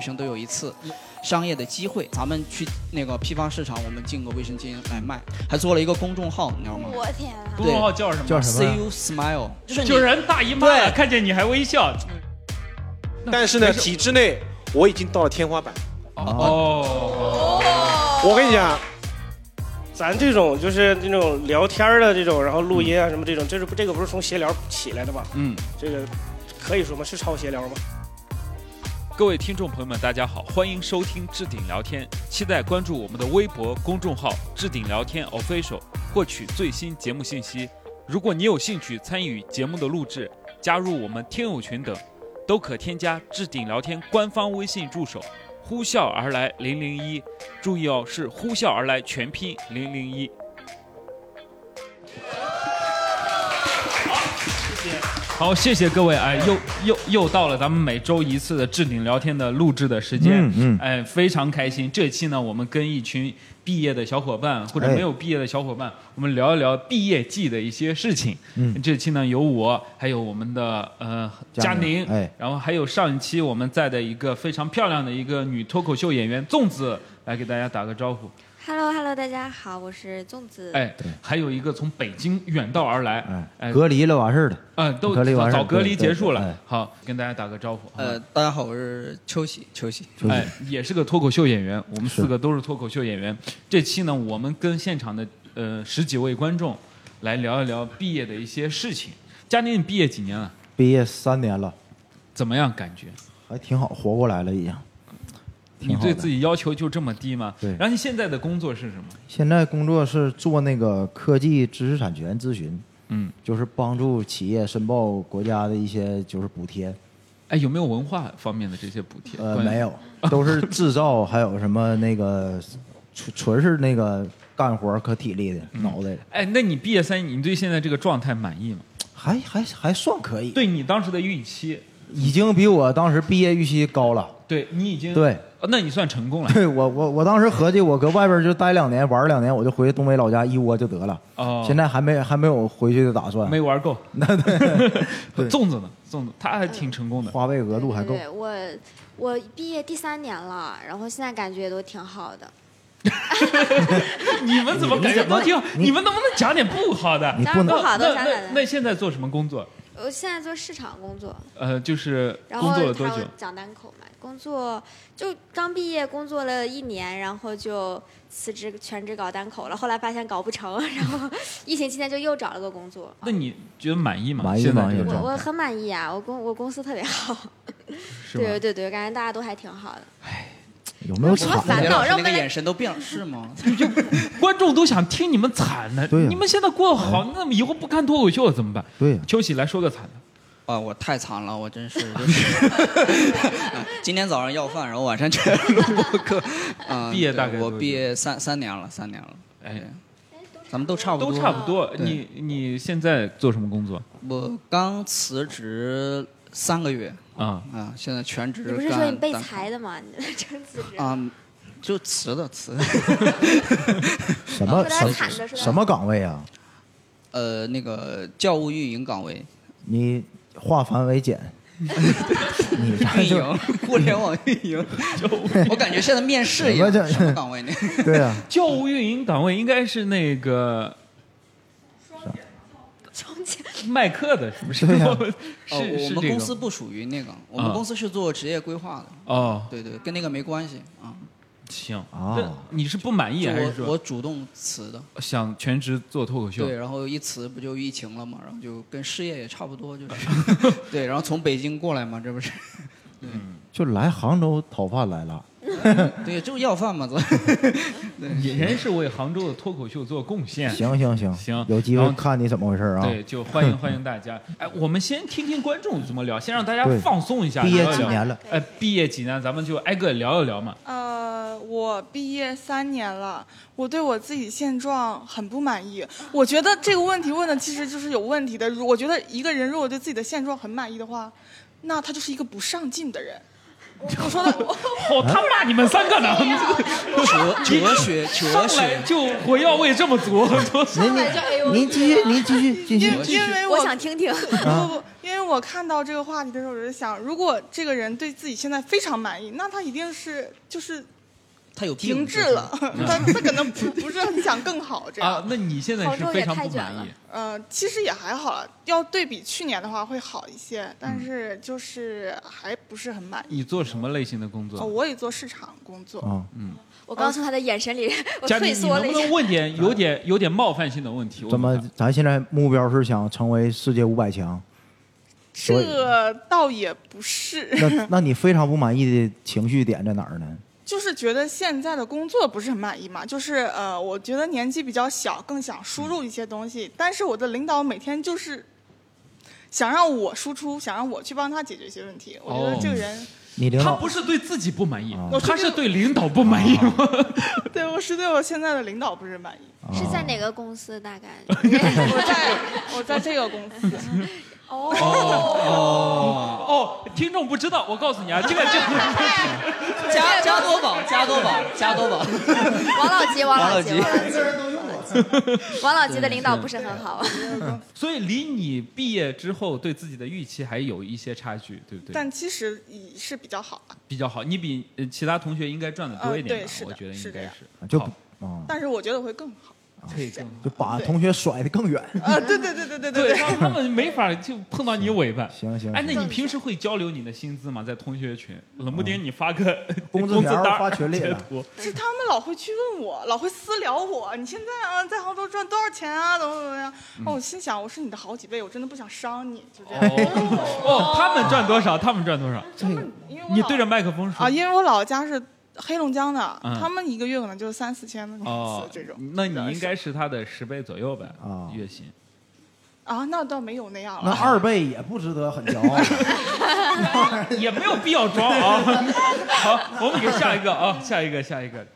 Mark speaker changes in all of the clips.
Speaker 1: 生都有一次商业的机会。咱们去那个批发市场，我们进个卫生巾来卖，还做了一个公众号，你知道吗？
Speaker 2: 我天啊！
Speaker 1: 对
Speaker 3: 公众号叫什么
Speaker 1: 嗯叫 See you smile，就是你
Speaker 3: 就是人大姨妈了，
Speaker 1: 对
Speaker 3: 看见你还微笑。
Speaker 4: 嗯但是呢，体制内我已经到了天花板。
Speaker 3: 哦，
Speaker 4: 我跟你讲，
Speaker 5: 咱这种就是那种聊天儿的这种，然后录音啊什么这种，这是不这个不是从闲聊起来的吗？
Speaker 6: 嗯，
Speaker 5: 这个可以说吗？是超闲聊吗？
Speaker 6: 各位听众朋友们，大家好，欢迎收听置顶聊天，期待关注我们的微博公众号“置顶聊天 official”，获取最新节目信息。如果你有兴趣参与节目的录制，加入我们听友群等，都可添加置顶聊天官方微信助手“呼啸而来零零一”，注意哦，是“呼啸而来”全拼零零一。
Speaker 3: 好，谢谢各位，哎，又又又到了咱们每周一次的置顶聊天的录制的时间，
Speaker 7: 嗯嗯
Speaker 3: 哎，非常开心。这期呢，我们跟一群毕业的小伙伴或者
Speaker 7: 哎
Speaker 3: 没有毕业的小伙伴，我们聊一聊毕业季的一些事情。
Speaker 7: 嗯
Speaker 3: 这期呢有我，还有我们的呃
Speaker 7: 佳
Speaker 3: 佳
Speaker 7: 宁
Speaker 3: 宁，
Speaker 7: 哎
Speaker 3: 然后还有上一期我们在的一个非常漂亮的一个女脱口秀演员粽子，来给大家打个招呼。
Speaker 8: Hello Hello，大家好，我是粽子。
Speaker 3: 哎，还有一个从北京远道而来，哎，
Speaker 7: 隔离了完事儿了，
Speaker 3: 嗯，都
Speaker 7: 隔离完事儿
Speaker 3: 早隔离
Speaker 7: 对
Speaker 3: 结束
Speaker 7: 对
Speaker 3: 了
Speaker 7: 哎。
Speaker 3: 好，跟大家打个招呼。
Speaker 1: 呃，大家好，我是秋喜，秋喜，
Speaker 7: 秋喜
Speaker 3: 哎，也是个脱口秀演员，我们四个都是脱口秀演员。这期呢，我们跟现场的呃十几位观众来聊一聊毕业的一些事情。佳宁，你毕业几年了？
Speaker 7: 毕业三年了，
Speaker 3: 怎么样感觉？
Speaker 7: 还挺好，活过来了已经。挺
Speaker 3: 你
Speaker 7: 好的
Speaker 3: 对自己要求就这么低吗？
Speaker 7: 对
Speaker 3: 然后你现在的工作是什么？
Speaker 7: 现在工作是做那个科技知识产权咨询，
Speaker 3: 嗯，
Speaker 7: 就是帮助企业申报国家的一些就是补贴，
Speaker 3: 哎，有没有文化方面的这些补贴？
Speaker 7: 呃，
Speaker 3: 关于
Speaker 7: 没有，都是制造，还有什么那个纯纯是那个干活儿可体力的、脑袋的，
Speaker 3: 哎，那你毕业三年，你对现在这个状态满意吗？
Speaker 7: 还还还算可以，
Speaker 3: 对你当时的预期，
Speaker 7: 已经比我当时毕业预期高了。
Speaker 3: 对你已经
Speaker 7: 对
Speaker 3: 哦那你算成功了。
Speaker 7: 对我我我当时合计，我搁外边就待两年，玩两年，我就回东北老家一窝就得了。
Speaker 3: 哦
Speaker 7: 现在还没还没有回去的打算，
Speaker 3: 没玩够。
Speaker 7: 那 对对
Speaker 3: 粽子呢？粽子他还挺成功的。
Speaker 7: 花呗额度还够
Speaker 8: 对，我我毕业第三年了，然后现在感觉都挺好的。
Speaker 3: 你们怎么感觉都挺好？你们能不能讲点不好的？
Speaker 7: 你不能
Speaker 8: 当然不好的
Speaker 3: 那那
Speaker 8: 讲讲
Speaker 3: 那
Speaker 8: 讲
Speaker 3: 那现在做什么工作？
Speaker 8: 我现在做市场工作，
Speaker 3: 呃，就是
Speaker 8: 然后
Speaker 3: 工
Speaker 8: 还
Speaker 3: 作
Speaker 8: 有
Speaker 3: 了多久？
Speaker 8: 讲单口嘛，工作就刚毕业工作了一年，然后就辞职全职搞单口了。后来发现搞不成，然后疫情期间就又找了个工作。
Speaker 3: 那你觉得满意吗？
Speaker 7: 满意
Speaker 3: 现在
Speaker 7: 满意
Speaker 3: 这个
Speaker 8: 我
Speaker 3: 状态
Speaker 8: 我很满意啊，我公我公司特别好，
Speaker 3: 是
Speaker 8: 对
Speaker 3: 吗？
Speaker 8: 对对，感觉大家都还挺好的。
Speaker 7: 有没有
Speaker 8: 什
Speaker 7: 惨
Speaker 8: 么烦恼
Speaker 1: 老师
Speaker 8: 让我
Speaker 1: 那个
Speaker 8: 们来
Speaker 1: 眼神都变了，是 吗？
Speaker 3: 观众都想听你们惨的，
Speaker 7: 对呀啊
Speaker 3: 你们现在过得好，那么以后不看脱口秀了怎么办？
Speaker 7: 对呀
Speaker 3: 秋喜来说个惨的，
Speaker 1: 啊，我太惨了，我真是，就是、 啊今天早上要饭，然后晚上全录播 客。啊，
Speaker 3: 毕业大概
Speaker 1: 对
Speaker 3: 多
Speaker 1: 我
Speaker 3: 久
Speaker 1: 毕业三三年了，三年了，
Speaker 3: 哎，
Speaker 1: 咱们都差不多。
Speaker 3: 都差不多。
Speaker 8: 嗯
Speaker 1: 对
Speaker 3: 你你现在做什么工作
Speaker 1: 我刚辞职三个月
Speaker 3: 啊？
Speaker 1: 啊，现在全职
Speaker 8: 你
Speaker 1: 干。
Speaker 8: 不是说你被
Speaker 1: 干
Speaker 8: 裁的 吗？你真辞职。
Speaker 1: 啊？就辞的辞的，
Speaker 7: 什 么什么
Speaker 8: 说点惨的说点
Speaker 7: 什么岗位啊？
Speaker 1: 呃，那个教务运营岗位，
Speaker 7: 你化繁为简，你这
Speaker 1: 运
Speaker 7: 就
Speaker 1: 营， 互联网运营。我感觉现在面试一样，
Speaker 7: 什么叫
Speaker 1: 什么岗位呢？
Speaker 7: 对啊，
Speaker 3: 教务运营岗位应该是那个
Speaker 8: 中间
Speaker 3: 卖课的，是不是？
Speaker 7: 对呀
Speaker 3: 是是
Speaker 1: 哦，我
Speaker 3: 这
Speaker 1: 们
Speaker 3: 个
Speaker 1: 公
Speaker 3: 吗
Speaker 1: 司不属于那个，我们
Speaker 3: 啊
Speaker 1: 公司是做职业规划的，
Speaker 3: 哦，
Speaker 1: 对对，跟那个没关系啊。
Speaker 3: 行
Speaker 7: 哦
Speaker 3: 那你是不满意
Speaker 1: 就
Speaker 3: 还是
Speaker 1: 我
Speaker 3: 说
Speaker 1: 我主动辞的，
Speaker 3: 想全职做脱口秀？
Speaker 1: 对，然后一辞不就疫情了嘛，然后就跟失业也差不多，就是 对，然后从北京过来嘛，这不是
Speaker 3: 嗯
Speaker 7: 就来杭州讨饭来了。
Speaker 1: 对，就要饭嘛，咱
Speaker 3: 也人是为杭州的脱口秀做贡献。
Speaker 7: 行行行
Speaker 3: 行
Speaker 7: 有机
Speaker 3: 然
Speaker 7: 会
Speaker 3: 后
Speaker 7: 看你怎么回事啊？
Speaker 3: 对，就欢 迎欢迎大家。哎，我们先听听观众怎么聊，先让大家
Speaker 7: 对
Speaker 3: 放松一下。
Speaker 7: 毕业
Speaker 3: 聊一
Speaker 7: 几
Speaker 3: 聊
Speaker 7: 年了？
Speaker 3: 哎，毕业几年，咱们就挨个聊一聊嘛。
Speaker 9: 呃，我毕业三年了，我对我自己现状很不满意。我觉得这个问题问的其实就是有问题的。如我觉得一个人如果对自己的现状很满意的话，那他就是一个不上进的人。我说的，
Speaker 3: 哦，他骂你们三个呢，
Speaker 1: 哲哲学哲
Speaker 3: 上来
Speaker 1: 学，
Speaker 3: 就
Speaker 8: 哎
Speaker 3: 火药味这么足，
Speaker 7: 您您您继续您继续继续
Speaker 9: 因为
Speaker 8: 我
Speaker 9: 我
Speaker 8: 想听听。
Speaker 9: 不不不，因为我看到这个话题的时候，我就想，如果这个人对自己现在非常满意，那他一定是就是
Speaker 1: 他有病
Speaker 9: 停滞了，他他可能不不是很想更好这 样。
Speaker 3: 啊，那你现在
Speaker 8: 杭
Speaker 3: 是
Speaker 8: 州
Speaker 3: 非
Speaker 8: 也
Speaker 3: 常
Speaker 8: 太
Speaker 3: 不
Speaker 8: 卷
Speaker 3: 满
Speaker 8: 了
Speaker 3: 意，
Speaker 9: 呃，其实也还好了，要对比去年的话会好一些，
Speaker 3: 嗯
Speaker 9: 但是就是还不是很满意。
Speaker 3: 你做什么类型的工
Speaker 9: 哦，
Speaker 3: 作？哦
Speaker 9: 我也做市场工作，
Speaker 7: 啊，
Speaker 8: 我刚从他的眼神里，我
Speaker 3: 佳丽，
Speaker 8: 退
Speaker 3: 你
Speaker 8: 缩
Speaker 3: 能
Speaker 8: 了一
Speaker 3: 不
Speaker 8: 下
Speaker 3: 能。问点有点有点冒犯性的问题？我
Speaker 7: 怎么
Speaker 3: 们看？
Speaker 7: 咱现在目标是想成为世界五百强？所以
Speaker 9: 这倒也不是，
Speaker 7: 那那你非常不满意的情绪点在哪儿呢？
Speaker 9: 就是觉得现在的工作不是很满意嘛，就是呃，我觉得年纪比较小，更想输
Speaker 3: 嗯
Speaker 9: 入一些东西，但是我的领导每天就是想让我输出，想让我去帮他解决一些问题。我觉
Speaker 3: 哦
Speaker 9: 得这个人，
Speaker 7: 你领
Speaker 3: 他
Speaker 7: 导
Speaker 3: 不是对自己不满意
Speaker 7: 啊，
Speaker 3: 他是对领导不满意。
Speaker 9: 对我是对我现在的领导不是很满意。
Speaker 8: 是在哪个公司？大
Speaker 7: 啊
Speaker 8: 概
Speaker 9: 我在我在这个公 司。
Speaker 1: 哦，
Speaker 3: 哦，听众不知道，我告诉你 啊，这个这个
Speaker 1: 加加多宝，加多宝，加多宝，
Speaker 8: 王老 吉，王老吉，
Speaker 1: 王
Speaker 8: 王老吉， 王老吉的领导不是很
Speaker 7: 嗯
Speaker 8: 好。
Speaker 3: 所以离你毕业之后对自己的预期还有一些差距，对不对？
Speaker 9: 但其实也是比较好的，
Speaker 3: 比较好，你比呃其他同学应该赚的多一点
Speaker 9: 呃对
Speaker 3: 吧
Speaker 9: 是？的
Speaker 3: 我觉得应该
Speaker 9: 是
Speaker 3: 是，
Speaker 7: 就
Speaker 3: 好
Speaker 7: 啊，
Speaker 9: 但是我觉得会更好。
Speaker 3: 可以更好。
Speaker 7: 就把同学甩得更远。
Speaker 9: 啊，对对对对对
Speaker 3: 对，
Speaker 9: 对
Speaker 3: 让他们没法就碰到你尾巴。
Speaker 7: 行行，
Speaker 3: 哎，那
Speaker 7: 行
Speaker 3: 你平时会交流你的薪资吗？在同学群，冷不丁你发个
Speaker 7: 嗯 工资
Speaker 3: 资
Speaker 7: 条
Speaker 3: 单儿
Speaker 7: 发群里
Speaker 3: 截
Speaker 7: 了
Speaker 3: 图，
Speaker 9: 是他们老会去问我，老会私聊我，你现在啊在杭州赚多少钱啊？怎么怎么
Speaker 3: 嗯
Speaker 9: 样？哦，我心想我是你的好几倍，我真的不想伤你，就这样。
Speaker 3: 哦，哦他们赚多少？他们赚多少？
Speaker 9: 他们因为我
Speaker 3: 你
Speaker 9: 老
Speaker 3: 对着麦克风
Speaker 9: 啊，
Speaker 3: 说。
Speaker 9: 因为我老家是黑龙江的，
Speaker 3: 嗯
Speaker 9: 他们一个月可能就是三四千的工
Speaker 3: 哦
Speaker 9: 资这种。，
Speaker 3: 那你应该是他的十倍左右吧？
Speaker 7: 啊
Speaker 3: 月薪。
Speaker 9: 啊，那倒没有那样
Speaker 7: 那
Speaker 9: 了。
Speaker 7: 二倍也不值得很骄傲。
Speaker 3: 也没有必要装啊。好，我们给下一个啊，下一个，下一个。。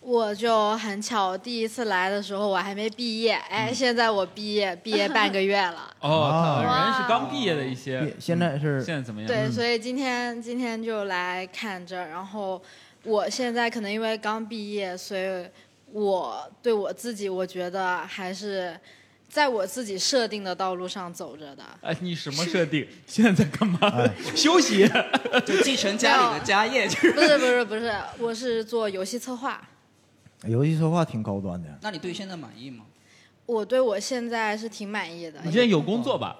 Speaker 2: 我就很巧，第一次来的时候我还没毕业，
Speaker 1: 嗯
Speaker 2: 哎，现在我毕业，毕业半个月了
Speaker 3: 哦，
Speaker 7: 啊
Speaker 3: 他人是刚毕业的一些，嗯
Speaker 7: 现在是
Speaker 3: 现在怎么样？
Speaker 1: 嗯
Speaker 2: 对，所以今天今天就来看这儿，然后我现在可能因为刚毕业，所以我对我自己，我觉得还是在我自己设定的道路上走着 的。
Speaker 3: 哎，你什么设定？现在在干嘛
Speaker 7: 哎？
Speaker 3: 休息。
Speaker 1: 就继承家里的家 业，就是。
Speaker 2: 不是不是不是，我是做游戏策划。
Speaker 7: 游戏策划挺高端的，
Speaker 1: 那你对现在满意吗？
Speaker 2: 我对我现在是挺满意的，
Speaker 3: 你现在有工作吧？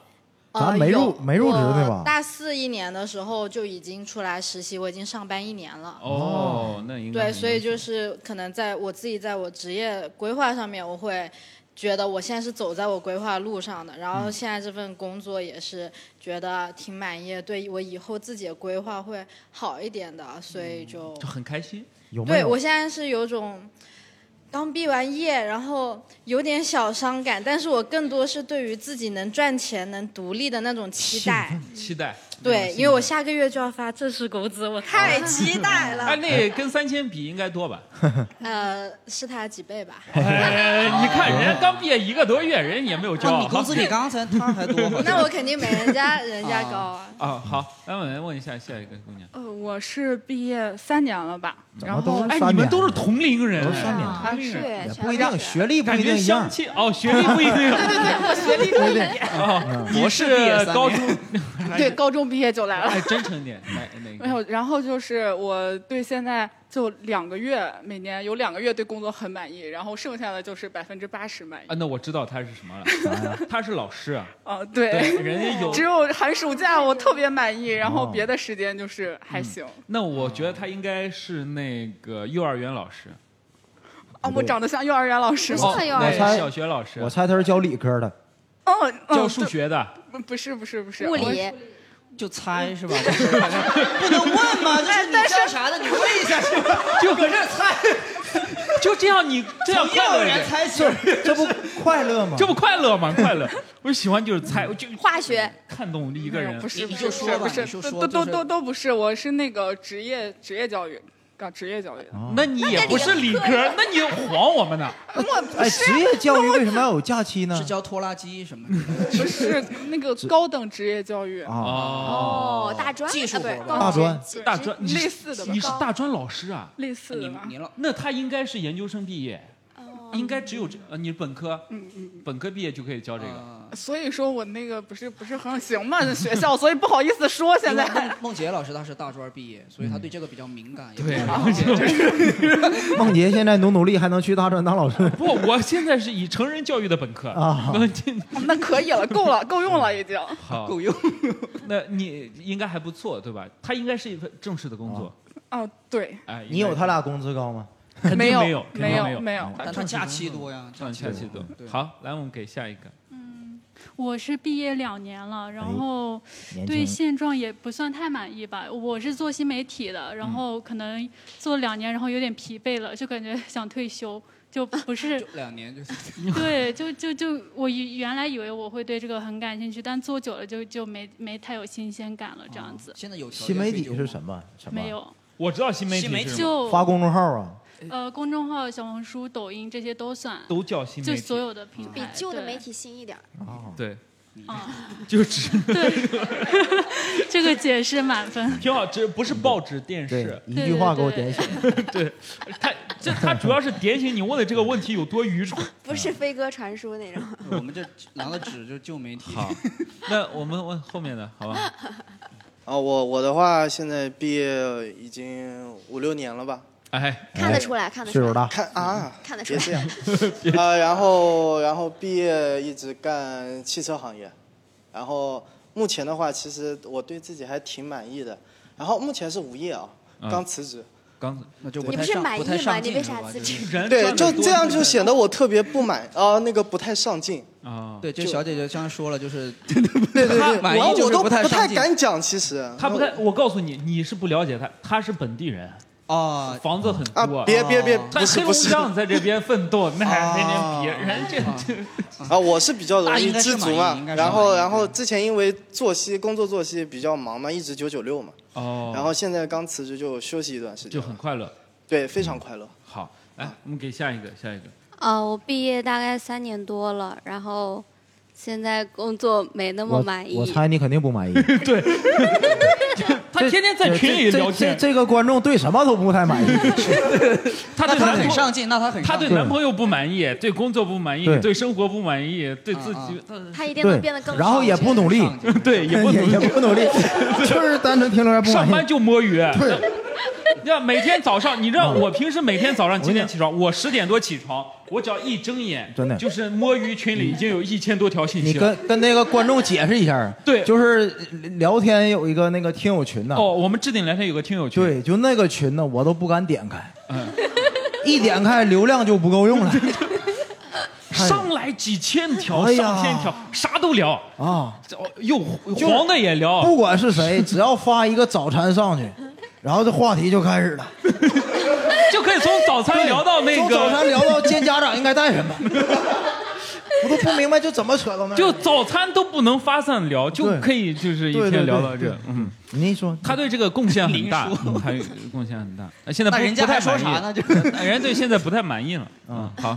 Speaker 2: 呃
Speaker 7: 咱没入
Speaker 2: 有
Speaker 7: 没入职对吧
Speaker 2: 我大四一年的时候就已经出来实习，我已经上班一年了。
Speaker 3: 哦，那应该
Speaker 2: 对，
Speaker 3: 很
Speaker 2: 所以
Speaker 3: 优秀
Speaker 2: 就是可能在我自己在我职业规划上面，我会觉得我现在是走在我规划路上的，然
Speaker 7: 嗯
Speaker 2: 后现在这份工作也是觉得挺满意，对我以后自己的规划会好一点的，所
Speaker 3: 嗯
Speaker 2: 以就
Speaker 3: 就很开心。
Speaker 7: 有没
Speaker 2: 对
Speaker 7: 有
Speaker 2: 我？现在是有种刚毕完业，然后有点小伤感，但是我更多是对于自己能赚钱、能独立的那种期待。
Speaker 3: 期待。
Speaker 2: 对，因为我下个月就要发正式工资，我太期待
Speaker 3: 哎，
Speaker 2: 了。
Speaker 3: 那跟三千比应该多吧？
Speaker 2: 呃，是他几倍吧？
Speaker 3: 哎，你看人家刚毕业一个多月，人家也没有骄
Speaker 1: 那
Speaker 3: 傲。
Speaker 1: 你工资比刚才他还 多，好像
Speaker 2: 那我肯定没人家人家高啊。
Speaker 3: 啊，好，来我来问一下下一个姑娘。
Speaker 10: 呃，我是毕业三年了吧，
Speaker 7: 怎么
Speaker 10: 然
Speaker 7: 啊都
Speaker 10: 后
Speaker 7: 是
Speaker 3: 哎，
Speaker 7: 三
Speaker 3: 你们
Speaker 7: 年
Speaker 3: 都是同龄人，
Speaker 7: 都是三年
Speaker 10: 啊
Speaker 3: 同龄人，
Speaker 8: 对
Speaker 7: 也
Speaker 8: 全
Speaker 7: 不一
Speaker 8: 是
Speaker 7: 定，学历不
Speaker 3: 感
Speaker 7: 一
Speaker 3: 觉
Speaker 7: 定一
Speaker 3: 相
Speaker 7: 样。
Speaker 3: 亲哦，学历不一定。
Speaker 7: 对对，
Speaker 3: 哦，
Speaker 7: 嗯
Speaker 1: 博
Speaker 3: 你
Speaker 1: 士毕业
Speaker 3: 是
Speaker 1: 三
Speaker 3: 高
Speaker 1: 年
Speaker 3: 中，
Speaker 10: 哎对高中毕业就来了。
Speaker 3: 哎，真诚点，来那个。
Speaker 10: 没有，然后就是我对现在就两个月，每年有两个月对工作很满意，然后剩下的就是百分之八十满意
Speaker 3: 啊，。那我知道他是什 么了，他是老师啊，
Speaker 10: 啊，对，
Speaker 3: 对，人家有 哦
Speaker 10: 只。有寒暑假我特别满意，然后别的时间就是还行。
Speaker 3: 嗯那我觉得他应该是那个幼儿园老师，
Speaker 10: 啊，我长得像幼儿园老师
Speaker 8: 不
Speaker 10: 吗？
Speaker 8: 是
Speaker 2: 哦
Speaker 8: 像幼
Speaker 3: 哦
Speaker 8: 儿
Speaker 3: 那
Speaker 8: 园
Speaker 3: 是
Speaker 7: 我猜
Speaker 3: 小学老师
Speaker 7: 我，猜他是教理科的，
Speaker 10: 哦，嗯
Speaker 3: 教数学的。
Speaker 10: 对不是不是不是
Speaker 8: 物
Speaker 10: 我
Speaker 8: 理，
Speaker 1: 就猜是吧？不能问
Speaker 11: 啊
Speaker 1: 嘛，就是你教啥的，你问一下 是吧？就搁这儿猜，
Speaker 3: 就这样，你这样
Speaker 1: 从幼
Speaker 3: 快乐
Speaker 1: 儿
Speaker 3: 一
Speaker 1: 园
Speaker 3: 点，
Speaker 1: 猜起，
Speaker 7: 这不快乐吗？
Speaker 3: 这不快乐吗？快乐，我喜欢就是猜，我就
Speaker 8: 化学
Speaker 3: 看懂一个
Speaker 10: 没有
Speaker 3: 人
Speaker 10: 不。是
Speaker 1: 你
Speaker 10: 不
Speaker 1: 就是说吧
Speaker 10: 不是
Speaker 1: 你就
Speaker 10: 都
Speaker 1: 说就
Speaker 10: 都
Speaker 1: 是
Speaker 10: 都都不是，我是那个职业职业教育，搞职业教育的。
Speaker 7: 啊
Speaker 3: 那你也不是理科，那你晃我们呢？
Speaker 7: 哎，
Speaker 10: 啊
Speaker 7: 职业教育为什么要有假期呢
Speaker 1: 是？教拖拉机什么的，
Speaker 10: 不是那个高等职业教育，
Speaker 3: 哦
Speaker 7: 啊，
Speaker 8: 哦，大专
Speaker 1: 技术
Speaker 8: 啊不是
Speaker 1: 活吧
Speaker 8: 高
Speaker 7: 大
Speaker 8: 职
Speaker 7: 专
Speaker 8: 技
Speaker 3: 大专你是
Speaker 10: 哦类似的吧
Speaker 3: 你是大专老师啊？
Speaker 10: 类似
Speaker 1: 你
Speaker 10: 的吧？
Speaker 1: 你老
Speaker 3: 那他应该是研究生毕业，
Speaker 8: 哦
Speaker 3: 应该只有这，呃你本科，
Speaker 10: 嗯嗯，
Speaker 3: 本科毕业就可以教这个。
Speaker 7: 啊
Speaker 10: 所以说我那个不是不是很行嘛，这学校，所以不好意思说现在。
Speaker 1: 因为孟孟杰老师他是大专毕业，所以他
Speaker 3: 嗯
Speaker 1: 对这个比较敏感。也
Speaker 3: 对
Speaker 1: 不了解这 个
Speaker 7: 梦杰现在努努力还能去大专当老师，
Speaker 3: 不，我现在是以成人教育的本科
Speaker 7: 啊
Speaker 10: 那可以了，够了，够用了已经。
Speaker 3: 好，够
Speaker 1: 用。
Speaker 3: 那你应该还不错，对吧？他应该是一份正式的工作。
Speaker 10: 哦，对，
Speaker 3: 哎，应该
Speaker 7: 你有他俩工资高吗？
Speaker 3: 肯定
Speaker 10: 没有
Speaker 3: 没有，肯定
Speaker 10: 没有
Speaker 3: 有，
Speaker 10: 没有
Speaker 1: 但他假期多呀
Speaker 3: 嗯，
Speaker 1: 假
Speaker 3: 假
Speaker 1: 期
Speaker 3: 期
Speaker 1: 多
Speaker 3: 多
Speaker 1: 对。
Speaker 3: 好，来，我们给下一个。
Speaker 12: 我是毕业两年了，然后
Speaker 3: 年轻
Speaker 12: 对现状也不算太满意吧。我是做新媒体的，然后可能做两年，然后有点疲惫了，就感觉想退休， 就啊不是
Speaker 1: 两年就是
Speaker 12: 对，就就就我以原来以为我会对这个很感兴趣，但做久了就就没没太有新鲜感了，这样子。
Speaker 1: 哦现在有
Speaker 7: 新媒体是什么？什么？
Speaker 12: 没有？
Speaker 3: 我知道新媒
Speaker 12: 新媒
Speaker 3: 体
Speaker 12: 体
Speaker 3: 是什么
Speaker 12: 就
Speaker 7: 发公众号啊？
Speaker 12: 呃，公众号、小红书、抖音这些都算，
Speaker 3: 都叫新媒
Speaker 12: 就
Speaker 3: 体
Speaker 12: 所有的平台，
Speaker 8: 比旧的
Speaker 12: 对
Speaker 8: 媒体新一点儿。
Speaker 7: 哦
Speaker 3: 对，
Speaker 12: 啊，
Speaker 3: 就只
Speaker 12: 这个解释满分。
Speaker 3: 挺好，这不是报纸、电视，
Speaker 7: 一句话给我点醒。
Speaker 3: 对他，这他主要是点醒你问的这个问题有多愚 蠢。
Speaker 8: 不是飞鸽传书那 种。
Speaker 1: 我们这拿的纸就是旧媒体。
Speaker 3: 好，那我们问后面的，好吧？
Speaker 13: 啊，我我的话现在毕业已经五六年了吧？
Speaker 3: 哎，
Speaker 8: 看得出来，看得出来。
Speaker 7: 岁数大
Speaker 13: 看啊，
Speaker 8: 看得出
Speaker 13: 别
Speaker 8: 来。
Speaker 13: 这样。啊，然后然后毕业一直干汽车行业，然后目前的话，其实我对自己还挺满意的。然后目前是无业啊，
Speaker 3: 嗯
Speaker 13: 刚辞职。
Speaker 3: 刚
Speaker 1: 那就
Speaker 13: 不
Speaker 8: 你
Speaker 13: 太
Speaker 8: 不是
Speaker 13: 上
Speaker 8: 满
Speaker 13: 不
Speaker 8: 意
Speaker 13: 太
Speaker 8: 吗？
Speaker 13: 上
Speaker 8: 你
Speaker 13: 进
Speaker 8: 为
Speaker 13: 是
Speaker 8: 啥
Speaker 13: 吧
Speaker 8: 辞
Speaker 13: 就是
Speaker 8: 职？
Speaker 13: 对，就这样就显得我特别不满啊，那个不太上进。
Speaker 3: 啊，
Speaker 1: 对，这
Speaker 13: 就
Speaker 1: 小姐姐刚才说了，就是
Speaker 13: 对对对，
Speaker 1: 满
Speaker 13: 我
Speaker 1: 意就
Speaker 13: 我
Speaker 1: 是
Speaker 13: 都
Speaker 1: 太
Speaker 13: 不太
Speaker 1: 上进。
Speaker 13: 敢讲，其实
Speaker 3: 他不太，我告诉你，你是不了解他，他是本地人
Speaker 1: 啊，
Speaker 3: 房子很多。
Speaker 13: 别别别
Speaker 3: 在
Speaker 13: 不是
Speaker 3: 黑龙
Speaker 13: 不是
Speaker 3: 江在这边奋斗， 那还天
Speaker 1: 哦
Speaker 3: 天别人这这
Speaker 13: 啊，我是比较容
Speaker 1: 那应
Speaker 13: 易
Speaker 1: 该是
Speaker 13: 知足
Speaker 1: 满意
Speaker 13: 嘛
Speaker 1: 应该，是
Speaker 13: 然
Speaker 1: 满
Speaker 13: 后
Speaker 1: 意
Speaker 13: 然后之前因为作息工作作息比较忙嘛，一直九九六嘛，
Speaker 3: 哦，
Speaker 13: 然后现在刚辞职就休息一段时间
Speaker 3: 就，很 快乐。
Speaker 13: 对，非常快乐。
Speaker 7: 嗯
Speaker 3: 好，来，我们给下一个，下一个。
Speaker 14: 啊，我毕业大概三年多了，然后现在工作没那么
Speaker 7: 我
Speaker 14: 满意。
Speaker 7: 我猜你肯定不满意。
Speaker 3: 对，他天天在群里
Speaker 7: 这
Speaker 3: 聊
Speaker 7: 这
Speaker 3: 天
Speaker 7: 这个观众对什么都不太满意。
Speaker 3: 他对
Speaker 1: 那他
Speaker 3: 男
Speaker 1: 很
Speaker 3: 朋
Speaker 1: 上进，那他很
Speaker 3: 他
Speaker 1: 上
Speaker 3: 对
Speaker 1: 进。
Speaker 3: 男朋友不满意，对工作不满意，
Speaker 7: 对
Speaker 3: 对生活不满意，对自
Speaker 13: 啊
Speaker 3: 己，
Speaker 8: 他一定能
Speaker 7: 对
Speaker 8: 变得 更，
Speaker 7: 然后也不努力，
Speaker 3: 对，也不努
Speaker 7: 也
Speaker 3: 力
Speaker 7: 也 不努力，就是单纯停留在不
Speaker 3: 上
Speaker 7: 满
Speaker 3: 班
Speaker 7: 意。
Speaker 3: 就摸鱼。 你知道每天早上，你知
Speaker 7: 嗯
Speaker 3: 道我平时每天早上几点起床？我十点多起床，我只要一睁眼，
Speaker 7: 真的
Speaker 3: 就是摸鱼群里已经有一千多条信
Speaker 7: 你
Speaker 3: 息了
Speaker 7: 跟。跟那个观众解释一下，
Speaker 3: 对
Speaker 7: 就是聊天有一个那个听友群呢，
Speaker 3: 哦，我们置顶聊天有个听友群，
Speaker 7: 对，就那个群呢，我都不敢点开，
Speaker 3: 嗯，
Speaker 7: 一点开流量就不够用了
Speaker 3: 上来几千条、
Speaker 7: 哎呀
Speaker 3: 上千条，啥都聊，哦
Speaker 7: 啊！
Speaker 3: 又黄的也聊，
Speaker 7: 不管 是谁，只要发一个早餐上去，然后这话题就开始了，
Speaker 3: 就可以从早餐聊到那
Speaker 7: 从
Speaker 3: 个
Speaker 7: 早餐聊到见家长应该带什么，我都不明白就怎么扯到那儿。
Speaker 3: 就早餐都不能发散聊，就可以就是一
Speaker 7: 对对
Speaker 3: 天聊
Speaker 7: 对
Speaker 3: 到这
Speaker 7: 对。
Speaker 3: 嗯，
Speaker 7: 您说
Speaker 3: 他对这个贡献很 大
Speaker 1: 林叔，
Speaker 3: 嗯他有贡献很大。呃现在
Speaker 1: 那
Speaker 3: 不
Speaker 1: 人家
Speaker 3: 不太
Speaker 1: 还说
Speaker 3: 满意
Speaker 1: 啥呢就
Speaker 3: 人家对现在不太满意了。嗯，好，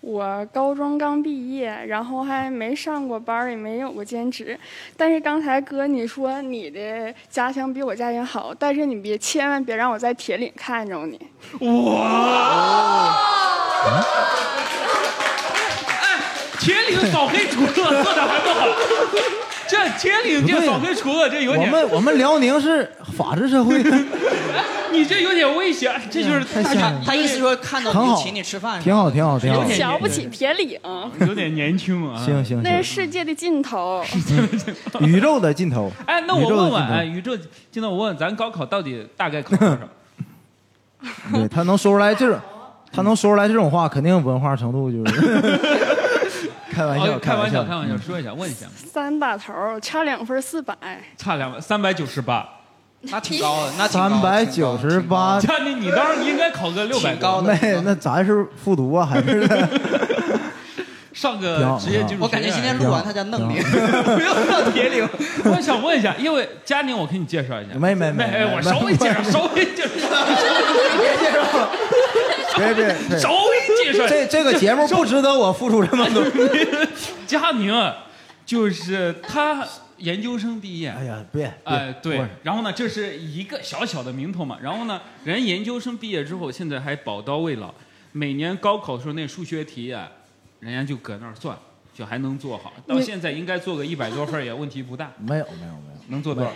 Speaker 15: 我高中刚毕业，然后还没上过班儿，也没有过兼职。但是刚才哥你说你的家乡比我家乡好，但是你别千万别让我在铁岭看着你。
Speaker 3: 哇！铁岭扫黑除恶做的还不好，这铁岭这扫黑除恶这有
Speaker 7: 我
Speaker 3: 点，
Speaker 7: 们我们辽宁是法治社会，
Speaker 3: 你这有点危险，这就是
Speaker 7: 太吓人了
Speaker 1: 他意思说看到
Speaker 7: 很
Speaker 1: 你
Speaker 7: 好
Speaker 1: 请你吃饭，
Speaker 7: 挺好，挺好，挺好。
Speaker 15: 瞧不起铁岭，
Speaker 3: 有点年轻啊。
Speaker 7: 行行
Speaker 15: 那是
Speaker 7: 行，
Speaker 15: 世界的尽头。
Speaker 7: 宇宙的尽头。
Speaker 3: 哎，那我
Speaker 7: 宇宙的
Speaker 3: 问
Speaker 7: 尽
Speaker 3: 问，
Speaker 7: 头
Speaker 3: 哎，宇宙，今天我问咱高考到底大概考多少？
Speaker 7: 对他能说出来这种，他能说出来这种话，肯定文化程度就是。开玩笑，
Speaker 3: 哦开玩
Speaker 7: 笑，
Speaker 3: 笑，开玩笑，说一下，问一下，
Speaker 15: 三把头儿差两分儿四百，
Speaker 3: 差两百三百九十八，
Speaker 1: 那挺 高的，那挺高
Speaker 7: 三百九十八，
Speaker 3: 佳妮，你当时应该考个六百
Speaker 1: 高
Speaker 7: 那那咱是复读啊，还是
Speaker 3: 上
Speaker 7: 挺
Speaker 3: 个
Speaker 7: 好
Speaker 3: 职业技术学院。
Speaker 1: 我感觉今天录完他叫弄你， 不要上铁岭。
Speaker 3: 我想问一下，因为佳宁，我给你介绍一下。
Speaker 7: 没没没
Speaker 3: 哎
Speaker 7: 没
Speaker 3: 我稍微介绍，稍微介绍，
Speaker 7: 别介绍了，别别别，
Speaker 3: 稍微介绍一下。
Speaker 7: 这这个节目不值得我付出 这么多。
Speaker 3: 佳宁，就是他研究生毕业。
Speaker 7: 哎呀，别，
Speaker 3: 哎，对
Speaker 7: 不是，
Speaker 3: 然后呢，这是一个小小的名头嘛。然后呢，人研究生毕业之后，现在还宝刀未老。每年高考的时候那数学题啊，人家就搁那儿算，就还能做好。到
Speaker 7: 你
Speaker 3: 现在应该做个一百多分儿也问题不大，
Speaker 7: 没有没有没有，
Speaker 3: 能做多少？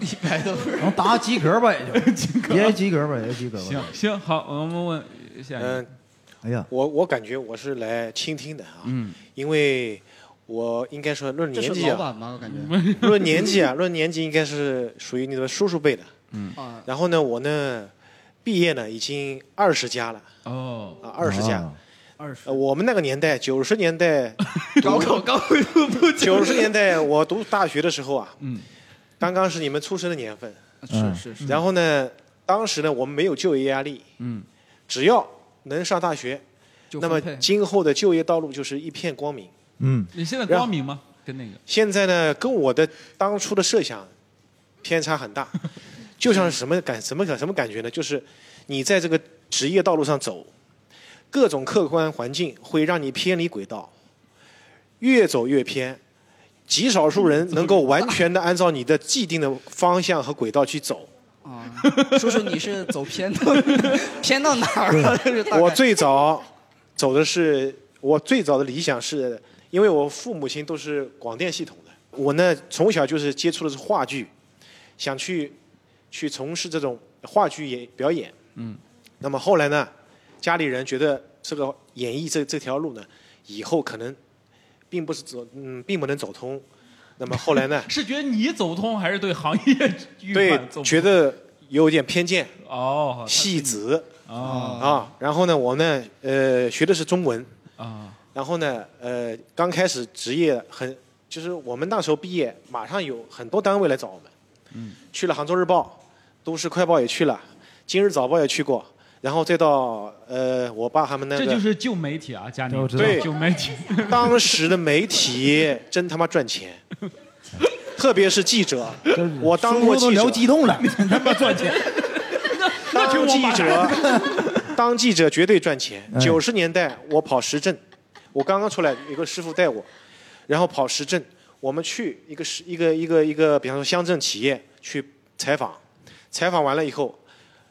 Speaker 3: 一百多分
Speaker 7: 能达及格吧也 就，也及格吧也及格吧。
Speaker 3: 行行好，我们问下一个。
Speaker 7: 哎呀，
Speaker 4: 嗯我我感觉我是来倾听的啊，
Speaker 3: 嗯，
Speaker 4: 因为我应该说论
Speaker 1: 这
Speaker 4: 年
Speaker 1: 是
Speaker 4: 纪
Speaker 1: 老板
Speaker 4: 啊，
Speaker 1: 吗？我感觉。
Speaker 4: 论年纪啊， 论年纪应该是属于你的叔叔辈的。
Speaker 3: 嗯
Speaker 1: 啊，
Speaker 4: 然后呢，我呢毕业呢已经二十加了
Speaker 3: 哦，
Speaker 4: 啊二十加
Speaker 7: 啊。
Speaker 1: 二
Speaker 4: 十，我们那个年代，九十年 代，
Speaker 1: 高考高考不
Speaker 4: 九十年代，我读大学的时候啊，
Speaker 3: 嗯，
Speaker 4: 刚刚是你们出生的年份，
Speaker 1: 是是是。
Speaker 4: 然后呢，当时呢，我们没有就业压力，
Speaker 3: 嗯，
Speaker 4: 只要能上大学，
Speaker 3: 就
Speaker 4: 那么
Speaker 3: 分配
Speaker 4: 今后的就业道路就是一片光明。
Speaker 7: 嗯，
Speaker 3: 你现在
Speaker 4: 然后
Speaker 3: 光明吗？跟那个
Speaker 4: 现在呢，跟我的当初的设想偏差很 大，就像什么感什么感什么感觉呢？就是你在这个职业道路上走，各种客观环境会让你偏离轨道，越走越偏。极少数 人能够完全的按照你的既定的方向和轨道去走。
Speaker 1: 啊，叔叔你是走偏到偏到哪儿了？这是大概
Speaker 4: 我最早走的是我最早的理想是，因为我父母亲都是广电系统的，我呢从小就是接触的是话剧，想去去从事这种话剧演表演。
Speaker 3: 嗯，，
Speaker 4: 那么后来呢，家里人觉得这个演艺这这条路呢，以后可能并不是走嗯并不能走通。那么 后来呢
Speaker 3: 是觉得你走通还是对行业预
Speaker 4: 对
Speaker 3: 判走不通
Speaker 4: 觉得有点偏见，
Speaker 3: 哦，
Speaker 4: 戏子
Speaker 3: 哦
Speaker 4: 啊，然后呢，我呢呃学的是中文。
Speaker 3: 啊，
Speaker 4: 然后呢，呃，刚开始职业很，就是我们那时候毕业，马上有很多单位来找我们，
Speaker 3: 嗯，
Speaker 4: 去了杭州日报、都市快报也去了，今日早报也去过，然后再到呃，我爸他 们那个，
Speaker 3: 这就是旧媒体啊，家里
Speaker 4: 我知道对
Speaker 3: 旧媒体，
Speaker 4: 当时的媒体真他妈赚钱，特别是记者，我当过
Speaker 7: 都
Speaker 4: 记者，
Speaker 7: 聊激 动了，
Speaker 4: 当记者，当记者绝对赚钱。
Speaker 7: 哎
Speaker 4: 九十年代我跑实政，我刚刚出来，有个师傅带我，然后跑实政，我们去一个市一个一个一个，比方说乡镇企业去采访，采访完了以后，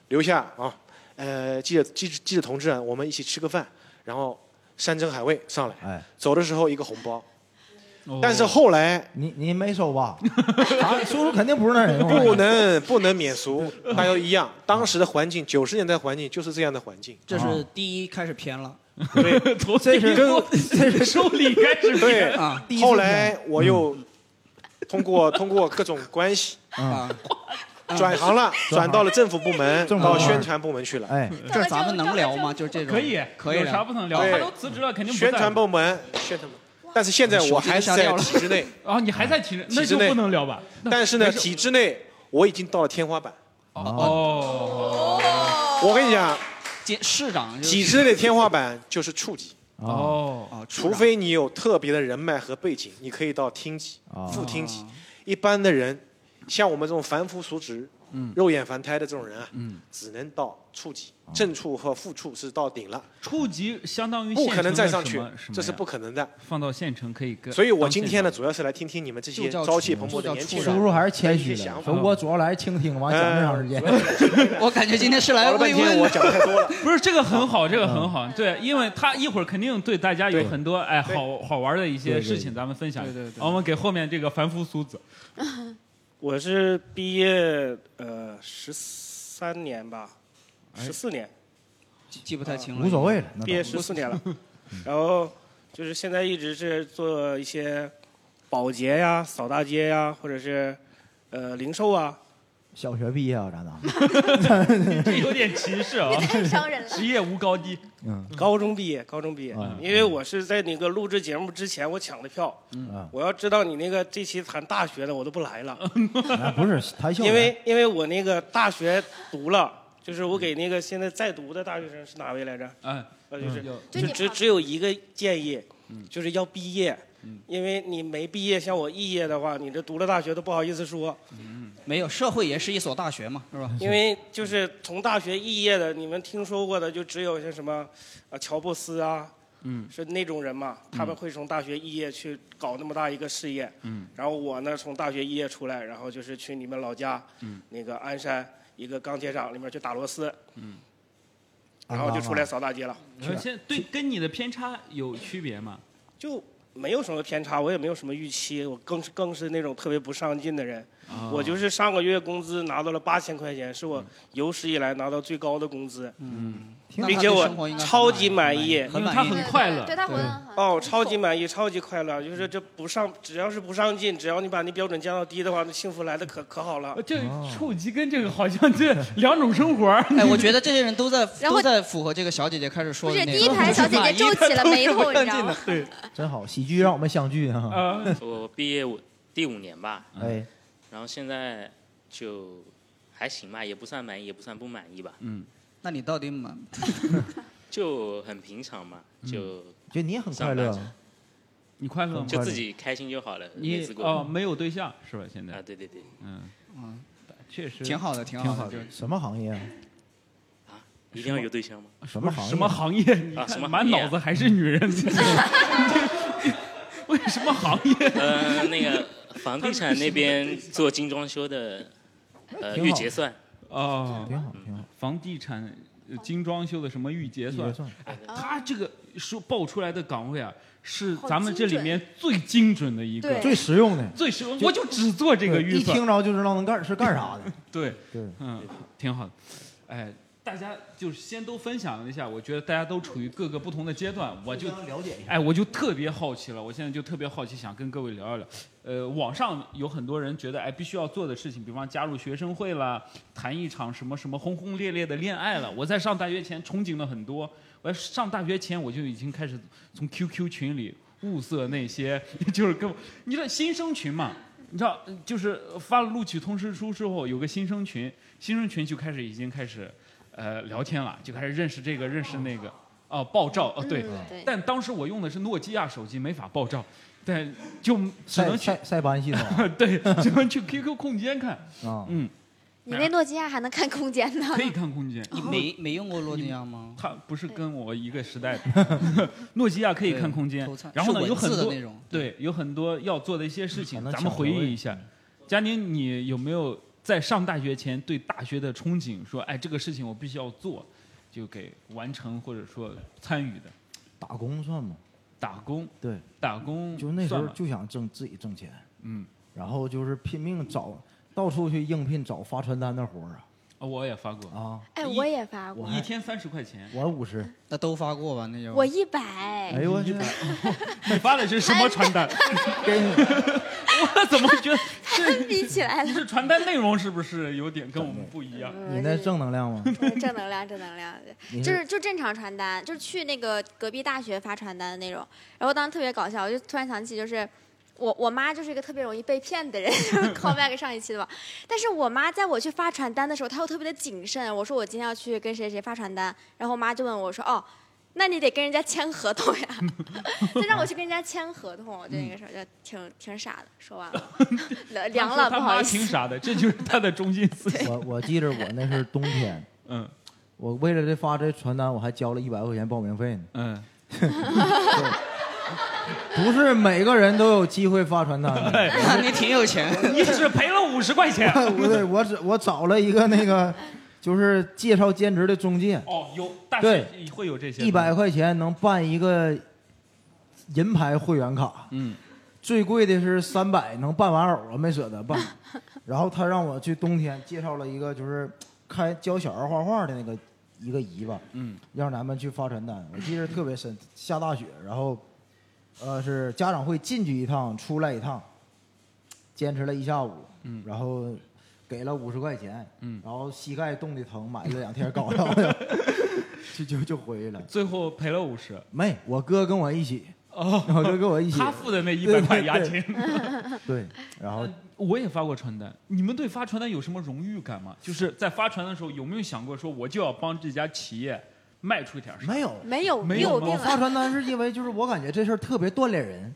Speaker 4: 留下啊，呃，记者记者记者同志啊，我们一起吃个饭，然后山珍海味上来，
Speaker 7: 哎
Speaker 4: 走的时候一个红包，但是后来
Speaker 7: 你你没收吧？咱叔啊叔肯定不是那人，我
Speaker 4: 不能不能免俗，大家一样。当时的环境，九十年代环境就是这样的环境。
Speaker 1: 这
Speaker 7: 啊
Speaker 1: 是第一开始偏了。
Speaker 4: 对，
Speaker 1: 这是
Speaker 4: 跟
Speaker 1: 这是
Speaker 3: 收礼开始
Speaker 1: 偏
Speaker 4: 对
Speaker 1: 啊第一次
Speaker 4: 后来我又通过通过各种关系
Speaker 1: 啊，
Speaker 4: 转行了，转到了政府部门，
Speaker 1: 政府部
Speaker 4: 到
Speaker 1: 门
Speaker 4: 宣传部门去了。
Speaker 7: 哎，
Speaker 1: 这咱们能聊吗？就这种
Speaker 3: 可以
Speaker 1: 可以
Speaker 3: 有
Speaker 1: 啊聊
Speaker 3: 啥不能聊？
Speaker 4: 对
Speaker 3: 他都辞职了，肯定不在
Speaker 4: 宣传部门，宣传部门。但是现在我还是在体 制内，
Speaker 3: 啊，你还在体制，那
Speaker 4: 体
Speaker 3: 就
Speaker 4: 制内
Speaker 3: 不能聊吧？那
Speaker 4: 但是呢，
Speaker 3: 没事
Speaker 4: 体制内我已经到了天花板。
Speaker 3: 哦，
Speaker 4: 我跟你讲，
Speaker 1: 市长
Speaker 4: 体制内的天花板就是处级。
Speaker 3: 哦，
Speaker 4: 除非你有特别的人脉和背景，你可以到厅级、副厅级。一般的人，像我们这种凡夫俗子、
Speaker 3: 嗯
Speaker 4: 肉眼凡胎的这种人啊，
Speaker 3: 嗯
Speaker 4: 只能到处级，正处和副处是到顶了，
Speaker 3: 处级相当于
Speaker 4: 不可能再上去
Speaker 3: 县城的什么，
Speaker 4: 这是不可能的。
Speaker 3: 放到县城可以跟。
Speaker 4: 所以我今天呢，
Speaker 3: 当县
Speaker 4: 主要是来听听你们这些
Speaker 3: 就叫
Speaker 4: 朝气
Speaker 3: 处
Speaker 4: 蓬勃的
Speaker 3: 就叫
Speaker 4: 年
Speaker 3: 处
Speaker 4: 轻人。
Speaker 7: 叔叔还是谦虚
Speaker 4: 一些想
Speaker 7: 了。
Speaker 4: 法
Speaker 7: 我主要来倾听，完讲这长时间。
Speaker 1: 我感觉今天是来
Speaker 4: 搞了
Speaker 1: 慰
Speaker 4: 半天
Speaker 1: 问
Speaker 4: 我讲得太多了。 嗯
Speaker 3: 不是这个很好，这个很好，对，因为他一会儿肯定对大家有很多哎好好玩的一些
Speaker 5: 对对
Speaker 3: 事情，
Speaker 5: 对
Speaker 3: 咱们分享。
Speaker 5: 对对对
Speaker 3: 好我们给后面这个凡夫俗子，
Speaker 5: 我是毕业呃十三年吧，十四年，
Speaker 1: 记不太清
Speaker 7: 哎了无所谓了那倒
Speaker 5: 毕业
Speaker 7: 是
Speaker 5: 十四年了， 嗯然后就是现在一直是做一些保洁呀、扫大街呀，或者是呃零售 啊。
Speaker 7: 小学毕业啊，咱俩。
Speaker 3: 这有点歧视啊， 职业无高低。
Speaker 7: 嗯，啊
Speaker 5: 高中毕业，高中毕业
Speaker 3: 嗯，
Speaker 5: 因为我是在那个录制节目之前我抢的票，
Speaker 7: 嗯，
Speaker 5: 我要知道你那个这期谈大学的，我都不来 了。
Speaker 3: 嗯
Speaker 7: 啊不是谈笑。
Speaker 5: 因为因为我那个大学读
Speaker 3: 嗯
Speaker 5: 了，就是我给那个现在在读的大学生是哪位来着？
Speaker 3: 嗯，
Speaker 5: 呃，就是
Speaker 3: 嗯
Speaker 5: 就只只有一个建议，就是要毕业，
Speaker 3: 嗯
Speaker 5: 因为你没毕业，像我肄业的话，你这读了大学都不好意思说，
Speaker 1: 没有，社会也是一所大学嘛，是
Speaker 3: 嗯
Speaker 1: 吧？
Speaker 5: 因为就是从大学肄业的，你们听说过的就只有像什么，呃，乔布斯啊，
Speaker 3: 嗯
Speaker 5: 是那种人嘛，他们
Speaker 3: 嗯
Speaker 5: 会从大学肄业去搞那么大一个事业，
Speaker 3: 嗯
Speaker 5: 然后我呢从大学肄业出来，然后就是去你们老家，
Speaker 3: 嗯
Speaker 5: 那个鞍山一个钢铁厂里面去打螺丝，
Speaker 3: 嗯
Speaker 5: 然后就出来扫大街了。
Speaker 3: 而且对跟你的偏差有区别吗？
Speaker 5: 就没有什么偏差，我也没有什么预期，我更是更是那种特别不上进的人。
Speaker 3: 哦
Speaker 5: 我就是上个月工资拿到了八千块钱，是我有史以来拿到最高的工资。
Speaker 3: 嗯，
Speaker 5: 并且我超级满意，
Speaker 3: 因为他很快乐，
Speaker 5: 哦，超级满意，超级快乐。就是这不上，只要是不上进，只要你把那标准降到低的话，那幸福来的可可好了。
Speaker 3: 哦这
Speaker 1: 哦
Speaker 3: 臭鸡跟这个好像这两种生活。
Speaker 1: 哎，我觉得这些人都在
Speaker 5: 然后
Speaker 1: 都在符合这个小姐姐开始说的
Speaker 8: 不是
Speaker 1: 那个。
Speaker 8: 第一排小姐姐皱起了眉头 你知道吗
Speaker 3: 对，
Speaker 7: 真好，喜剧让我们相聚啊哈。
Speaker 3: 啊
Speaker 16: 我毕业五第五年吧，
Speaker 1: 嗯
Speaker 7: 哎，
Speaker 16: 然后现在就还行吧，也不算满意，也不算不满意吧，
Speaker 3: 嗯，
Speaker 1: 那你到底满？ 嗯
Speaker 16: 就很平常嘛，就
Speaker 7: 就嗯你也很快乐，
Speaker 3: 你快乐吗？
Speaker 16: 就自己开心就好了，日
Speaker 3: 嗯你
Speaker 16: 子过得
Speaker 3: 哦没有对象是吧？现在
Speaker 16: 啊，对对对，
Speaker 3: 嗯
Speaker 1: 嗯，
Speaker 3: 确实
Speaker 1: 挺好的挺
Speaker 3: 挺
Speaker 1: 好的
Speaker 3: 的。
Speaker 7: 什么行业啊？
Speaker 16: 一定要有对象吗？
Speaker 7: 什么行业
Speaker 3: 什么行业？你
Speaker 16: 啊什么
Speaker 3: 看
Speaker 16: 行业
Speaker 3: 满脑子还是女 人。为什么行业？
Speaker 16: 呃，那个房地产那边做精装修的，呃，
Speaker 3: 挺好
Speaker 16: 预结算，
Speaker 3: 哦，
Speaker 7: 挺好挺好。
Speaker 3: 房地产呃精装修的什么预结
Speaker 7: 预
Speaker 3: 算
Speaker 7: 结算，
Speaker 3: 哎他这个说报出来的岗位啊，是
Speaker 7: 好
Speaker 3: 咱们这
Speaker 7: 精
Speaker 3: 里
Speaker 7: 准
Speaker 3: 面最精准的一个，
Speaker 7: 最实用的，
Speaker 3: 最实用。我就只做这个预
Speaker 7: 一听
Speaker 3: 算，
Speaker 7: 着就知道能干是干啥的。
Speaker 3: 对
Speaker 7: 对，
Speaker 3: 嗯，挺好的。哎，大家就是先都分享了一下，我觉得大家都处于各个不同的阶段，我就
Speaker 7: 互相了解一下
Speaker 3: 哎，我就特别好奇了，我现在就特别好奇，想跟各位聊一聊。呃，网上有很多人觉得，哎，必须要做的事情，比方加入学生会啦，谈一场什么什么轰轰烈烈的恋爱了。我在上大学前憧憬了很多，我在上大学前我就已经开始从 QQ 群里物色那些， 就是跟我你知道新生群嘛。你知道，呃就是发了录取通知书之后，有个新生群，新生群就开始已经开始，呃，聊天了，就开始认识这个，认识那个，哦，爆照，哦，对，
Speaker 7: 嗯对
Speaker 3: 但当时我用的是诺基亚手机，没法爆照，但就只
Speaker 7: 塞
Speaker 3: 能去
Speaker 7: 塞塞班系统
Speaker 3: 对，只能去 QQ 空间看。
Speaker 7: 啊，
Speaker 3: 嗯，
Speaker 8: 你那诺基亚还能看空间呢？
Speaker 3: 可以看空间。
Speaker 1: 你没没用过诺基亚吗？
Speaker 3: 他不是跟我一个时 代的，诺基亚可以看空间
Speaker 1: 对偷菜。
Speaker 3: 然后呢，
Speaker 1: 是
Speaker 3: 有
Speaker 1: 文字
Speaker 3: 很
Speaker 1: 的
Speaker 3: 多
Speaker 1: 那种
Speaker 3: 对，有很多要做的一些事情，
Speaker 7: 能
Speaker 3: 咱们
Speaker 7: 抢
Speaker 3: 回
Speaker 7: 头
Speaker 3: 忆
Speaker 7: 位
Speaker 3: 一下。佳宁，你有没有在上大学前对大学的憧憬？说，哎，这个事情我必须要做，就给完成或者说参与的。
Speaker 7: 打工算吗？
Speaker 3: 打工，
Speaker 7: 对，
Speaker 3: 打工
Speaker 7: 就那时候
Speaker 3: 算吗
Speaker 7: 就想挣自己挣钱，
Speaker 3: 嗯，
Speaker 7: 然后就是拼命找，到处去应聘找发传单的活儿啊。
Speaker 3: 哦我也发过
Speaker 7: 啊，
Speaker 8: 哎，
Speaker 3: 一
Speaker 8: 我也发过，
Speaker 3: 一天三十块钱，
Speaker 7: 我五十，
Speaker 1: 那都发过吧？那就
Speaker 8: 我一百。
Speaker 7: 哎呦我去！
Speaker 3: 你发的是什么传单？
Speaker 7: 给你，
Speaker 3: 我怎么 觉得这
Speaker 8: 比起来了？嗯
Speaker 3: 这传单内容是不是有点跟我们不一样？
Speaker 7: 你那正能 量吗？
Speaker 8: 对正能量，正能量，
Speaker 7: 你
Speaker 8: 就是是就正常传单，就是去那个隔壁大学发传单的那种。然后当时特别搞笑，我就突然想起，就是我我妈就是一个特别容易被骗的人，callback 上一期的吧。但是我妈在我去发传单的时候，她又特别的谨慎。我说我今天要去跟谁谁发传单，然后我妈就问我说，哦，那你得跟人家签合同呀， 就让我去跟人家签合同。我就那个时候就挺挺傻的，说完了， 凉凉了，不
Speaker 3: 他
Speaker 8: 好
Speaker 3: 妈
Speaker 8: 意思
Speaker 3: 挺。傻 的，这 就是他的中心思想。
Speaker 7: 我我记着我那是冬天，
Speaker 3: 嗯，
Speaker 7: 我为了这发这传单，我还交了一百块钱报名费呢。
Speaker 3: 嗯，
Speaker 7: 不是每个人都有机会发传单的。
Speaker 1: 那 你挺有钱，
Speaker 3: 你只赔了五十块钱。
Speaker 7: 我 对我只我找了一个那个，就是介绍兼职的中介，
Speaker 3: 哦，有大
Speaker 7: 对
Speaker 3: 学会有这些
Speaker 7: 一百块钱能办一个银牌会员卡，
Speaker 3: 嗯，
Speaker 7: 最贵的是三百，能办玩偶啊，没舍得办。 然后他让我去冬天介绍了一个就是开教小孩画画的那个一个姨吧，
Speaker 3: 嗯，
Speaker 7: 让咱们去发传单，我记得特别深，下大雪，然后呃是家长会进去一趟，出来一趟，坚持了一下午，嗯，然后。给了五十块钱，嗯，然后膝盖冻得疼，买了两天膏药， 就就就回去了。
Speaker 3: 最后赔了五十。
Speaker 7: 没，我哥跟我一起，
Speaker 3: 哦
Speaker 7: 我哥跟我一起，
Speaker 3: 他付的那100块押金呃
Speaker 7: 对对对 对，然后
Speaker 3: 我也发过传单，你们对发传单有什么荣誉感吗？就是在发传单的时候，有没有想过说我就要帮这家企业卖出一点啥？
Speaker 7: 没有
Speaker 8: 没有
Speaker 3: 没有病
Speaker 7: 我发传单是因为就是我感觉这事儿特别锻炼人。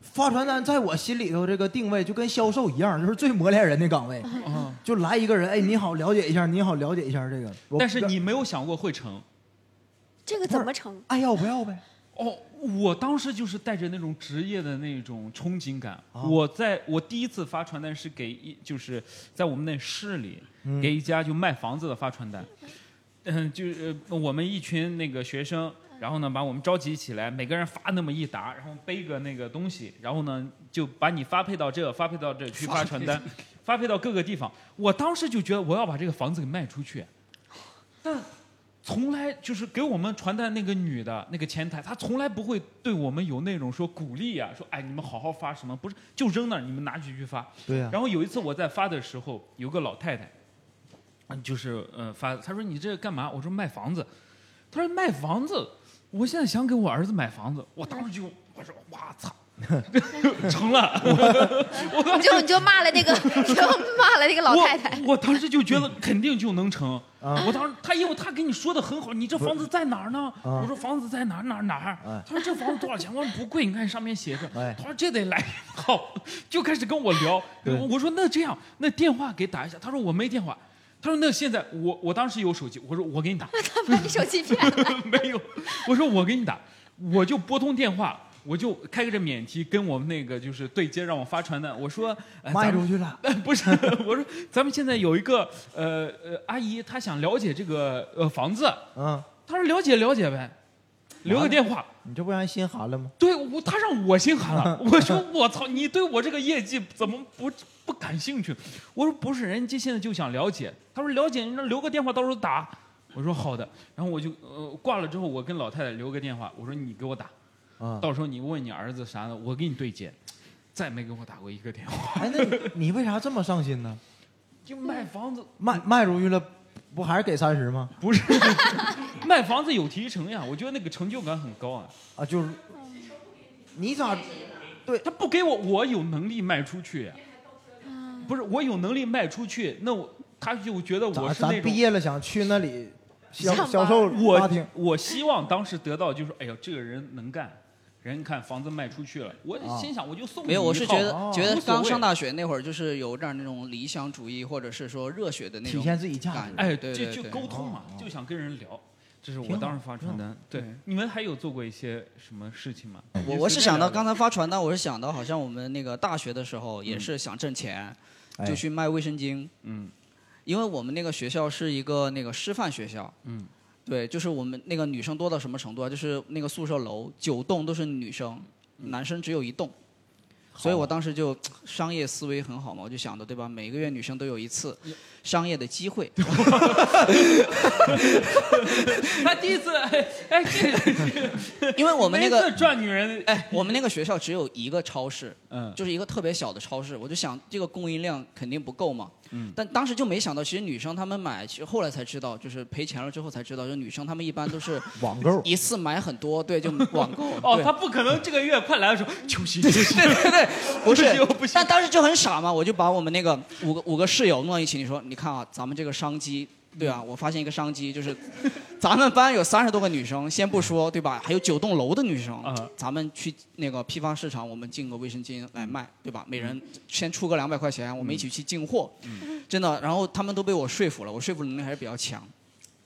Speaker 7: 发传单在我心里头这个定位就跟销售一样，就是最磨练人的岗位。
Speaker 3: 嗯
Speaker 7: 就来一个人，哎，你好，了解一下，你好，了解一下这个。我
Speaker 3: 但是你没有想过会成。
Speaker 8: 这个怎么成？
Speaker 7: 爱哎要不要呗？
Speaker 3: 哦，我当时就是带着那种职业的那种憧憬感。我在我第一次发传单是给一，就是在我们那市里、
Speaker 7: 嗯
Speaker 3: 给一家就卖房子的发传单。嗯，就是呃我们一群那个学生，然后呢把我们召集起来，每个人发那么一沓，然后背个那个东西，然后呢就把你发配到这，发配到这去发传单，发配到各个地方。我当时就觉得我要把这个房子给卖出去，但从来就是给我们传单那个女的那个前台，她从来不会对我们有那种说鼓励呀、说哎你们好好发什么，不是就扔那儿，你们拿起去发。
Speaker 7: 对呀
Speaker 3: 然后有一次我在发的时候，有个老太太，嗯就是呃发，她说你这干嘛？我说卖房子。她说卖房子，我现在想给我儿子买房子，我当时就我说哇操， 成了，我当
Speaker 8: 你
Speaker 3: 时
Speaker 8: 就你就骂了那个， 你就骂了那个老太太。
Speaker 3: 我当时就觉得肯定就能成。我当时他因为他跟你说的很好，你这房子在哪儿呢？
Speaker 7: 啊哎
Speaker 3: 我说房子在哪儿哪儿哪儿。他说这房子多少钱？我说不贵，你看上面写着。他说这得来一套， 就开始跟我聊。
Speaker 7: 对
Speaker 3: 我说那这样，那电话给打一下。他说我没电话。他说那现在我我当时有手机，我说我给你打。
Speaker 8: 他把你手机骗 了。
Speaker 3: 我说我给你打，我就拨通电话，我就开个这免提跟我们那个就是对接，让我发传单。我说、呃、
Speaker 7: 卖
Speaker 3: 咱们
Speaker 7: 出去了，
Speaker 3: 不是，我说咱们现在有一个呃呃阿姨，她想了解这个呃房子，
Speaker 7: 嗯，
Speaker 3: 她说了解了解呗，留个电话。
Speaker 7: 你这不让人心寒了吗？
Speaker 3: 对我，她让我心寒 了。我说我操，你对我这个业绩怎么不不感兴趣？我说不是，人家现在就想了解。她说了解，你留个电话，到时候打。我说好的，然后我就呃挂了之后，我跟老太太留个电话，我说你给我打，
Speaker 7: 啊，
Speaker 3: 到时候你问你儿子啥的，我给你对接。再没给我打过一个电话，
Speaker 7: 哎，那 你你为啥这么上心呢？
Speaker 3: 就卖房子
Speaker 7: 卖卖出去了，不还是给三十吗？
Speaker 3: 不是， 卖房子有提成呀，我觉得那个成就感很高啊。
Speaker 7: 啊，就是你咋
Speaker 3: 嗯
Speaker 7: 对
Speaker 3: 他不给我，我有能力卖出去呀。不是我有能力卖出去，那我他就觉得我
Speaker 7: 咱
Speaker 3: 是那
Speaker 7: 咱
Speaker 3: 种
Speaker 7: 毕业了想去那里销
Speaker 3: 上班
Speaker 7: 销售大
Speaker 3: 我
Speaker 7: 厅，
Speaker 3: 我希望当时得到就是，哎呦，这个人能干，人看房子卖出去了， 我
Speaker 7: 啊
Speaker 3: 心想我就送你
Speaker 1: 啊没有，我是
Speaker 3: 一套啊
Speaker 1: 觉得、觉得
Speaker 3: 无所谓
Speaker 1: 刚上大学那会儿，就是有点那种理想主义，或者是说热血的那种
Speaker 7: 体现自己价值
Speaker 1: 感觉
Speaker 3: 哎，
Speaker 1: 对
Speaker 3: 这
Speaker 1: 对
Speaker 3: 就
Speaker 1: 对哦
Speaker 3: 沟通嘛，就想跟人聊。这是我
Speaker 1: 挺好
Speaker 3: 当时发传单。对
Speaker 1: 挺好，
Speaker 7: 嗯
Speaker 3: 你们还有做过一些什么事情吗？
Speaker 1: 我我是想到刚才发传单，我是想到好像我们那个大学的时候也是
Speaker 3: 嗯
Speaker 1: 想挣钱，
Speaker 3: 哎
Speaker 1: 就去卖卫生巾。
Speaker 3: 嗯，
Speaker 1: 因为我们那个学校是一个那个师范学校，
Speaker 3: 嗯，
Speaker 1: 对，就是我们那个女生多到什么程度啊？就是那个宿舍楼九栋都是女生，
Speaker 3: 嗯
Speaker 1: 男生只有一栋。所以我当时就商业思维很好嘛，我就想的对吧？每个月女生都有一次商业的机会，
Speaker 3: 他第一次，哎哎，这
Speaker 1: 因为我们那
Speaker 3: 每
Speaker 1: 个
Speaker 3: 次赚女人，哎，
Speaker 1: 我们那个学校只有一个超市，
Speaker 3: 嗯
Speaker 1: 就是一个特别小的超市，我就想这个供应量肯定不够嘛，
Speaker 3: 嗯。
Speaker 1: 但当时就没想到，其实女生她们买，其实后来才知道，就是赔钱了之后才知道，就女生她们一般都是
Speaker 7: 网购
Speaker 1: 一次买很多，对，就网购
Speaker 3: 哦，
Speaker 1: 对
Speaker 3: 他不可能这个月快来的 时候，求喜求喜，
Speaker 1: 对对对，不是
Speaker 3: 我 不，
Speaker 1: 但当时就很傻嘛，我就把我们那个五个五个室友弄到一起，你说，你看啊，咱们这个商机，对
Speaker 3: 嗯
Speaker 1: 啊，我发现一个商机，就是 咱们班有三十多个女生，先不说对吧，还有九栋楼的女生，
Speaker 3: 嗯
Speaker 1: 咱们去那个批发市场，我们进个卫生巾来卖，对
Speaker 3: 嗯
Speaker 1: 吧？每人先出个两百块钱，我们一起去进货，
Speaker 3: 嗯
Speaker 1: 真的。然后他们都被我说服了，我说服能力还是比较强。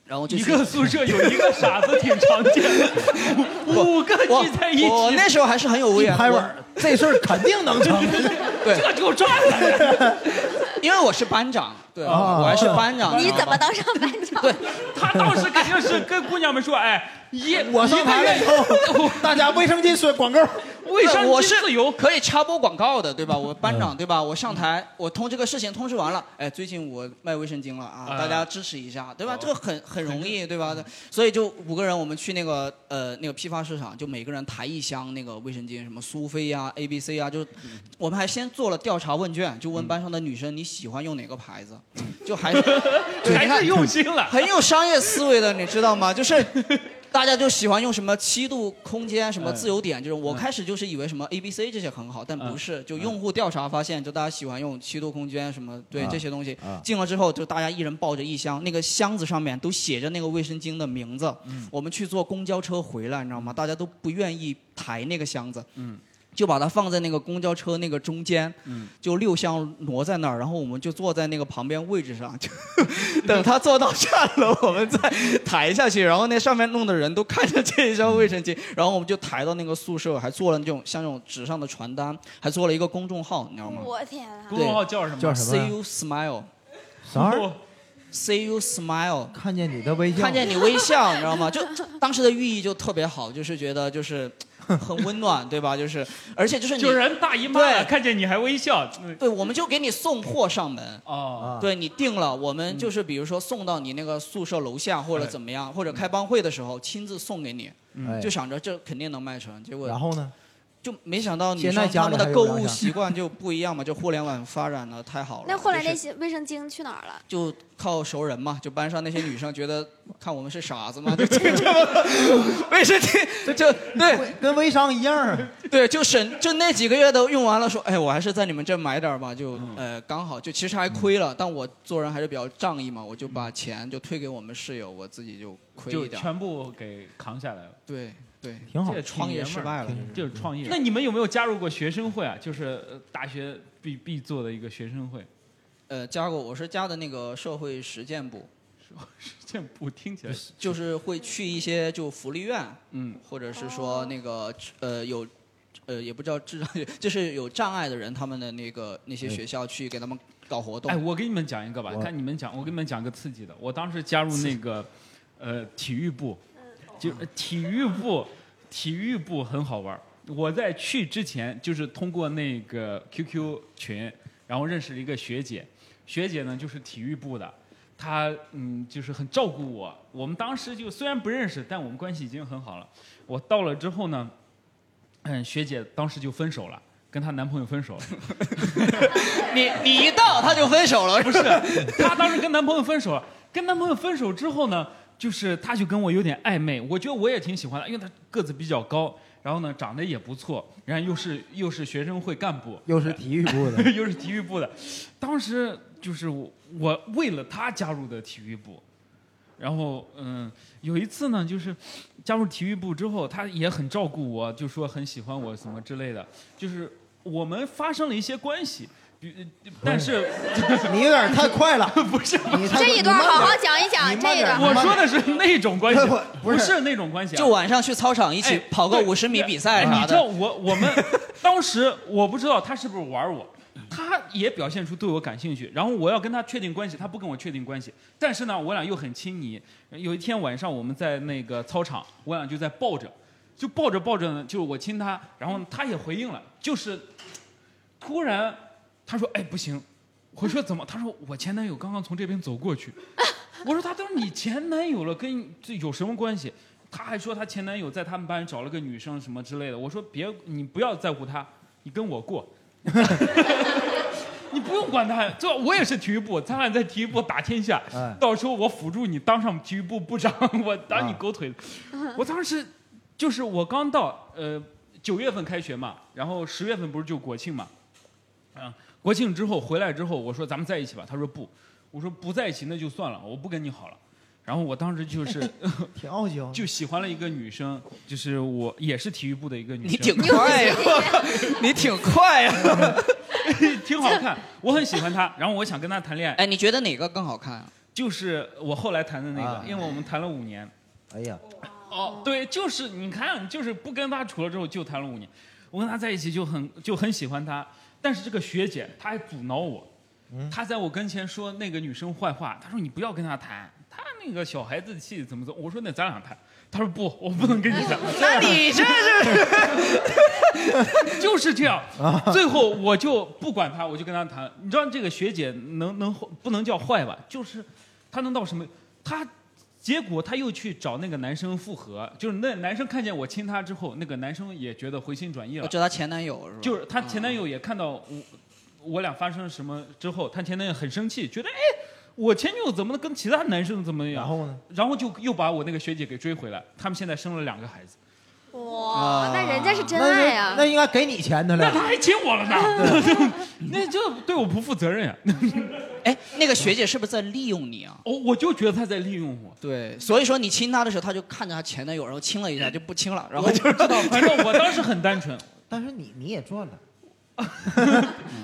Speaker 1: 然后就
Speaker 3: 一
Speaker 1: 去
Speaker 3: 个宿舍有一个傻子挺常见 的，五个
Speaker 1: 我
Speaker 3: 聚 在一起。
Speaker 1: 我那时候还是很有威严，
Speaker 7: 一拍板
Speaker 1: 我
Speaker 7: 儿这事儿肯定能成。
Speaker 1: 对，
Speaker 3: 这就赚了。
Speaker 1: 因为我是班长，对，
Speaker 3: 啊
Speaker 1: 我还是班长。
Speaker 8: 你
Speaker 1: 知道
Speaker 8: 怎
Speaker 1: 吧
Speaker 8: 么当上班长？
Speaker 3: 他当时肯定是跟姑娘们说， 哎，一
Speaker 7: 我上台了以后， 大家卫生巾说广告，
Speaker 3: 卫生
Speaker 1: 我
Speaker 3: 巾
Speaker 1: 是嗯
Speaker 3: 自由
Speaker 1: 可以插播广告的，对吧？我班长，对吧？我上台，我通这个事情通知完了，哎，最近我卖卫生巾了啊，
Speaker 3: 啊
Speaker 1: 大家支持一下，对吧？这个很很容易，对吧？所以就五个人，我们去那个呃那个批发市场，就每个人抬一箱那个卫生巾，什么苏菲呀、A B C 呀，就我们还先做了调查问卷，就问班上的女生你喜欢用哪个牌 子，就还是对
Speaker 3: 还
Speaker 1: 你看
Speaker 3: 是用心了。
Speaker 1: 很有商业思维的，你知道吗？就是大家就喜欢用什么七度空间、什么自由点，就是我开始就是以为什么 A B C 这些很好，但不是。就用户调查发现，就大家喜欢用七度空间什么对
Speaker 7: 啊
Speaker 1: 这些东西
Speaker 7: 啊。
Speaker 1: 进了之后，就大家一人抱着一箱，那个箱子上面都写着那个卫生巾的名字。
Speaker 3: 嗯
Speaker 1: 我们去坐公交车回来，你知道吗？大家都不愿意抬那个箱子。
Speaker 3: 嗯
Speaker 1: 就把它放在那个公交车那个中间，
Speaker 3: 嗯
Speaker 1: 就六箱挪在那儿，然后我们就坐在那个旁边位置上， 就等他坐到站了，我们再抬下去。然后那上面弄的人都看着这一箱卫生巾，然后我们就抬到那个宿舍，还做了那种像那种纸上的传单，还做了一个公众号，你知道吗？
Speaker 8: 我天啊！
Speaker 1: 对
Speaker 3: 公众号叫什么
Speaker 7: 叫什么呀
Speaker 1: ？CU Smile。
Speaker 7: 啥玩意儿？
Speaker 1: See you smile，
Speaker 7: 看见你的微笑，
Speaker 1: 看见你微笑，你知道吗？就当时的寓意就特别好，就是觉得就是 很温暖，对吧？就是而且就是你
Speaker 3: 就人大姨妈了
Speaker 1: 对
Speaker 3: 看见你还微笑，
Speaker 1: 对，我们就给你送货上门。
Speaker 7: 啊
Speaker 3: 哦
Speaker 1: 对你定了，我们就是比如说送到你那个宿舍楼下，或者怎么样，或者开帮会的时候亲自送给你，
Speaker 7: 哎嗯
Speaker 1: 就想着这肯定能卖成。结果
Speaker 7: 然后呢？
Speaker 1: 就没想到女
Speaker 7: 现在
Speaker 1: 生
Speaker 7: 家
Speaker 1: 她
Speaker 7: 里
Speaker 1: 们
Speaker 7: 还
Speaker 1: 的
Speaker 7: 有
Speaker 1: 购
Speaker 7: 两
Speaker 1: 物
Speaker 7: 箱
Speaker 1: 习惯就不一样嘛，就 互联网发展的太好了。
Speaker 8: 那后来
Speaker 1: 就是
Speaker 8: 那些卫生巾去哪儿了？
Speaker 1: 就靠熟人嘛，就班上那些女生觉得看我们是傻子嘛，就 这个卫生巾就就对，
Speaker 7: 跟微商一样。啊
Speaker 1: 对，就省就那几个月都用完了，说哎，我还是在你们这买点儿吧，就
Speaker 7: 嗯
Speaker 1: 呃刚好就其实还亏了，但我做人还是比较仗义嘛，我就把钱就退给我们室友，我自己就亏
Speaker 3: 就
Speaker 1: 一点儿。
Speaker 3: 全部给扛下来了。
Speaker 1: 对对，
Speaker 3: 这
Speaker 1: 这创业失败了，
Speaker 3: 这是创业。那你们有没有加入过学生会啊？就是呃大学必必做的一个学生会。
Speaker 1: 呃，加过，我是加的那个社会实践部。
Speaker 3: 这不听起来
Speaker 1: 就是会去一些就福利院，
Speaker 3: 嗯，
Speaker 1: 或者是说那个呃有，呃也不知道智障， 就是有障碍的人他们的那个那些学校去给他们搞活动。
Speaker 3: 嗯哎，我给你们讲一个吧，看你们讲，我给你们讲个刺激的。我当时加入那个呃体育部，就呃体育部，体育部很好玩儿。我在去之前就是通过那个 QQ 群，然后认识了一个学姐，学姐呢就是体育部的。她嗯，就是很照顾我。我们当时就虽然不认识，但我们关系已经很好了。我到了之后呢，嗯，学姐当时就分手了，跟她男朋友分手了。
Speaker 1: 你你一到她就分手了，
Speaker 3: 不是？她当时跟男朋友分手了，跟男朋友分手之后呢，就是她就跟我有点暧昧，我觉得我也挺喜欢她，因为她个子比较高，然后呢长得也不错，然后又是又是学生会干部，
Speaker 7: 又是体育部的，
Speaker 3: 又是体育部的，当时就是我我为了她加入的体育部。然后，嗯，有一次呢，就是加入体育部之后，她也很照顾我，就说很喜欢我什么之类的，就是我们发生了一些关系，比但是
Speaker 7: 哎你有点太快了，
Speaker 3: 不是
Speaker 7: 你
Speaker 8: 这一段好好讲一讲，这一段。
Speaker 3: 我说的是那种关系，
Speaker 1: 不
Speaker 3: 不
Speaker 1: 是
Speaker 3: 是那种关系啊，
Speaker 1: 就晚上去操场一起
Speaker 3: 哎
Speaker 1: 跑个
Speaker 3: 对哎
Speaker 1: 50米比赛啥的
Speaker 3: 你知道我我们当时我不知道他是不是玩我，他也表现出对我感兴趣，然后我要跟他确定关系，他不跟我确定关系，但是呢，我俩又很亲昵。有一天晚上我们在那个操场，我俩就在抱着，就抱着抱着呢，就是我亲他，然后他也回应了，就是突然他说：“哎，不行。”我说：“怎么？”他说：“我前男友刚刚从这边走过去。”我说：“他都是你前男友了，跟这有什么关系？”他还说他前男友在他们班找了个女生什么之类的。我说：“别，你不要在乎他，你跟我过， 你不用管他。这我也是体育部，咱俩在体育部打天下。
Speaker 7: 哎
Speaker 3: 到时候我辅助你当上体育部部长，我打你狗腿子。我当时就是我刚到，呃，九月份开学嘛，然后十月份不是就国庆嘛，啊，国庆之后回来之后，我说咱们在一起吧，他说不，我说不在一起那就算了，我不跟你好了。然后我当时就是
Speaker 7: 挺傲娇，
Speaker 3: 就喜欢了一个女生，就是我也是体育部的一个女生，
Speaker 1: 你挺快 呀，你挺快呀，
Speaker 3: 挺好看，我很喜欢她，然后我想跟她谈恋爱。
Speaker 1: 哎，你觉得哪个更好看啊？
Speaker 3: 就是我后来谈的那个，
Speaker 1: 啊
Speaker 3: 因为我们谈了五年。
Speaker 7: 哎呀，
Speaker 3: 哦，对，就是你看，啊就是不跟他处了之后就谈了五年，我跟他在一起就很就很喜欢他，但是这个学姐她还阻挠我，
Speaker 7: 嗯
Speaker 3: 她在我跟前说那个女生坏话，她说你不要跟她谈，她那个小孩子气怎么怎么，我说那咱俩谈，她说不，我不能跟你谈，
Speaker 1: 那 你这是
Speaker 3: 就是 这样，
Speaker 7: 啊
Speaker 3: 最后我就不管她，我就跟她谈，你知道这个学姐能能不能叫坏吧？就是她能到什么？她结果她又去找那个男生复合，就是那男生看见我亲她之后，那个男生也觉得回心转意了，
Speaker 1: 就她前男友是吧？啊
Speaker 3: 就是她前男友也看到我我俩发生了什么之后，她前男友很生气，觉得哎，我前女友怎么能跟其他男生怎么样？然后
Speaker 7: 呢？
Speaker 3: 然后就又把我那个学姐给追回来，他们现在生了两个孩子，
Speaker 8: 哇，那人家是真爱啊！
Speaker 7: 啊那应该给你钱的了。
Speaker 3: 那他还亲我了呢， 那这对我不负责任呀、
Speaker 1: 哎，那个学姐是不是在利用你啊？
Speaker 3: 哦，我就觉得她在利用我。
Speaker 1: 对，所以说你亲她的时候，她就看着她前男友，然后亲了一下就不亲了，然后就
Speaker 3: 知道，反正我当时 很单纯，
Speaker 7: 但是你你也赚了，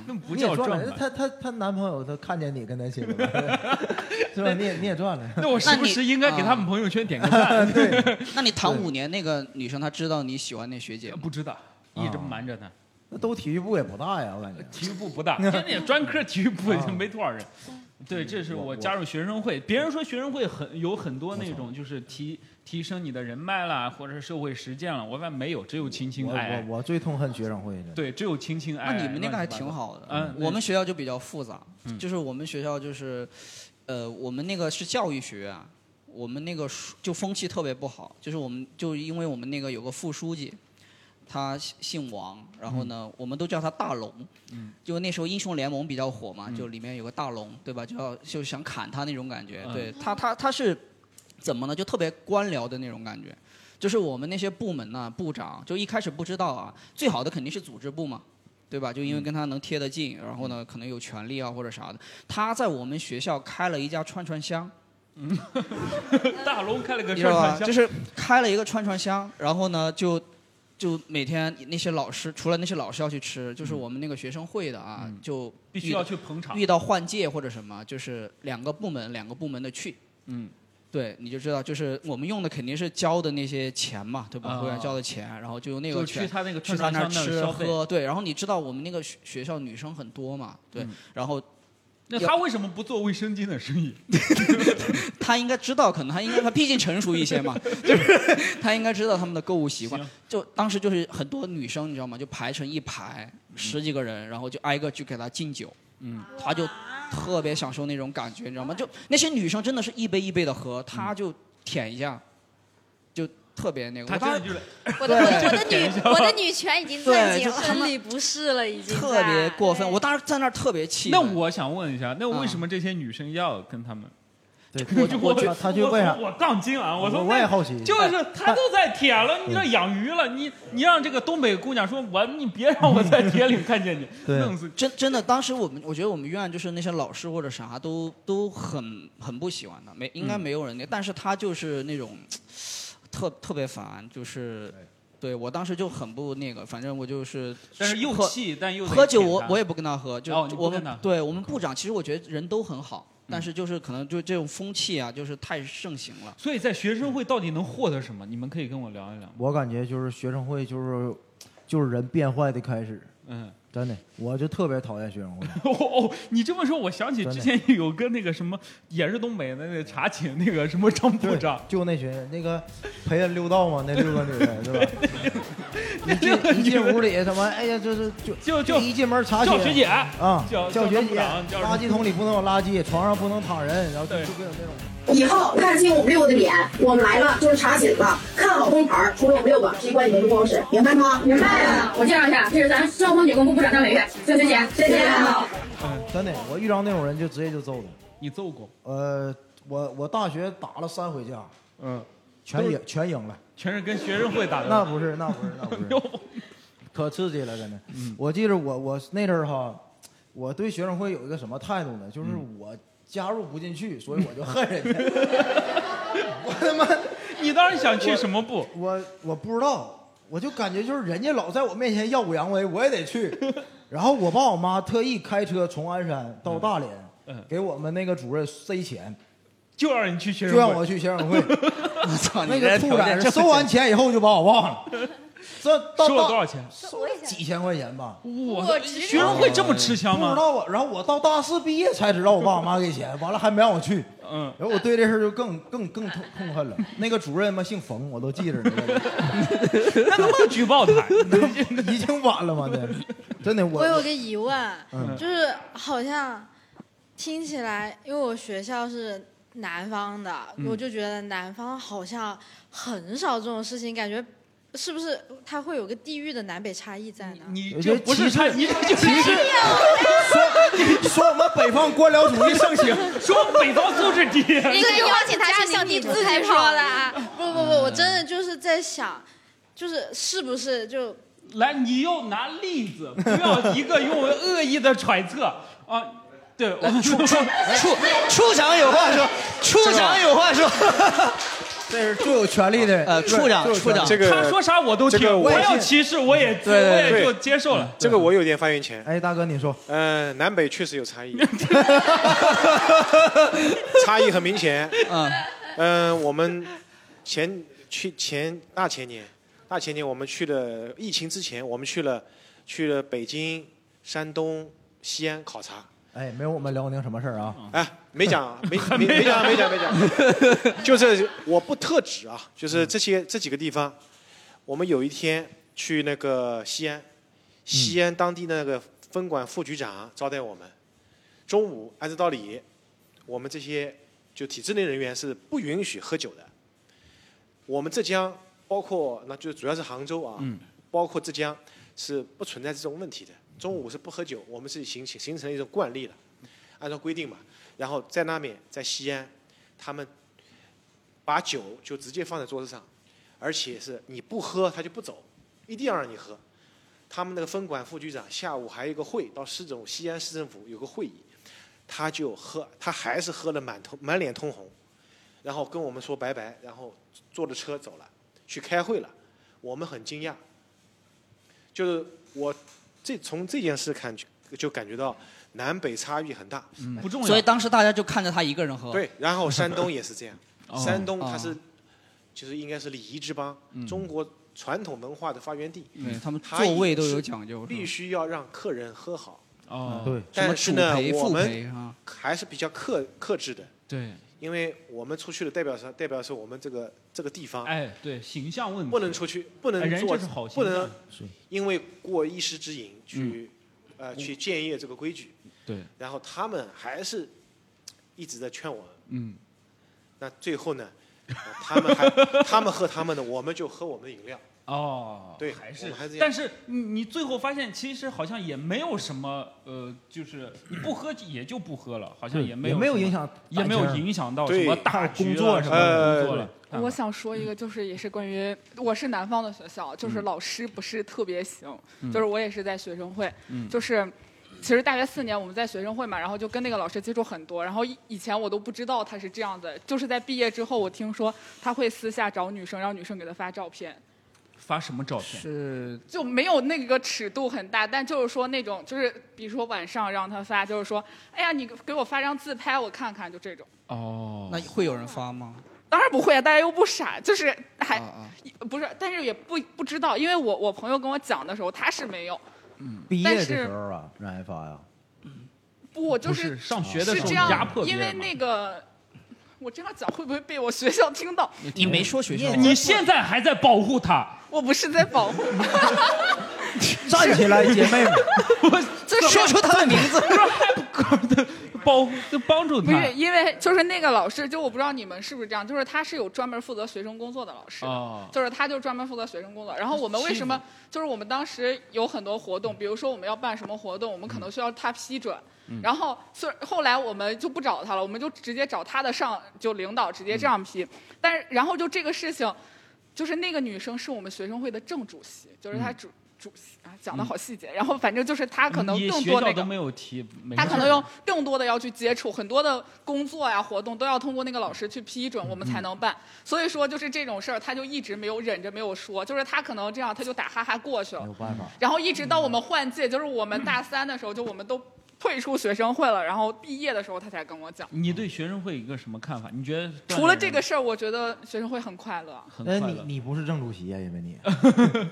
Speaker 3: 那不
Speaker 7: 你也
Speaker 3: 叫啊
Speaker 7: 赚
Speaker 3: 赚
Speaker 7: 了。
Speaker 3: 吧？
Speaker 7: 她她她男朋友他看见你跟他亲了， 是吧？你也你也赚了。啊
Speaker 3: 那我是不是应该给他们朋友圈点 个 赞？
Speaker 1: 那你谈五年那个女生，她知道你喜欢那学姐吗？哦
Speaker 3: 不知道，一直瞒着她。
Speaker 7: 那都体育部也不大呀，我感 觉。啊
Speaker 3: 体育部不大，现在也专科体育部已经没多少人。对，这是我加入学生会。别人说学生会很有很多那种，就是提提升你的人脉啦，或者是社会实践了。我发现没有，只有亲亲
Speaker 7: 我
Speaker 3: 爱
Speaker 7: 我
Speaker 3: 爱。
Speaker 7: 我最痛恨学生会的。
Speaker 3: 对，只有亲亲爱
Speaker 7: 那
Speaker 3: 爱。
Speaker 7: 你们那个还
Speaker 3: 乱七八糟
Speaker 7: 挺好的
Speaker 3: 嗯，
Speaker 1: 我们
Speaker 3: 那嗯
Speaker 1: 学校就比较复杂，就是我们学校就是，呃，我们那个是教育学院，我们那个书就风气特别不好，就是我们就因为我们那个有个副书记，他姓姓王，然后呢，我们都叫他大龙，
Speaker 3: 嗯
Speaker 1: 就那时候英雄联盟比较火嘛，
Speaker 3: 嗯
Speaker 1: 就里面有个大龙，对吧？就要就想砍他那种感觉，
Speaker 3: 嗯
Speaker 1: 对他他他是怎么呢？就特别官僚的那种感觉。就是我们那些部门呐、部长就一开始不知道啊，最好的肯定是组织部嘛，对吧？就因为跟他能贴得近，然
Speaker 3: 嗯
Speaker 1: 后呢，可能有权利啊或者啥的。他在我们学校开了一家串串香，
Speaker 3: 大龙开了 个
Speaker 1: 你知
Speaker 3: 串
Speaker 1: 道
Speaker 3: 串
Speaker 7: 啊
Speaker 1: 吧？
Speaker 3: 香，
Speaker 1: 就是开了一个串串香，然后呢，就就每天那些老师，除了那些老师要去吃，就是我们那个学生会的啊，就
Speaker 3: 嗯必须
Speaker 1: 遇到
Speaker 3: 要去捧场
Speaker 1: 遇到换届或者什么，就是两个部门两个部门的去。
Speaker 3: 嗯，
Speaker 1: 对，你就知道，就是我们用的肯定是交的那些钱嘛，对吧？
Speaker 3: 啊
Speaker 1: 会员交的钱，然后就用那个
Speaker 3: 就去
Speaker 1: 钱
Speaker 3: 他那个
Speaker 1: 去
Speaker 3: 串
Speaker 1: 他
Speaker 3: 串
Speaker 1: 那
Speaker 3: 香
Speaker 1: 儿
Speaker 3: 那儿
Speaker 1: 吃
Speaker 3: 消费
Speaker 1: 喝，对。然后你知道我们那个学学校女生很多嘛，对，
Speaker 3: 嗯
Speaker 1: 然后
Speaker 3: 那他为什么不做卫生巾的生意？
Speaker 1: 他应该知道，可能他应该他毕竟成熟一 些嘛，就是他应该知道他们的购物习惯。就当时就是很多女生，你知道吗？就排成一排，十几个人，然后就挨个去给他敬酒，
Speaker 3: 嗯，
Speaker 1: 他就特别享受那种感觉，你知道吗？就那些女生真的是一杯一杯的喝，他就舔一下，就特别那个。
Speaker 3: 他
Speaker 1: 我
Speaker 3: 真
Speaker 1: 当
Speaker 3: 的
Speaker 1: 时
Speaker 3: 就是
Speaker 8: 我的我的
Speaker 1: 对
Speaker 8: 女我的女权已经
Speaker 1: 对
Speaker 8: 暂停
Speaker 1: 就
Speaker 8: 了，
Speaker 1: 他们
Speaker 8: 不适了，已经
Speaker 1: 特别过分，我当时在那儿特别气。
Speaker 3: 那我想问一下，那为什么这些女生要跟他们？
Speaker 7: 对，
Speaker 3: 我
Speaker 7: 他
Speaker 3: 就就
Speaker 7: 他他就
Speaker 3: 我
Speaker 7: 为啥
Speaker 3: 我杠精啊！我说
Speaker 7: 我
Speaker 3: 那
Speaker 7: 我也好奇嗯
Speaker 3: 就是他都在铁了，你这养鱼了，你你让这个东北姑娘说我，你别让我 在铁岭 看见你，弄死
Speaker 1: 真真的，当时我们我觉得我们院就是那些老师或者啥都都很很不喜欢他，没应该
Speaker 3: 嗯
Speaker 1: 没有人那，但是他就是那种特特别烦，就是。对，我当时就很不那个，反正我就是，
Speaker 3: 但是又
Speaker 1: 喝
Speaker 3: 气但又得
Speaker 1: 喝酒
Speaker 3: 舔
Speaker 1: 我
Speaker 3: 他
Speaker 1: 我也不跟他喝，就、
Speaker 3: 哦你不
Speaker 1: 我
Speaker 3: 跟
Speaker 1: 们
Speaker 3: 他喝嗯
Speaker 1: 对我们部长，其实我觉得人都很好，但是就是可能就这种风气啊，就是太盛行了。
Speaker 3: 所以在学生会到底能获得什么？你们可以跟我聊一聊。
Speaker 7: 我感觉就是学生会就是就是人变坏的开始。
Speaker 3: 嗯，
Speaker 7: 真的，我就特别讨厌学生会。
Speaker 3: 哦哦，你这么说，我想起之前有个那个什么，也是东北的那个茶寝那个什么张部长，
Speaker 7: 就那群人，那个陪着溜道嘛，那六个女人对吧？一进一进屋里，他妈，哎呀，这这就
Speaker 3: 就
Speaker 7: 就一进门查
Speaker 3: 叫学姐
Speaker 7: 啊，
Speaker 3: 叫
Speaker 7: 叫
Speaker 3: 叫
Speaker 7: 学
Speaker 3: 张部
Speaker 7: 姐，
Speaker 3: 长叫什么
Speaker 7: 垃圾桶里不能有垃圾，床上不能躺人，然后就
Speaker 3: 对
Speaker 7: 就各种那种。
Speaker 17: 以后看清我们六个的脸，我们来了就是查寝了。看好工牌儿，除了我们六个，谁管你们的方式，明白吗？明白了。我介绍一下，这是咱消防局工部部长张伟月，谢谢姐，谢谢。
Speaker 7: 嗯，真的，我遇着那种人就直接就揍他。
Speaker 3: 你揍过？
Speaker 7: 呃，我我大学打了三回架，
Speaker 3: 嗯，
Speaker 7: 全赢全赢了。
Speaker 3: 全是跟学生会打的。
Speaker 7: 那不是，那不是，那不是，可刺激了，真的。
Speaker 3: 嗯
Speaker 7: 我记着我我那阵儿哈，我对学生会有一个什么态度呢？就是我加入不进
Speaker 3: 嗯
Speaker 7: 去，所以我就恨 人家。我他妈，
Speaker 3: 你当时想去什么部？
Speaker 7: 我我不知道，我就感觉就是人家老在我面前耀武扬威，我也 得去。然后我爸我妈特意开车从鞍山到大连，
Speaker 3: 嗯，
Speaker 7: 给我们那个主任塞钱，
Speaker 3: 就让你去学
Speaker 7: 就
Speaker 3: 生会，
Speaker 7: 让我去学 生会。
Speaker 1: 我操
Speaker 7: 那个处长是收完钱以后就把我忘了。这到
Speaker 3: 收了多少钱？
Speaker 7: 收了几千块钱吧。
Speaker 3: 哇学生会这么
Speaker 4: 嗯
Speaker 3: 吃香吗
Speaker 7: 不知道啊。然后我到大四毕业才知道我爸我妈给 钱，完了还没让我去。
Speaker 3: 嗯，
Speaker 7: 然后我对这事儿就更更更痛 痛恨了。那个主任嘛姓冯，我都记着呢。
Speaker 3: 那能不能举报他？
Speaker 7: 已经晚了嘛，那真的我
Speaker 2: 我有个疑问，
Speaker 7: 嗯
Speaker 2: 就是好像听起来，因为我学校是南方的，
Speaker 8: 嗯
Speaker 2: 我就觉得南方好像很少这种事情，感觉是不是它会有个地域的南北差异在呢？啊
Speaker 3: 你
Speaker 7: 有
Speaker 3: 这
Speaker 7: 些
Speaker 3: 不
Speaker 7: 歧
Speaker 3: 是
Speaker 7: 视
Speaker 3: 他，你这就是
Speaker 7: 歧视说说我们北方官僚主义盛行，
Speaker 3: 说北方素质低。
Speaker 8: 你可以 邀请他去
Speaker 2: 向
Speaker 8: 向
Speaker 2: 你
Speaker 8: 地
Speaker 2: 自
Speaker 8: 主
Speaker 2: 己
Speaker 8: 采
Speaker 2: 说
Speaker 8: 访
Speaker 2: 的啊！不不不，我真的就是在想，就是是不是就
Speaker 3: 来，你又拿例子，不要一个用恶意的揣测啊。对，我
Speaker 7: 哎
Speaker 1: 处处
Speaker 3: 哎
Speaker 1: 处处长有话说，处长有话说。
Speaker 7: 这是最有权利的人。
Speaker 1: 呃，处长
Speaker 7: 最有权
Speaker 1: 处长，
Speaker 7: 利的人
Speaker 3: 他说啥我哦都听，
Speaker 4: 这个我
Speaker 3: 我
Speaker 4: 也
Speaker 3: 要
Speaker 4: 信
Speaker 3: 歧视我也
Speaker 4: 对对
Speaker 3: 我也
Speaker 4: 对
Speaker 3: 就接受了。
Speaker 4: 这个我有点发言权。
Speaker 7: 哎，大哥你说，
Speaker 4: 嗯，南北确实有差异，差异很明显。
Speaker 1: 嗯，
Speaker 4: 嗯，我们前去前大前年，大前年我们去了疫情之前，我们去了去了北京、山东、西安考察，
Speaker 7: 哎，没有我们辽宁什么事儿啊？
Speaker 4: 哎，没 讲，没没没讲，没讲，没讲，就是我不特指啊，就是这些这几个地方，我们有一天去那个西安，西安当地那个分管副局长招待我们，中午按照道理，我们这些就体制内人员是不允许喝酒的，我们浙江包括那就主要是杭州啊，
Speaker 3: 嗯
Speaker 4: 包括浙江是不存在这种问题的，中午是不喝酒，我们是形形成一种惯例了。按照规定嘛。然后在那边，在西安，他们把酒就直接放在桌子上，而且是你不喝他就不走，一定要让你喝。他们那个分管副局长下午还有一个会，到市政西安市政府有个会议，他就喝，他还是喝了满头满脸通红，然后跟我们说拜拜，然后坐着车走了，去开会了。我们很惊讶，就是我这从这件事看就就感觉到南北差异很大，
Speaker 3: 不重要
Speaker 1: 所以当时大家就看着他一个人喝。，
Speaker 4: 对，然后山东也是这样
Speaker 1: 哦
Speaker 4: 山东它
Speaker 1: 哦
Speaker 4: 是就是应该是礼仪之邦，
Speaker 1: 嗯
Speaker 4: 中国传统文化的发源地。
Speaker 1: 对他们
Speaker 4: 它
Speaker 1: 座位
Speaker 4: 一定
Speaker 1: 都有
Speaker 4: 是
Speaker 1: 讲究是吧
Speaker 4: 必须要让客人喝好。嗯
Speaker 3: 哦
Speaker 7: 对
Speaker 4: 但是呢
Speaker 1: 什么主陪，
Speaker 4: 我
Speaker 1: 副陪
Speaker 4: 们
Speaker 1: 啊
Speaker 4: 还是比较克克制的，
Speaker 3: 对，
Speaker 4: 因为我们出去的代表是代表是我们这个这个地方，
Speaker 3: 哎，对，形象问题
Speaker 4: 不能出去，不
Speaker 3: 哎
Speaker 4: 能
Speaker 3: 人
Speaker 4: 做
Speaker 3: 就是好，
Speaker 4: 不
Speaker 3: 形象
Speaker 4: 能因为过一时之瘾去呃去僭越这个规矩。
Speaker 3: 嗯对，
Speaker 4: 然后他们还是一直在劝我们。
Speaker 3: 嗯，
Speaker 4: 那最后呢，呃他们还 他们喝他们的，我们就喝我们的饮料。
Speaker 3: 哦，
Speaker 4: 啊对
Speaker 3: 还
Speaker 4: 我
Speaker 3: 是
Speaker 4: 们还是这样
Speaker 3: 但是你你最后发现，其实好像也没有什么，呃，就是你不喝也就不喝了，好像
Speaker 7: 对
Speaker 3: 也
Speaker 7: 也
Speaker 3: 没
Speaker 7: 没有
Speaker 3: 什么
Speaker 7: 影响
Speaker 3: 也没有
Speaker 7: 感情
Speaker 3: 影响到
Speaker 7: 对
Speaker 3: 什么大
Speaker 7: 工
Speaker 3: 局
Speaker 7: 作
Speaker 3: 了
Speaker 7: 什
Speaker 3: 什
Speaker 7: 么
Speaker 3: 么
Speaker 7: 的
Speaker 3: 工
Speaker 4: 哎
Speaker 3: 作了。看
Speaker 10: 我
Speaker 3: 吧
Speaker 10: 想说一个，就是也是关于我是南方的学校，就是
Speaker 3: 嗯
Speaker 10: 老师不是特别行，
Speaker 3: 嗯
Speaker 10: 就是我也是在学生会，
Speaker 3: 嗯
Speaker 10: 就是。其实大学四年我们在学生会嘛，然后就跟那个老师接触很多，然后以以前我都不知道他是这样的，就是在毕业之后我听说他会私下找女生，让女生给他发照片，
Speaker 3: 发什么照片？
Speaker 1: 是
Speaker 10: 就没有那个尺度很大，但就是说那种就是比如说晚上让他发，就是说哎呀你给我发张自拍我看看，就这种。
Speaker 3: 哦，
Speaker 1: 那会有人发吗？
Speaker 10: 当然不会啊，大家又不傻，就是
Speaker 1: 啊
Speaker 10: 还、不是，但是也不不知道，因为我我朋友跟我讲的时候，他是没有，
Speaker 7: 毕业
Speaker 10: 但
Speaker 7: 的
Speaker 10: 是
Speaker 7: 时候啊，让人发呀。
Speaker 10: 不，我就
Speaker 3: 不是上学的时
Speaker 10: 是
Speaker 3: 候
Speaker 10: 这样，
Speaker 3: 压迫别
Speaker 10: 因
Speaker 3: 人
Speaker 10: 为
Speaker 3: 嘛
Speaker 10: 那个我这样讲会不会被我学校听到？
Speaker 1: 你没说学校，
Speaker 3: 你现在还在保护他，
Speaker 10: 我不是在保护，
Speaker 7: 站起来，姐妹们！
Speaker 10: 这是
Speaker 1: 的名字，
Speaker 3: 保就帮助
Speaker 10: 不
Speaker 3: 他。
Speaker 10: 是因为就是那个老师，就我不知道你们是不是这样，就是他是有专门负责学生工作的老师的，
Speaker 3: 哦
Speaker 10: 就是他就专门负责学生工作。然后我们为什么就是我们当时有很多活动，比如说我们要办什么活动，我们可能需要他批准。
Speaker 3: 嗯
Speaker 10: 然后，虽后来我们就不找他了，我们就直接找他的上就领导直接
Speaker 3: 嗯
Speaker 10: 这样批。但是，然后就这个事情，就是那个女生是我们学生会的正主席，就是她
Speaker 3: 嗯
Speaker 10: 主、主席啊，讲的
Speaker 3: 嗯
Speaker 10: 好细节。然后反正就是她可能
Speaker 3: 你
Speaker 10: 更
Speaker 3: 学
Speaker 10: 多那
Speaker 3: 校
Speaker 10: 个
Speaker 3: 都没有提，没
Speaker 10: 他
Speaker 3: 事
Speaker 10: 可
Speaker 3: 儿
Speaker 10: 能用更多的要去接触，很多的工作呀、活动都要通过那个老师去批准，我们才能办。所以说，就是这种事儿，他就一直没有忍着没有说，就是他可能这样，他就打哈哈过去了。
Speaker 7: 没有办法。
Speaker 10: 然后一直到我们换届，就是我们大三的时候，就我们都退出学生会了，然后毕业的时候他才跟我讲。
Speaker 3: 你对学生会一个什么看法？你觉得
Speaker 10: 除了这个事儿，我觉得学生会很快乐哎
Speaker 3: 很
Speaker 7: 那
Speaker 3: 快
Speaker 7: 哎你
Speaker 3: 乐？
Speaker 7: 你不是正主席啊，因为你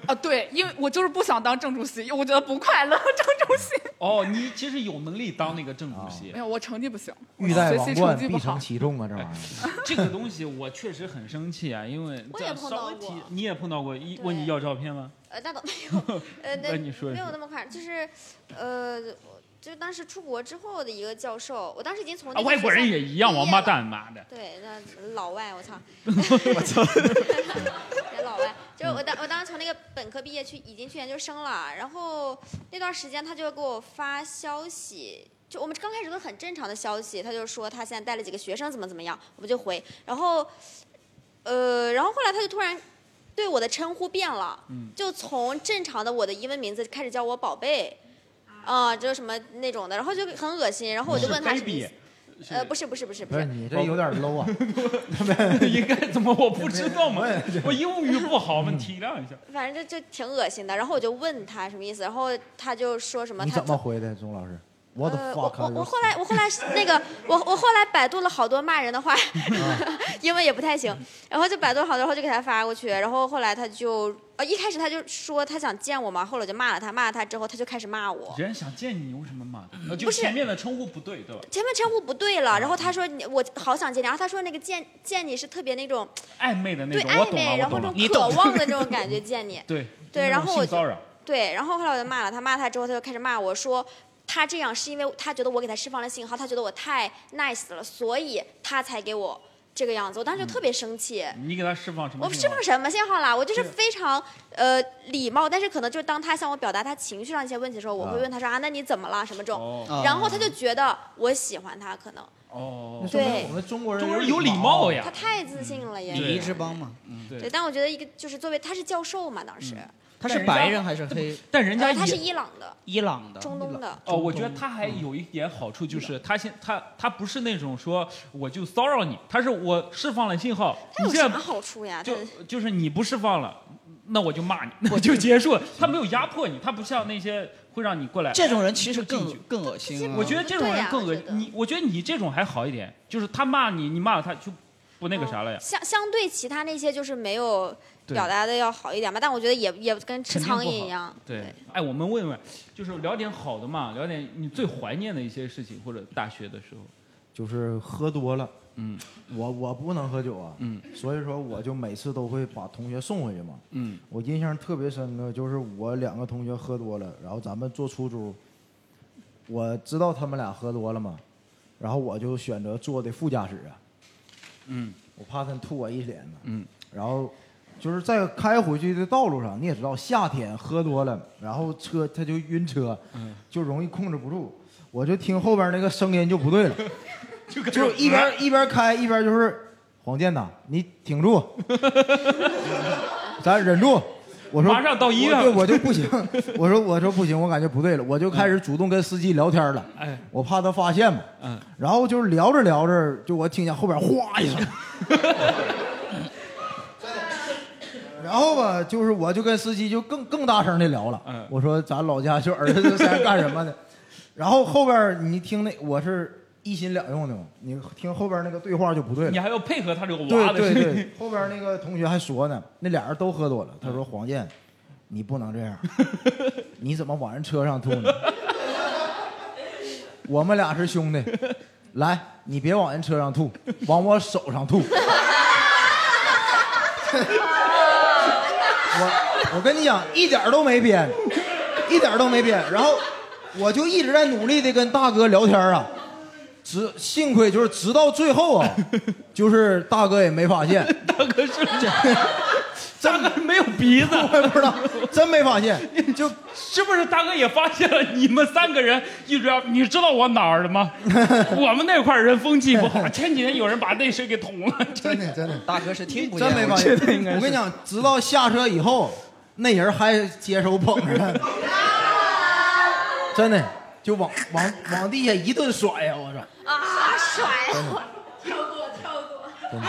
Speaker 10: 啊，对，因为我就是不想当正主席，我觉得不快乐。正主席
Speaker 3: 哦，你其实有能力当那个正主
Speaker 7: 哦
Speaker 3: 席
Speaker 10: 没。有，我成绩不行，我
Speaker 8: 哦
Speaker 7: 欲戴
Speaker 10: 学
Speaker 7: 王
Speaker 10: 习成
Speaker 7: 冠，
Speaker 10: 绩不
Speaker 7: 必
Speaker 10: 好
Speaker 7: 承。其重啊，这玩意儿。
Speaker 3: 这个东西我确实很生气啊，因为
Speaker 8: 我也
Speaker 3: 这
Speaker 8: 碰
Speaker 3: 稍
Speaker 8: 到
Speaker 3: 微提
Speaker 8: 过
Speaker 3: 你也碰到过，一问你要照 片吗？
Speaker 8: 呃，那倒没 有，呃，那
Speaker 3: 那你说一
Speaker 8: 没有
Speaker 3: 说
Speaker 8: 那么快，就是，呃，我就当时出国之后的一个教授，我当时已经从那
Speaker 3: 啊，
Speaker 8: 个
Speaker 3: 外
Speaker 8: 学
Speaker 3: 国人
Speaker 8: 校
Speaker 3: 也一样，
Speaker 8: 毕
Speaker 3: 王
Speaker 8: 业
Speaker 3: 八
Speaker 8: 了
Speaker 3: 蛋，妈的！
Speaker 8: 对，那老外，我操！那老外，就是我当我当时从那个本科毕业去，已经去研究生了。然后那段时间他就给我发消息，就我们刚开始都很正常的消息，他就说他现在带了几个学生怎么怎么样，我们就回。然后，呃，然后后来他就突然对我的称呼变了，
Speaker 3: 嗯
Speaker 8: 就从正常的我的英文名字开始叫我宝贝。啊、就是什么那种的，然后就很恶心，然后我就问他什么意思，呃，不是不是不是不
Speaker 7: 不
Speaker 8: 是
Speaker 7: 是，你这有点 low 啊！
Speaker 3: 应该怎么我不知道 嘛？我英语不好嘛，体谅一下。
Speaker 8: 反正就就挺恶心的。然后我就问他什么意思，然后他就说什么
Speaker 7: 你
Speaker 8: 他
Speaker 7: 怎么回的，钟老师？我的
Speaker 8: 呃，我
Speaker 7: fuck！
Speaker 8: 我我后来我后来是那个我我后来百度了好多骂人的话，
Speaker 3: 嗯
Speaker 8: 英文也不太行，然后就百度好多，然后就给他发过去，然后后来他就呃，一开始他就说他想见我嘛，后来我就骂了他，骂了他之后他就开始骂我，嗯
Speaker 3: 人家想见你，你为什么骂他？呃就
Speaker 8: 不是
Speaker 3: 前面的称呼不对，对吧？
Speaker 8: 前面称呼不对了，然后他说你我好想见你，然后他说那个见见你是特别那种
Speaker 3: 暧昧的那
Speaker 8: 对
Speaker 3: 种，我
Speaker 8: 暧
Speaker 3: 懂
Speaker 8: 昧，
Speaker 3: 了，
Speaker 8: 然
Speaker 3: 我
Speaker 8: 后
Speaker 3: 懂
Speaker 8: 那
Speaker 3: 了，，
Speaker 8: 种渴望的那种感觉见你
Speaker 3: 对
Speaker 8: 对，然后我
Speaker 3: 性骚
Speaker 8: 就
Speaker 3: 扰，
Speaker 8: 对，然后后来我就骂了他，骂他之后他就开始骂我说。他这样是因为他觉得我给他释放了信号，他觉得我太 nice 了，所以他才给我这个样子。我当时就特别生气，
Speaker 3: 你给他释嗯放什么
Speaker 8: 我
Speaker 3: 信号？
Speaker 8: 释放什么信号啦？我就是
Speaker 3: 对
Speaker 8: 非常呃礼貌，但是可能就是当他向我表达他情绪上一些问题的时候，我
Speaker 3: 啊
Speaker 8: 会问他说啊，那你怎么了？什么这
Speaker 3: 哦
Speaker 8: 种？然后他就觉得我喜欢他，可能
Speaker 3: 哦，
Speaker 8: 说明对我
Speaker 7: 们中国
Speaker 3: 人中国人有礼貌呀
Speaker 8: 他，太自信
Speaker 3: 嗯
Speaker 8: 了也。
Speaker 1: 礼仪之邦嘛，嗯，
Speaker 8: 对，但我觉得一个就是作为他是教授嘛，当时
Speaker 1: 他是白人还是黑？
Speaker 3: 但嗯人家
Speaker 8: 呃
Speaker 3: 也
Speaker 8: 他是伊朗的，
Speaker 1: 伊朗的，
Speaker 8: 中东的。
Speaker 3: 哦，我觉得他还有一点好处，就是他现他他不是那种说我就骚扰你，他是我释放了信号，
Speaker 8: 他
Speaker 3: 你
Speaker 8: 有
Speaker 3: 这
Speaker 8: 啥
Speaker 3: 样
Speaker 8: 好处呀？他
Speaker 3: 就就是你不释放了，那我就骂你，那就结束了。他没有压迫你，他不像那些会让你过来。
Speaker 1: 这种人其实
Speaker 3: 就进
Speaker 1: 更
Speaker 3: 去
Speaker 1: 更恶心啊。
Speaker 3: 我觉得这种人更恶
Speaker 8: 对呀我觉得
Speaker 3: 你我觉得你这种还好一点，就是他骂你，你骂了他就不那个啥了呀。
Speaker 8: 相相对其他那些就是没有
Speaker 3: 对
Speaker 8: 表达的要好一点吧，但我觉得也也跟吃
Speaker 3: 肯定不
Speaker 8: 苍
Speaker 3: 好
Speaker 8: 蝇一样。
Speaker 3: 对，哎，我们问问，就是聊点好的嘛，聊点你最怀念的一些事情，或者大学的时候。
Speaker 7: 就是喝多了，
Speaker 3: 嗯，
Speaker 7: 我我不能喝酒啊，
Speaker 3: 嗯，
Speaker 7: 所以说我就每次都会把同学送回去嘛，
Speaker 3: 嗯，
Speaker 7: 我印象特别深刻，就是我两个同学喝多了，然后咱们坐出租，我知道他们俩喝多了嘛，然后我就选择坐的副驾驶啊，
Speaker 3: 嗯，
Speaker 7: 我怕他们吐我一脸呢，
Speaker 3: 嗯，
Speaker 7: 然后就是在开回去的道路上，你也知道夏天喝多了，然后车他就晕车，
Speaker 3: 嗯，
Speaker 7: 就容易控制不住，我就听后边那个声音就不对了。
Speaker 3: 就
Speaker 7: 就一边一边开一边就是黄健呐，你 挺住，咱忍住。我说
Speaker 3: 马上到医院
Speaker 7: 我对我就不行。我说我说不行，我感觉不对了，我就开始主动跟司机聊天了。
Speaker 3: 哎，
Speaker 7: 我怕他发现嘛。
Speaker 3: 嗯，
Speaker 7: 然后就是聊着聊着，就我听见后边哗一声，然后吧，就是我就跟司机就更更大声的聊了。我说咱老家就儿子是在干什么的，然后后边你听那我是一心两用的嘛，你听后边那个对话就不对了。
Speaker 3: 你还要配合他这个
Speaker 7: 对
Speaker 3: 娃的
Speaker 7: 对
Speaker 3: 声
Speaker 7: 对
Speaker 3: 音，，嗯
Speaker 7: 后边那个同学还说呢，那俩人都喝多了。他说：“黄健，你不能 这样，你怎么往人车上吐呢？ 我们俩是兄弟，来，你别往人车上吐，往我手 上吐。我我跟你讲，一点儿都没编，一点儿都没编。然后我就一直在努力的跟大哥聊天啊，直幸亏就是直到最 后啊，就是大哥也没发现，
Speaker 3: 大哥是
Speaker 7: 大
Speaker 3: 哥 没有鼻子，
Speaker 7: 我也不知道，真没 发现。就是
Speaker 3: 不是大哥也发现了你们三个人一直要？你知道我哪儿的 吗？我们那块儿人风气不好，前几天有人把那谁给捅了，
Speaker 7: 真的真的。
Speaker 1: 大哥是听不见，
Speaker 7: 真没发现。我跟你讲，直到下车以后，那人还接手捧着 呢，真的就往往往地下一顿甩呀！我操，
Speaker 8: 啊，甩
Speaker 7: 真的
Speaker 8: 了，
Speaker 3: 嗯
Speaker 8: 跳过跳过。
Speaker 7: 真的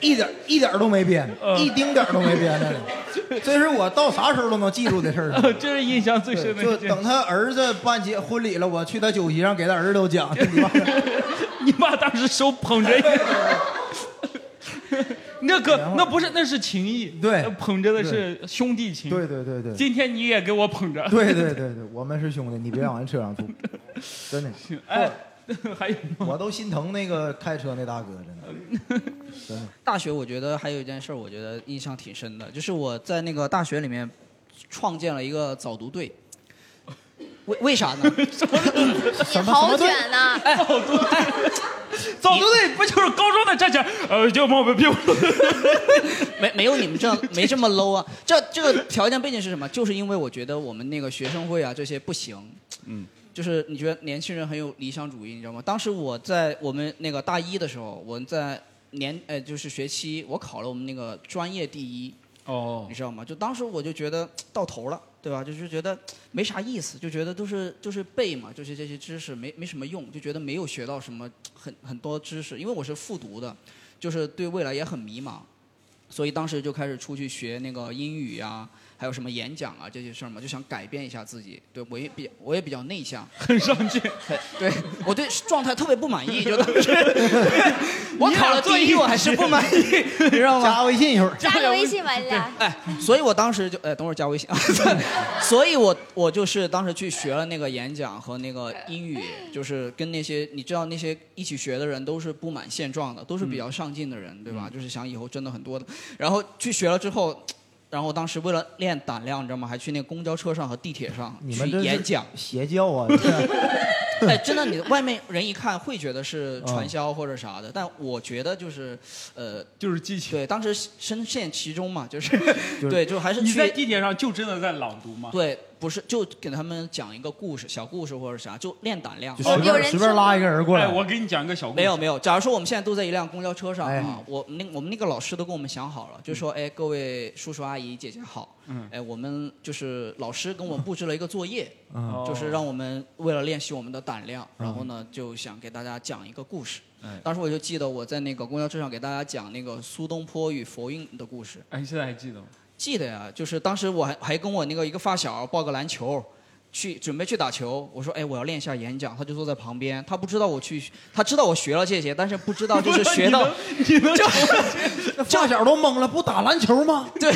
Speaker 7: 一点一点都没编，
Speaker 3: 嗯
Speaker 7: 一丁点儿都没编的。这是我到啥时候都能记住的事儿了。
Speaker 3: 嗯这是印象最深的一
Speaker 7: 就
Speaker 3: 件事
Speaker 7: 等他儿子办结婚礼了，我去他酒席上给他儿子都讲，你妈
Speaker 3: 你爸当时手捧着一个， 那个那不是那是情谊，呃
Speaker 7: 对，
Speaker 3: 捧着的是兄弟情。
Speaker 7: 对对对对
Speaker 3: 今天你也给我捧着。
Speaker 7: 对对对对，我们是兄弟，你别往人车上吐，真的。
Speaker 3: 哎， 还有
Speaker 7: 我都心疼那个开车那大哥，
Speaker 3: 嗯
Speaker 7: 真的，真的。
Speaker 1: 大学我觉得还有一件事，我觉得印象挺深的，就是我在那个大学里面创建了一个早读队。为为啥呢？
Speaker 8: 你好卷呐！
Speaker 3: 哎，早读早读队不就是高中的站起来，呃，就摸我屁股。
Speaker 1: 没没有你们这样没这么 low 啊！这这个条件背景是什么？就是因为我觉得我们那个学生会啊这些不行，
Speaker 3: 嗯，
Speaker 1: 就是你觉得年轻人很有理想主义，你知道吗？当时我在我们那个大一的时候，我在年呃就是学期，我考了我们那个专业第一，
Speaker 3: 哦，
Speaker 1: 你知道吗？就当时我就觉得到头了，对吧？就是觉得没啥意思，就觉得都是就是背嘛，就是这些知识没没什么用，就觉得没有学到什么很很多知识，因为我是复读的，就是对未来也很迷茫，所以当时就开始出去学那个英语呀、啊还有什么演讲啊这些事儿嘛，就想改变一下自己。对我也比我也比较内向，
Speaker 3: 很上进。
Speaker 1: 对我对状态特别不满意，就当 时我考了第一，我还是不满 意，你知道吗？
Speaker 7: 加微信一会儿，
Speaker 8: 加个微信完了。
Speaker 1: 哎所以我当时就，哎，等会儿加微信啊。 所以我我就是当时去学了那个演讲和那个英语，就是跟那些你知道那些一起学的人都是不满现状的，都是
Speaker 7: 嗯
Speaker 1: 比较上进的人，对吧？就是想以后真的很多的。然后去学了之后，然后我当时为了练胆量，你知道吗？还去那个公交车上和地铁上
Speaker 7: 你
Speaker 1: 去
Speaker 7: 们这
Speaker 1: 演讲。
Speaker 7: 邪教啊！
Speaker 1: 哎，真的，你外面人一看会觉得是
Speaker 3: 嗯
Speaker 1: 传销或者啥的，但我觉得就是，呃，
Speaker 3: 就是激情。
Speaker 1: 对，当时深陷其中嘛， 就是，对，就还是
Speaker 3: 你
Speaker 1: 去
Speaker 3: 在地铁上就真的在朗读吗？，
Speaker 1: 对，不是，就给他们讲一个故事，小故事或者啥，就练胆量。
Speaker 3: 就随哦
Speaker 9: 哦
Speaker 3: 便有人随便拉一个人过来哎我
Speaker 1: 给
Speaker 3: 你讲一个小故事
Speaker 1: 没有没有，假如说我们现在都在一辆公交车上、
Speaker 3: 哎
Speaker 1: 啊，我那我们那个老师都跟我们想好了，就说哎，各位叔叔阿姨姐姐好，
Speaker 3: 嗯
Speaker 1: 哎，我们就是老师给我们布置了一个作业，
Speaker 3: 嗯
Speaker 1: 就是让我们为了练习我们的胆量，
Speaker 3: 嗯
Speaker 1: 然后呢就想给大家讲一个故事。
Speaker 3: 哎
Speaker 1: 当时我就记得我在那个公交车上给大家讲那个苏东坡与佛印的故事。
Speaker 3: 哎，你现在还记得吗？
Speaker 1: 记得呀，就是当时我还还跟我那个一个发小报个篮球，去准备去打球。我说，哎，我要练一下演讲，他就坐在旁边，他不知道我去，他知道我学了这些，但是不知道就是学到
Speaker 3: 你能
Speaker 1: 发小都懵了，不打篮球吗？对，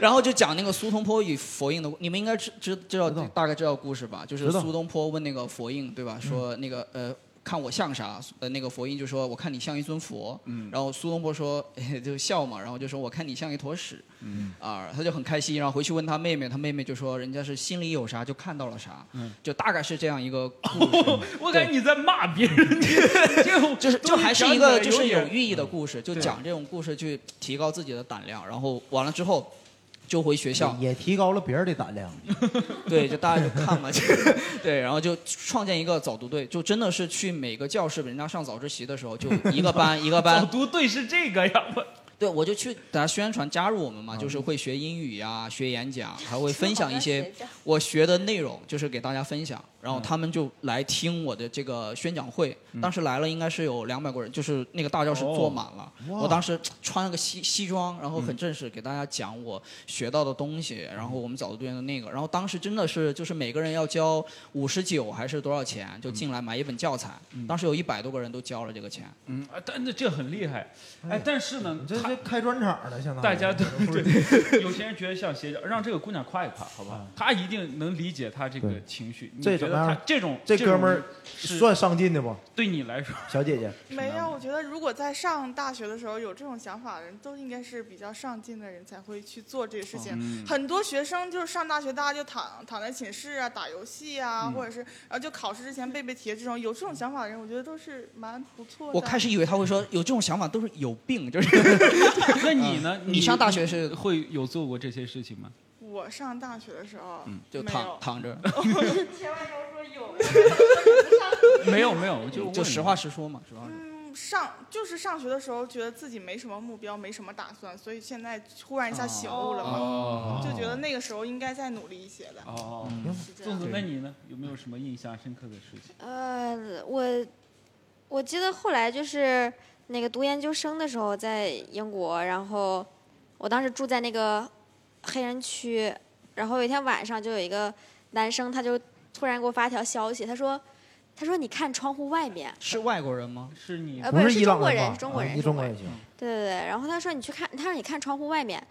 Speaker 1: 然后就讲那个苏东坡与佛印的，你们应该知知知道大概知道故事吧？就是
Speaker 3: 知道嗯
Speaker 1: 苏东坡问那个佛印，对吧？说那个呃。看我像啥？呃，那个佛印就说：“我看你像一尊佛。”
Speaker 3: 嗯
Speaker 1: 然后苏东坡说：“ 就笑嘛。”然后就说：“我看你像一坨屎。”
Speaker 3: 嗯
Speaker 1: 啊，他就很开心，然后回去问他妹妹，他妹妹就说人家是心里有啥就看到了啥，
Speaker 3: 嗯
Speaker 1: 就大概是这样一个故事。
Speaker 3: 我感觉你在骂别人，就
Speaker 1: 就是就还是一个就是有寓意的故事，就
Speaker 3: 嗯对
Speaker 1: 讲这种故事去提高自己的胆量，然后完了之后就回学校，
Speaker 7: 也提高了别人的胆量。
Speaker 1: 对，就大家就看嘛，就对，然后就创建一个早读队，就真的是去每个教室，人家上早自习的时候，就一 个班一个班
Speaker 3: 早读队是这个嗯呀，我
Speaker 1: 对，我就去给大家宣传加入我们嘛，就是会学英语呀、学演讲，还会分享一些我学的内容，就是给大家分
Speaker 3: 嗯
Speaker 1: 享。然后他们就来听我的这个宣讲会，
Speaker 3: 嗯
Speaker 1: 当时来了应该是有两百个人，就是那个大教室坐满了。
Speaker 3: 哦哇
Speaker 1: 我当时穿了个西西装，然后很正式，给大家讲我学到的东西，然后我们早读队的那个。然后当时真的是就是每个人要交五十九还是多少
Speaker 3: 嗯
Speaker 1: 钱，就进来买一本教材。当时有一百多个人都交了这个钱。
Speaker 3: 嗯，
Speaker 7: 呃
Speaker 3: 啊 但那这很厉害，哎，但是呢，
Speaker 7: 这这开专场了，相当于
Speaker 3: 大家都对， 有些人觉得像邪教，让这个姑娘夸一夸，好不好？她一定能理解她这个情绪。你
Speaker 7: 嗯这
Speaker 3: 觉
Speaker 7: 怎
Speaker 3: 得
Speaker 7: 么
Speaker 3: 她
Speaker 7: 样？
Speaker 3: 这种
Speaker 7: 这哥们儿
Speaker 3: 种是
Speaker 7: 算上进的不？
Speaker 3: 对你来说，
Speaker 7: 小姐姐，
Speaker 9: 没有，我觉得如果在上大学的时候有这种想法的人，都应该是比较上进的人才会去做这个事
Speaker 1: 哦
Speaker 9: 情。
Speaker 18: 嗯
Speaker 9: 很多学生就是上大学，大家就躺躺在寝室啊，打游戏啊，
Speaker 1: 嗯
Speaker 9: 或者是然后就考试之前背背题这种，有这种想法的人，我觉得都是蛮不错的。
Speaker 1: 我开始以为他会说有这种想法都是有病，就是。
Speaker 3: 嗯
Speaker 1: 嗯
Speaker 3: 那你呢？
Speaker 1: 你上大学是
Speaker 3: 会有做过这些事情吗？
Speaker 9: 我上大学的时候，
Speaker 3: 嗯
Speaker 1: 就
Speaker 9: 没
Speaker 1: 躺
Speaker 9: 有
Speaker 1: 躺 着
Speaker 9: 千万不要说有。
Speaker 3: 没 有没有，我就
Speaker 1: 就
Speaker 3: 问
Speaker 1: 实
Speaker 3: 你
Speaker 1: 话实说嘛，实话实说。
Speaker 9: 嗯上就是上学的时候，觉得自己没什么目标，没什么打算，所以现在忽然一下醒悟了嘛，
Speaker 3: 哦
Speaker 9: 就觉得那个时候应该再努力一些的。
Speaker 3: 哦
Speaker 9: 嗯是，这
Speaker 3: 粽
Speaker 9: 样
Speaker 3: 子，那你呢？有没有什么印象深刻的事情？
Speaker 8: 呃，我我记得后来就是那个读研究生的时候在英国，然后我当时住在那个黑人区，然后有一天晚上就有一个男生，他就突然给我发条消息，他说他说你看窗户外面，
Speaker 1: 是外国人吗？
Speaker 3: 是你
Speaker 8: 呃不是
Speaker 7: 不
Speaker 8: 是
Speaker 7: 伊朗
Speaker 8: 中国人
Speaker 7: 吧
Speaker 8: 是中国
Speaker 7: 啊
Speaker 8: 人
Speaker 7: 你
Speaker 8: 是
Speaker 7: 中国人行。
Speaker 8: 对对对，然后他说你去看，他让你看窗户外面，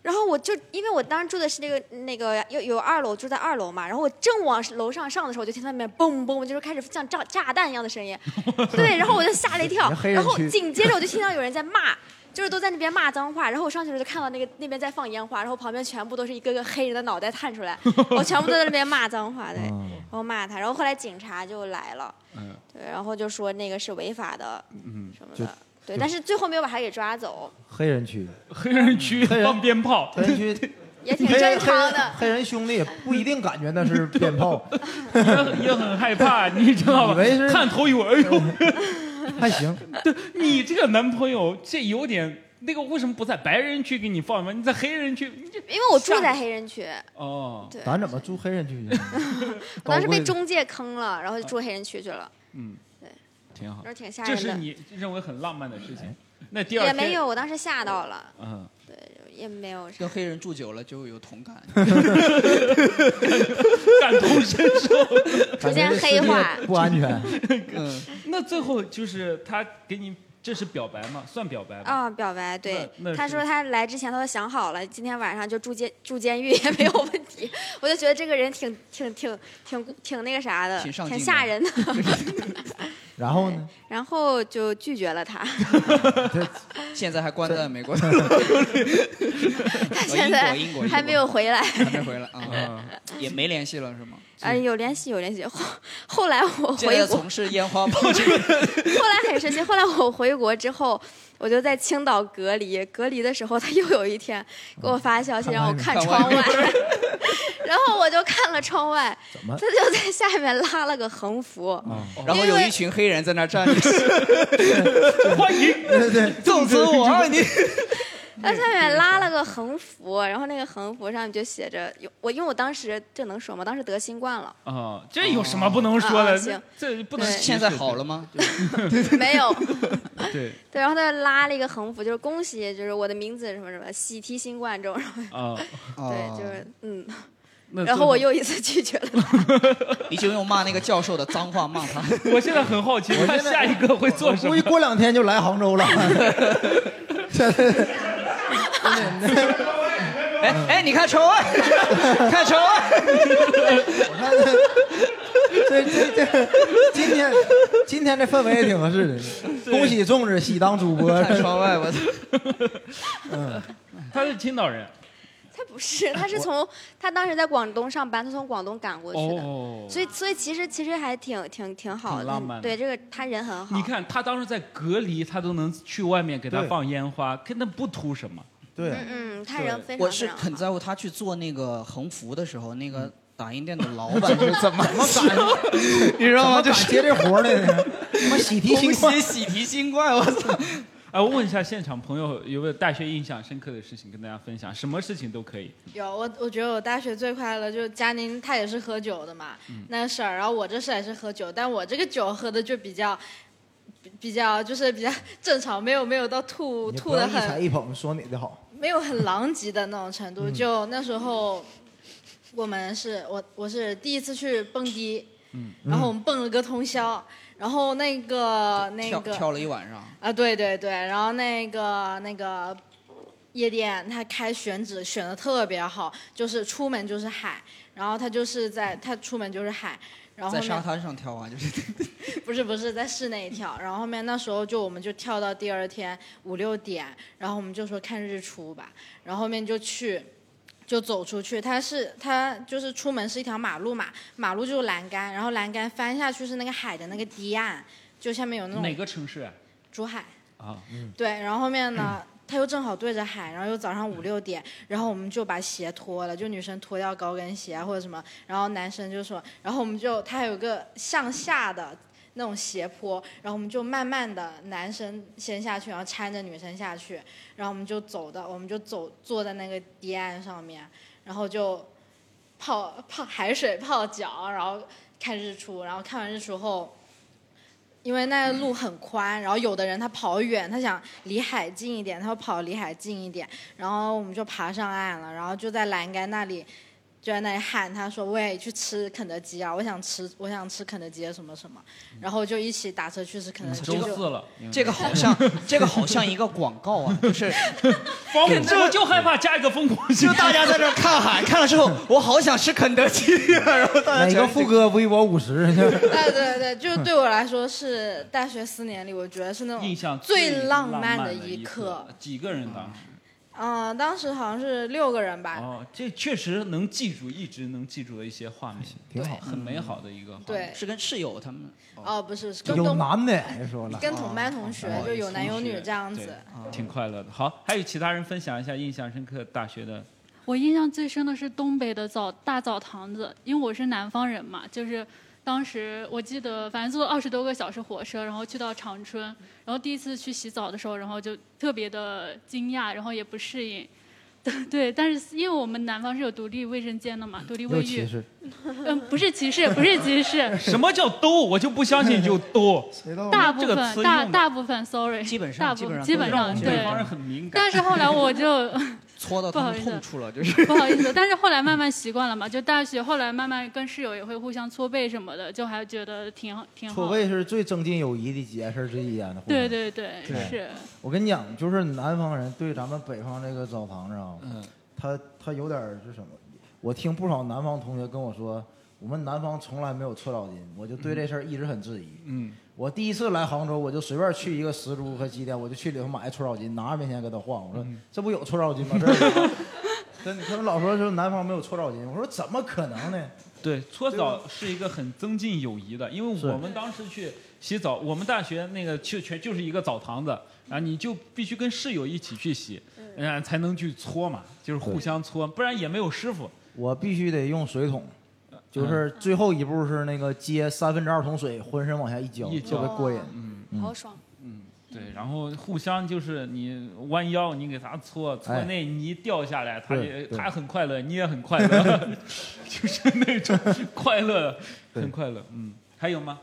Speaker 8: 然后我就因为我当时住的是那个那个有有二楼，我住在二楼嘛，然后我正往楼上上的时候，我就听到那边嘣嘣，就是开始像炸炸弹一样的声 音，对，然后我就吓了一跳
Speaker 18: 人，黑人
Speaker 8: 然后
Speaker 18: 区
Speaker 8: 紧接着我就听到有人在骂。就是都在那边骂脏话，然后我上去的时候就看到那个那边在放烟花，然后旁边全部都是一个个黑人的脑袋探出 来，我全部都在那边骂脏话，对，
Speaker 18: 哦
Speaker 8: 然后骂他，然后后来警察就来了，
Speaker 3: 嗯
Speaker 8: 对，然后就说那个是违法的，
Speaker 3: 嗯，
Speaker 8: 什么
Speaker 7: 就
Speaker 8: 的。对，但是最后没有把他给抓走，
Speaker 7: 黑人区，嗯
Speaker 3: 黑人区放鞭炮，
Speaker 7: 黑人区
Speaker 8: 也挺正常的。
Speaker 7: 黑人兄弟也不一定感觉那是鞭炮，
Speaker 3: 也很害怕，啊你知道吧？看头一会儿，哎呦，
Speaker 7: 还行。
Speaker 3: 对你这个男朋友，这有点那个，为什么不在白人区给你放吗？你在黑人区，你这
Speaker 8: 因为我住在黑人区，
Speaker 3: 哦，
Speaker 8: 对
Speaker 7: 咱怎么住黑人区 去？
Speaker 8: 我当时
Speaker 7: 高
Speaker 8: 被
Speaker 7: 贵
Speaker 8: 中介坑了，然后就住黑人区去了。
Speaker 3: 嗯，
Speaker 8: 对，
Speaker 3: 挺好
Speaker 8: 哦都，是挺吓人
Speaker 3: 这
Speaker 8: 的
Speaker 3: 是你认为很浪漫的事情。那第二
Speaker 8: 也
Speaker 3: 天
Speaker 8: 没有，我当时吓到了。
Speaker 3: 嗯，
Speaker 8: 对，也没有啥
Speaker 1: 跟。黑人住久了就有 同感，
Speaker 3: 感同身受，
Speaker 8: 逐渐黑化
Speaker 7: 不安全。
Speaker 1: 嗯，
Speaker 3: 那最后就是他给你，这是表白吗？算表白吗？
Speaker 8: 啊、表白对
Speaker 3: 那那，
Speaker 8: 他
Speaker 3: 是
Speaker 8: 说他来之前他都想好了，今天晚上就住监住监狱 也没有问题。我就觉得这个人挺挺挺挺挺那个啥的，
Speaker 7: 挺
Speaker 8: 挺
Speaker 7: 上进的
Speaker 8: 吓人的。
Speaker 7: 然后呢？
Speaker 8: 然后就拒绝了他，
Speaker 1: 现在还关在 美国，
Speaker 8: 他
Speaker 1: 他
Speaker 8: 现在
Speaker 1: 英国英国
Speaker 8: 还没有 回来。
Speaker 1: 还没回来
Speaker 3: 嗯
Speaker 1: 啊，也没联系了是吗？
Speaker 8: 嗯，有联系有联系。后后来我
Speaker 1: 现
Speaker 8: 哦
Speaker 1: 在
Speaker 8: 回国，
Speaker 1: 从事烟花 炮制，
Speaker 8: 后来很神奇。后来我回国之后，我就在青岛隔离。隔离的时候，他又有一天给我发消息让我看窗外，然后我就看了窗外，
Speaker 1: 么哦
Speaker 8: 他就在下面拉了个横幅。
Speaker 3: 哦
Speaker 1: 然后有一群黑人在那儿 站着，
Speaker 3: 欢迎，
Speaker 1: 对对，纵子我爱你。
Speaker 8: 他下面拉了个横幅，然后那个横幅上面就写着有我，因为我当时这能说吗？当时得新冠了，
Speaker 3: 啊，这有什么不能说
Speaker 8: 啊
Speaker 3: 的
Speaker 8: 啊？行
Speaker 3: 这这不能。
Speaker 8: 对现在好
Speaker 1: 了吗？
Speaker 8: 没有。
Speaker 3: 对
Speaker 8: 对，然后他就拉了一个横幅，就是恭喜，就是我的名字什么什么，喜提新冠这种。然后
Speaker 1: 哦
Speaker 3: 啊，
Speaker 8: 对，就是嗯
Speaker 3: 那。
Speaker 8: 然
Speaker 1: 最
Speaker 8: 后
Speaker 1: 后
Speaker 8: 我又一次拒绝了他。
Speaker 1: 你就用骂那个教授的脏话骂他。
Speaker 3: 我现在很好奇
Speaker 1: 他
Speaker 3: 下一个会 做
Speaker 1: 什
Speaker 7: 估计过两天就来杭州了。
Speaker 1: 哎哎，你看窗外， 看啊窗 外。
Speaker 7: 我看 这这这这，今天今天这氛围也挺合 适的。恭喜粽子喜当主播。
Speaker 1: 看窗外，我
Speaker 7: 嗯，
Speaker 3: 他是青岛人，
Speaker 8: 他不是，他是从他当时在广东上班，他从广东赶过去的，
Speaker 3: 哦
Speaker 8: 所以所以其实其实还挺挺挺好的，
Speaker 3: 挺浪漫的
Speaker 8: 对，这个他人很好。
Speaker 3: 你看他当时在隔离，他都能去外面给他
Speaker 1: 对
Speaker 3: 放烟花，跟那不图什么？
Speaker 7: 对
Speaker 8: 嗯嗯，他人非常
Speaker 1: 我是
Speaker 8: 非常
Speaker 1: 很在乎他去做那个横幅的时候，那个打印店的老板是怎么怎么敢，你知道吗？
Speaker 7: 怎么敢
Speaker 1: 就是
Speaker 7: 接这活儿来呢？ 他妈喜提新冠
Speaker 1: 恭，喜喜提新冠，我操！
Speaker 3: 哎，我问一下现场朋友有没有大学印象深刻的事情跟大家分享，什么事情都可以。
Speaker 2: 有我，我觉得我大学最快乐就是佳宁，她也是喝酒的嘛，
Speaker 3: 嗯
Speaker 2: 那婶儿，然后我这婶儿也是喝酒，但我这个酒喝的就比较，比比较就是比较正常，没有没有到吐
Speaker 7: 你
Speaker 2: 吐
Speaker 7: 不要
Speaker 2: 的
Speaker 7: 一踩一
Speaker 2: 很，
Speaker 7: 捧说你的好，
Speaker 2: 没有很狼藉的那种程度。
Speaker 7: 嗯
Speaker 2: 就那时候，我们是我我是第一次去蹦迪，
Speaker 3: 嗯
Speaker 2: 然后我们蹦了个通宵，然后那个那
Speaker 1: 跳
Speaker 2: 个
Speaker 1: 跳了一晚上，
Speaker 2: 啊，对对对，然后那个那个夜店，他开选址选的特别好，就是出门就是海，然后他就是在他出门就是海，然后
Speaker 1: 在
Speaker 2: 呢
Speaker 1: 沙滩上跳啊，就是
Speaker 2: 不是不是在室内跳，然后后面那时候就我们就跳到第二天五六点，然后我们就说看日出吧，然后后面就去。就走出去，它是它就是出门是一条马路嘛，马路就是栏杆，然后栏杆翻下去是那个海的那个堤岸，就下面有那
Speaker 8: 嗯
Speaker 3: 哪
Speaker 2: 种
Speaker 3: 个城市啊？
Speaker 2: 竹海，
Speaker 3: 啊，
Speaker 2: 对，然后后面呢，他又正好对着海，然后又早上五六点，然后我们就把鞋脱了，就女生脱掉高跟鞋啊或者什么，然后男生就说，然后我们就他还有个向下的。那种斜坡，然后我们就慢慢的男生先下去，然后搀着女生下去，然后我们就走到，我们就走坐在那个堤岸上面，然后就泡泡海水泡脚，然后看日出，然后看完日出后，因为那个路很宽，然后有的人他跑远，他想离海近一点，他要跑离海近一点，然后我们就爬上岸了，然后就在栏杆那里，就在那里喊他说：“喂，去吃肯德基啊！我想吃，啊我想吃肯德基什么什么。”然后就一起打车去吃肯德基。
Speaker 3: 周
Speaker 2: 就
Speaker 3: 四了，
Speaker 1: 这个 好像这个好像一个广告啊，就是
Speaker 3: 疯狂，我就害怕加一个疯狂，
Speaker 1: 就大家在这儿看海，看了之后，我好想吃肯德基啊，然后大家
Speaker 7: 哪
Speaker 1: 全
Speaker 7: 个副歌微博五十？
Speaker 2: 对对对，就是对我来说是大学四年里，我觉得是那种
Speaker 3: 印象
Speaker 2: 最
Speaker 3: 浪
Speaker 2: 漫
Speaker 3: 的
Speaker 2: 一哦
Speaker 3: 刻。几个人当时？
Speaker 2: 嗯、当时好像是六个人吧。
Speaker 3: 哦，这确实能记住，一直能记住的一些画面，
Speaker 7: 挺好
Speaker 3: 很美好的一个画面。
Speaker 2: 对，
Speaker 1: 是跟室友他们
Speaker 2: 哦，不是，是跟
Speaker 7: 有
Speaker 2: 东
Speaker 7: 男的还说了，
Speaker 2: 跟同班同学，就有男有女这样
Speaker 3: 哦对
Speaker 2: 子。
Speaker 3: 挺快乐的。好，还有其他人分享一下印象深刻大学的
Speaker 12: 我印象最深的是东北的澡大澡堂子，因为我是南方人嘛，就是当时我记得，反正坐了二十多个小时火车，然后去到长春，然后第一次去洗澡的时候，然后就特别的惊讶，然后也不适应。 对，但是因为我们南方是有独立卫生间的嘛，独立卫
Speaker 3: 又
Speaker 12: 浴
Speaker 3: 歧视。。
Speaker 12: 嗯，不是歧视，不是歧视
Speaker 3: 什么叫都？我就不相信就都。
Speaker 12: 大部
Speaker 3: 这个词
Speaker 12: 分
Speaker 3: 用
Speaker 12: 大
Speaker 3: 的
Speaker 12: 大部分，sorry，基本
Speaker 3: 基
Speaker 12: 大部基本上
Speaker 3: 北方
Speaker 12: 对。
Speaker 3: 人很敏感。
Speaker 12: 但是后来我就
Speaker 1: 戳到
Speaker 12: 不
Speaker 1: 他
Speaker 12: 好
Speaker 1: 们
Speaker 12: 意思
Speaker 1: 痛处了，就 是
Speaker 12: 不好意思，但是后来慢慢习惯了嘛，就大学后来慢慢跟室友也会互相搓背什么的，就还觉得挺好，挺好。
Speaker 7: 错位是最增进友谊的几件事之一啊。那互
Speaker 12: 对
Speaker 7: 相
Speaker 12: 对对
Speaker 7: 对
Speaker 12: 是。
Speaker 7: 我跟你讲，就是南方人对咱们北方这个澡堂子啊，
Speaker 1: 嗯
Speaker 7: 他他有点儿是什么？我听不少南方同学跟我说，我们南方从来没有搓澡巾，我就对这事儿一直很质疑。
Speaker 3: 嗯，
Speaker 7: 我第一次来杭州，我就随便去一个石猪和鸡店，我就去里头买搓澡巾，拿着面前给他晃，我说、
Speaker 3: 嗯
Speaker 7: 这不有搓澡巾 吗？这儿有。真的他们老说就是南方没有搓澡巾，我说怎么可能呢？
Speaker 3: 对，搓澡是一个很增进友谊的，因为
Speaker 7: 是
Speaker 3: 我们当时去洗澡，我们大学那个就全就是一个澡堂子，然后你就必须跟室友一起去洗，然后才能去搓嘛，就是互相搓，不然也没有师傅。
Speaker 7: 我必须得用水桶，就是最后一步是那个接三分之二桶水，浑身往下一浇，
Speaker 3: 一
Speaker 7: 特
Speaker 3: 浇
Speaker 7: 别过瘾。
Speaker 3: 嗯
Speaker 8: 好爽。
Speaker 3: 对，然后互相就是你弯腰，你给他搓，搓
Speaker 7: 哎
Speaker 3: 那泥掉下来，他
Speaker 7: 对
Speaker 3: 也
Speaker 7: 对
Speaker 3: 他很快乐，你也很快乐， 就是那种快乐，很快乐。嗯，还有吗？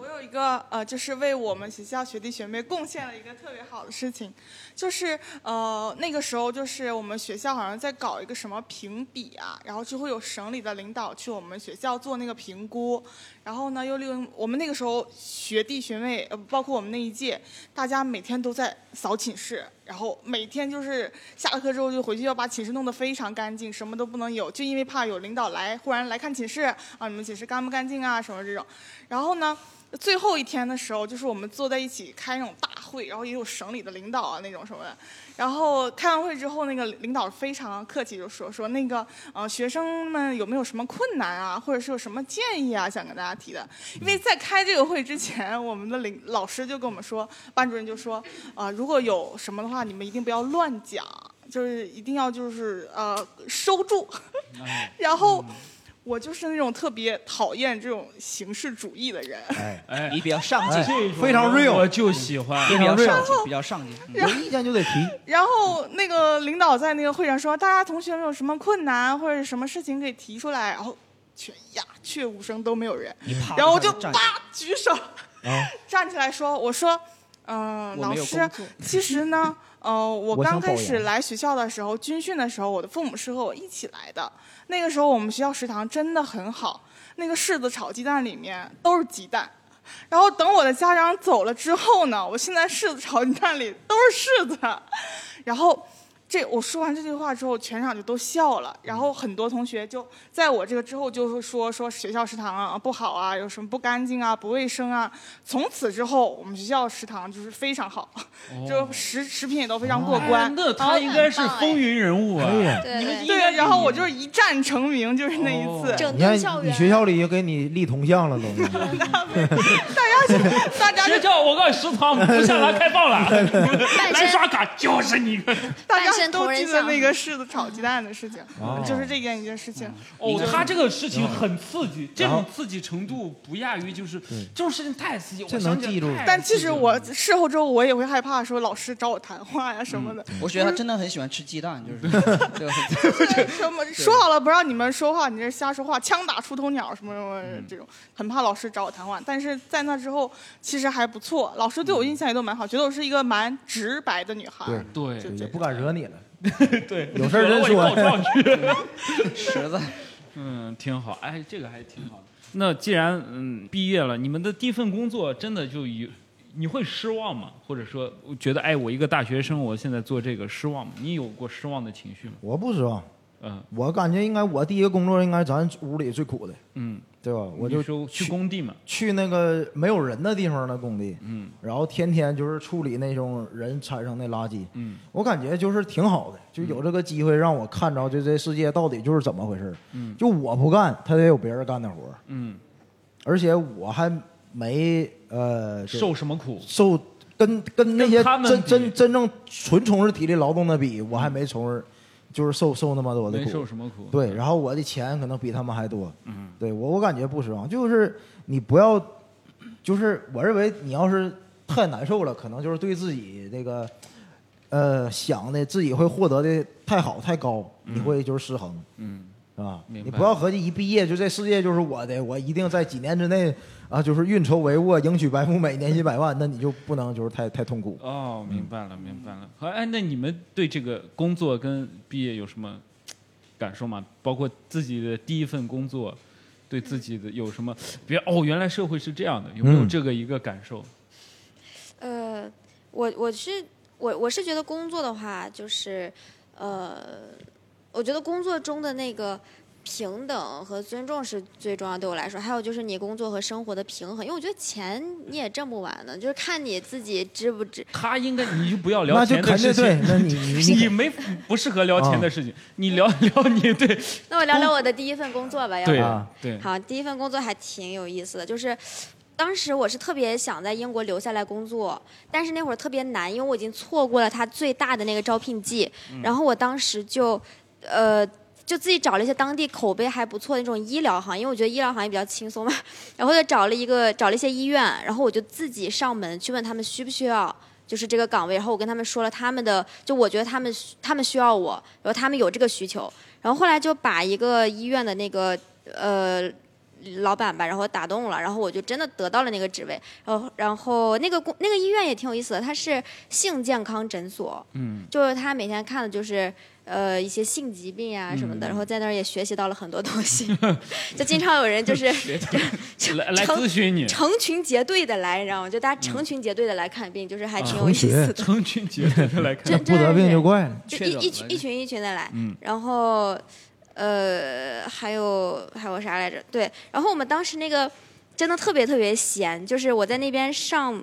Speaker 9: 我有一个呃，就是为我们学校学弟学妹贡献了一个特别好的事情，就是呃那个时候就是我们学校好像在搞一个什么评比啊，然后就会有省里的领导去我们学校做那个评估，然后呢又利用我们那个时候学弟学妹呃包括我们那一届，大家每天都在扫寝室，然后每天就是下了课之后就回去要把寝室弄得非常干净，什么都不能有，就因为怕有领导来忽然来看寝室啊，你们寝室干不干净啊什么这种。然后呢，最后一天的时候，就是我们坐在一起开那种大会，然后也有省里的领导啊那种什么的。然后开完会之后，那个领导非常客气，就说说那个呃学生们有没有什么困难啊，或者是有什么建议啊，想跟大家提的。因为在开这个会之前，我们的领老师就跟我们说，班主任就说啊、如果有什么的话，你们一定不要乱讲，就是一定要就是呃收住。 然后我就是那种特别讨厌这种形式主义的人。
Speaker 3: 哎，
Speaker 1: 你比较上进，
Speaker 3: 这种
Speaker 1: 非常 real
Speaker 3: 我就喜欢，
Speaker 1: 你比较上
Speaker 9: 然
Speaker 1: 进，
Speaker 9: 后
Speaker 1: 比较上进。 嗯
Speaker 9: 然
Speaker 7: 意见就得提。
Speaker 9: 然后那个领导在那个会上说，大家同学们有什么困难或者什么事情可以提出来，然后全鸦雀无声都没有人
Speaker 3: 嗯
Speaker 1: 你啪，
Speaker 9: 然后我就
Speaker 1: 一下站起来
Speaker 9: 叭举手。 站起来说：“我说，嗯、
Speaker 1: 啊我
Speaker 9: 老
Speaker 1: 没有
Speaker 9: 师
Speaker 1: 工作，
Speaker 9: 其实呢， 呃，我
Speaker 1: 我想
Speaker 9: 刚开
Speaker 1: 保
Speaker 9: 始
Speaker 1: 研
Speaker 9: 来学校的时候，军训的时候，我的父母是和我一起来的。那个时候我们学校食堂真的很好，那个柿子炒鸡蛋里面都是鸡蛋。然后等我的家长走了之后呢，我现在柿子炒鸡蛋里都是柿子。然后这我说完这句话之后，全场就都笑了。然后很多同学就在我这个之后就是说说学校食堂啊不好啊，有什么不干净啊、不卫生啊。从此之后，我们学校食堂就是非常好，
Speaker 7: 哦
Speaker 9: 就食食品也都非常过关。
Speaker 3: 哎那他应该是风云人物
Speaker 7: 哎
Speaker 3: 啊！你们应该
Speaker 9: 对，然后我就是一战成名，就是那一次。
Speaker 7: 嗯哦你看，你学校里也给你立铜像了都。
Speaker 9: 大家就大家就
Speaker 3: 学校，我告诉你，食堂不向他开放 了，
Speaker 9: 身
Speaker 3: 来刷卡就是你。
Speaker 9: 大家都记得那个柿子炒鸡蛋的事情
Speaker 3: 哦，
Speaker 9: 就是这件一件事情。
Speaker 3: 哦，
Speaker 9: 就是
Speaker 3: 他这个事
Speaker 7: 嗯
Speaker 3: 情很刺激，这
Speaker 9: 然后
Speaker 3: 种刺激程度不亚于就是这种事情太刺激，
Speaker 9: 这
Speaker 3: 我
Speaker 9: 能
Speaker 3: 想起来
Speaker 9: 记
Speaker 3: 太
Speaker 9: 但其
Speaker 3: 刺激
Speaker 9: 实
Speaker 3: 了
Speaker 9: 我事后之后，我也会害怕说老师找我谈话呀什么的。
Speaker 1: 我觉得他真的很喜欢吃鸡蛋，就是对很
Speaker 9: 就是什么说好了不让你们说话，你这瞎说话，枪打出头鸟什么什么这种，很怕老师找我谈话。但是在那之后，其实还不错，老师对我印象也都蛮好，觉得我是一个蛮直白的女孩。
Speaker 3: 对
Speaker 7: 对，也不敢惹你了。
Speaker 3: 对，
Speaker 7: 有事儿真说
Speaker 3: 我告状 去，
Speaker 1: 实在，
Speaker 3: 嗯，挺好，哎，这个还挺好的。那既然嗯毕业了，你们的第一份工作真的就有，你会失望吗？或者说觉得哎，我一个大学生，我现在做这个失望吗？你有过失望的情绪吗？
Speaker 7: 我不失望，
Speaker 3: 嗯
Speaker 7: 我感觉应该我第一个工作应该咱屋里最苦的，
Speaker 3: 嗯，
Speaker 7: 对吧？我就
Speaker 3: 你说去工地嘛，
Speaker 7: 去那个没有人的地方的工地，
Speaker 3: 嗯，
Speaker 7: 然后天天就是处理那种人产生的垃圾，
Speaker 3: 嗯，
Speaker 7: 我感觉就是挺好的，就有这个机会让我看着就这世界到底就是怎么回事儿，
Speaker 3: 嗯
Speaker 7: 就我不干，他得有别人干的活儿，
Speaker 3: 嗯，
Speaker 7: 而且我还没呃就
Speaker 3: 受什么苦？
Speaker 7: 受跟跟那些
Speaker 3: 他们
Speaker 7: 真
Speaker 3: 比
Speaker 7: 真真正纯从事体力劳动的比，我还没从事，就是受受那么多的嗯苦，
Speaker 3: 没受什么苦
Speaker 7: 对，然后我的钱可能比他们还多，嗯，对我我感觉不失望，就是你不要，就是我认为你要是太难受了，可能就是对自己这个。嗯呃，想的自己会获得的太好太高，你会就是失衡。
Speaker 3: 嗯，
Speaker 7: 是吧？
Speaker 3: 明
Speaker 7: 你不要合计一毕业就这世界就是我的，我一定在几年之内啊，就是运筹帷幄，迎娶白富美，年薪百万，那你就不能就是太太痛苦。
Speaker 8: 呃
Speaker 3: 哦，明白
Speaker 7: 嗯
Speaker 3: 了，明白了。好，哎，那你们对这个工作跟毕业有什么感受吗？包括自己的第一份工作，对自己的有什么？别哦，原来社会是这样的，有没有
Speaker 6: 嗯
Speaker 3: 这个一个感受？
Speaker 8: 呃，我我是我我是觉得工作的话，就是呃，我觉得工作中的那个平等和尊重是最重要，对我来说。还有就是你工作和生活的平衡，因为我觉得钱你也挣不完的，就是看你自己值不值。
Speaker 3: 他应该你就不要聊
Speaker 7: 那就
Speaker 3: 钱的
Speaker 7: 肯定
Speaker 3: 事情，
Speaker 7: 对 那你
Speaker 3: 你
Speaker 7: 你啊
Speaker 3: 没不适合聊钱的事情， 你聊聊你对
Speaker 8: 那我聊聊我的第一份工作吧，要不
Speaker 3: 对
Speaker 8: 然
Speaker 7: 啊
Speaker 3: 对
Speaker 8: 哎好，第一份工作还挺有意思的，就是当时我是特别想在英国留下来工作，但是那会儿特别难，因为我已经错过了他最大的那个招聘季，
Speaker 18: 嗯
Speaker 8: 然后我当时就，呃。就自己找了一些当地口碑还不错的那种医疗行业，因为我觉得医疗行业比较轻松嘛。 然后就找了一个找了一些医院，然后我就自己上门去问他们需不需要，就是这个岗位。然后我跟他们说了他们的，就我觉得他们需他们需要我，然后他们有这个需求。然后后来就把一个医院的那个呃老板吧，然后打动了，然后我就真的得到了那个职位。然后然后那个工那个医院也挺有意思的，它是性健康诊所，
Speaker 18: 嗯
Speaker 8: 就是他每天看的就是。呃，一些性疾病啊什么的，
Speaker 18: 嗯
Speaker 8: 然后在那儿也学习到了很多东西， 就经常有人 就是
Speaker 3: 来来
Speaker 8: 成
Speaker 3: 咨询你，
Speaker 7: 啊
Speaker 8: 成群结队的来，你知道吗？就大家成群结队的来看病，就是还挺有意思的。
Speaker 3: 思，成群结队的来看，
Speaker 7: 不得病就怪了。
Speaker 8: 就一一群一群一群的来，
Speaker 3: 嗯
Speaker 8: 然后呃还有还有啥来着？对，然后我们当时那个真的特别特别闲，就是我在那边上。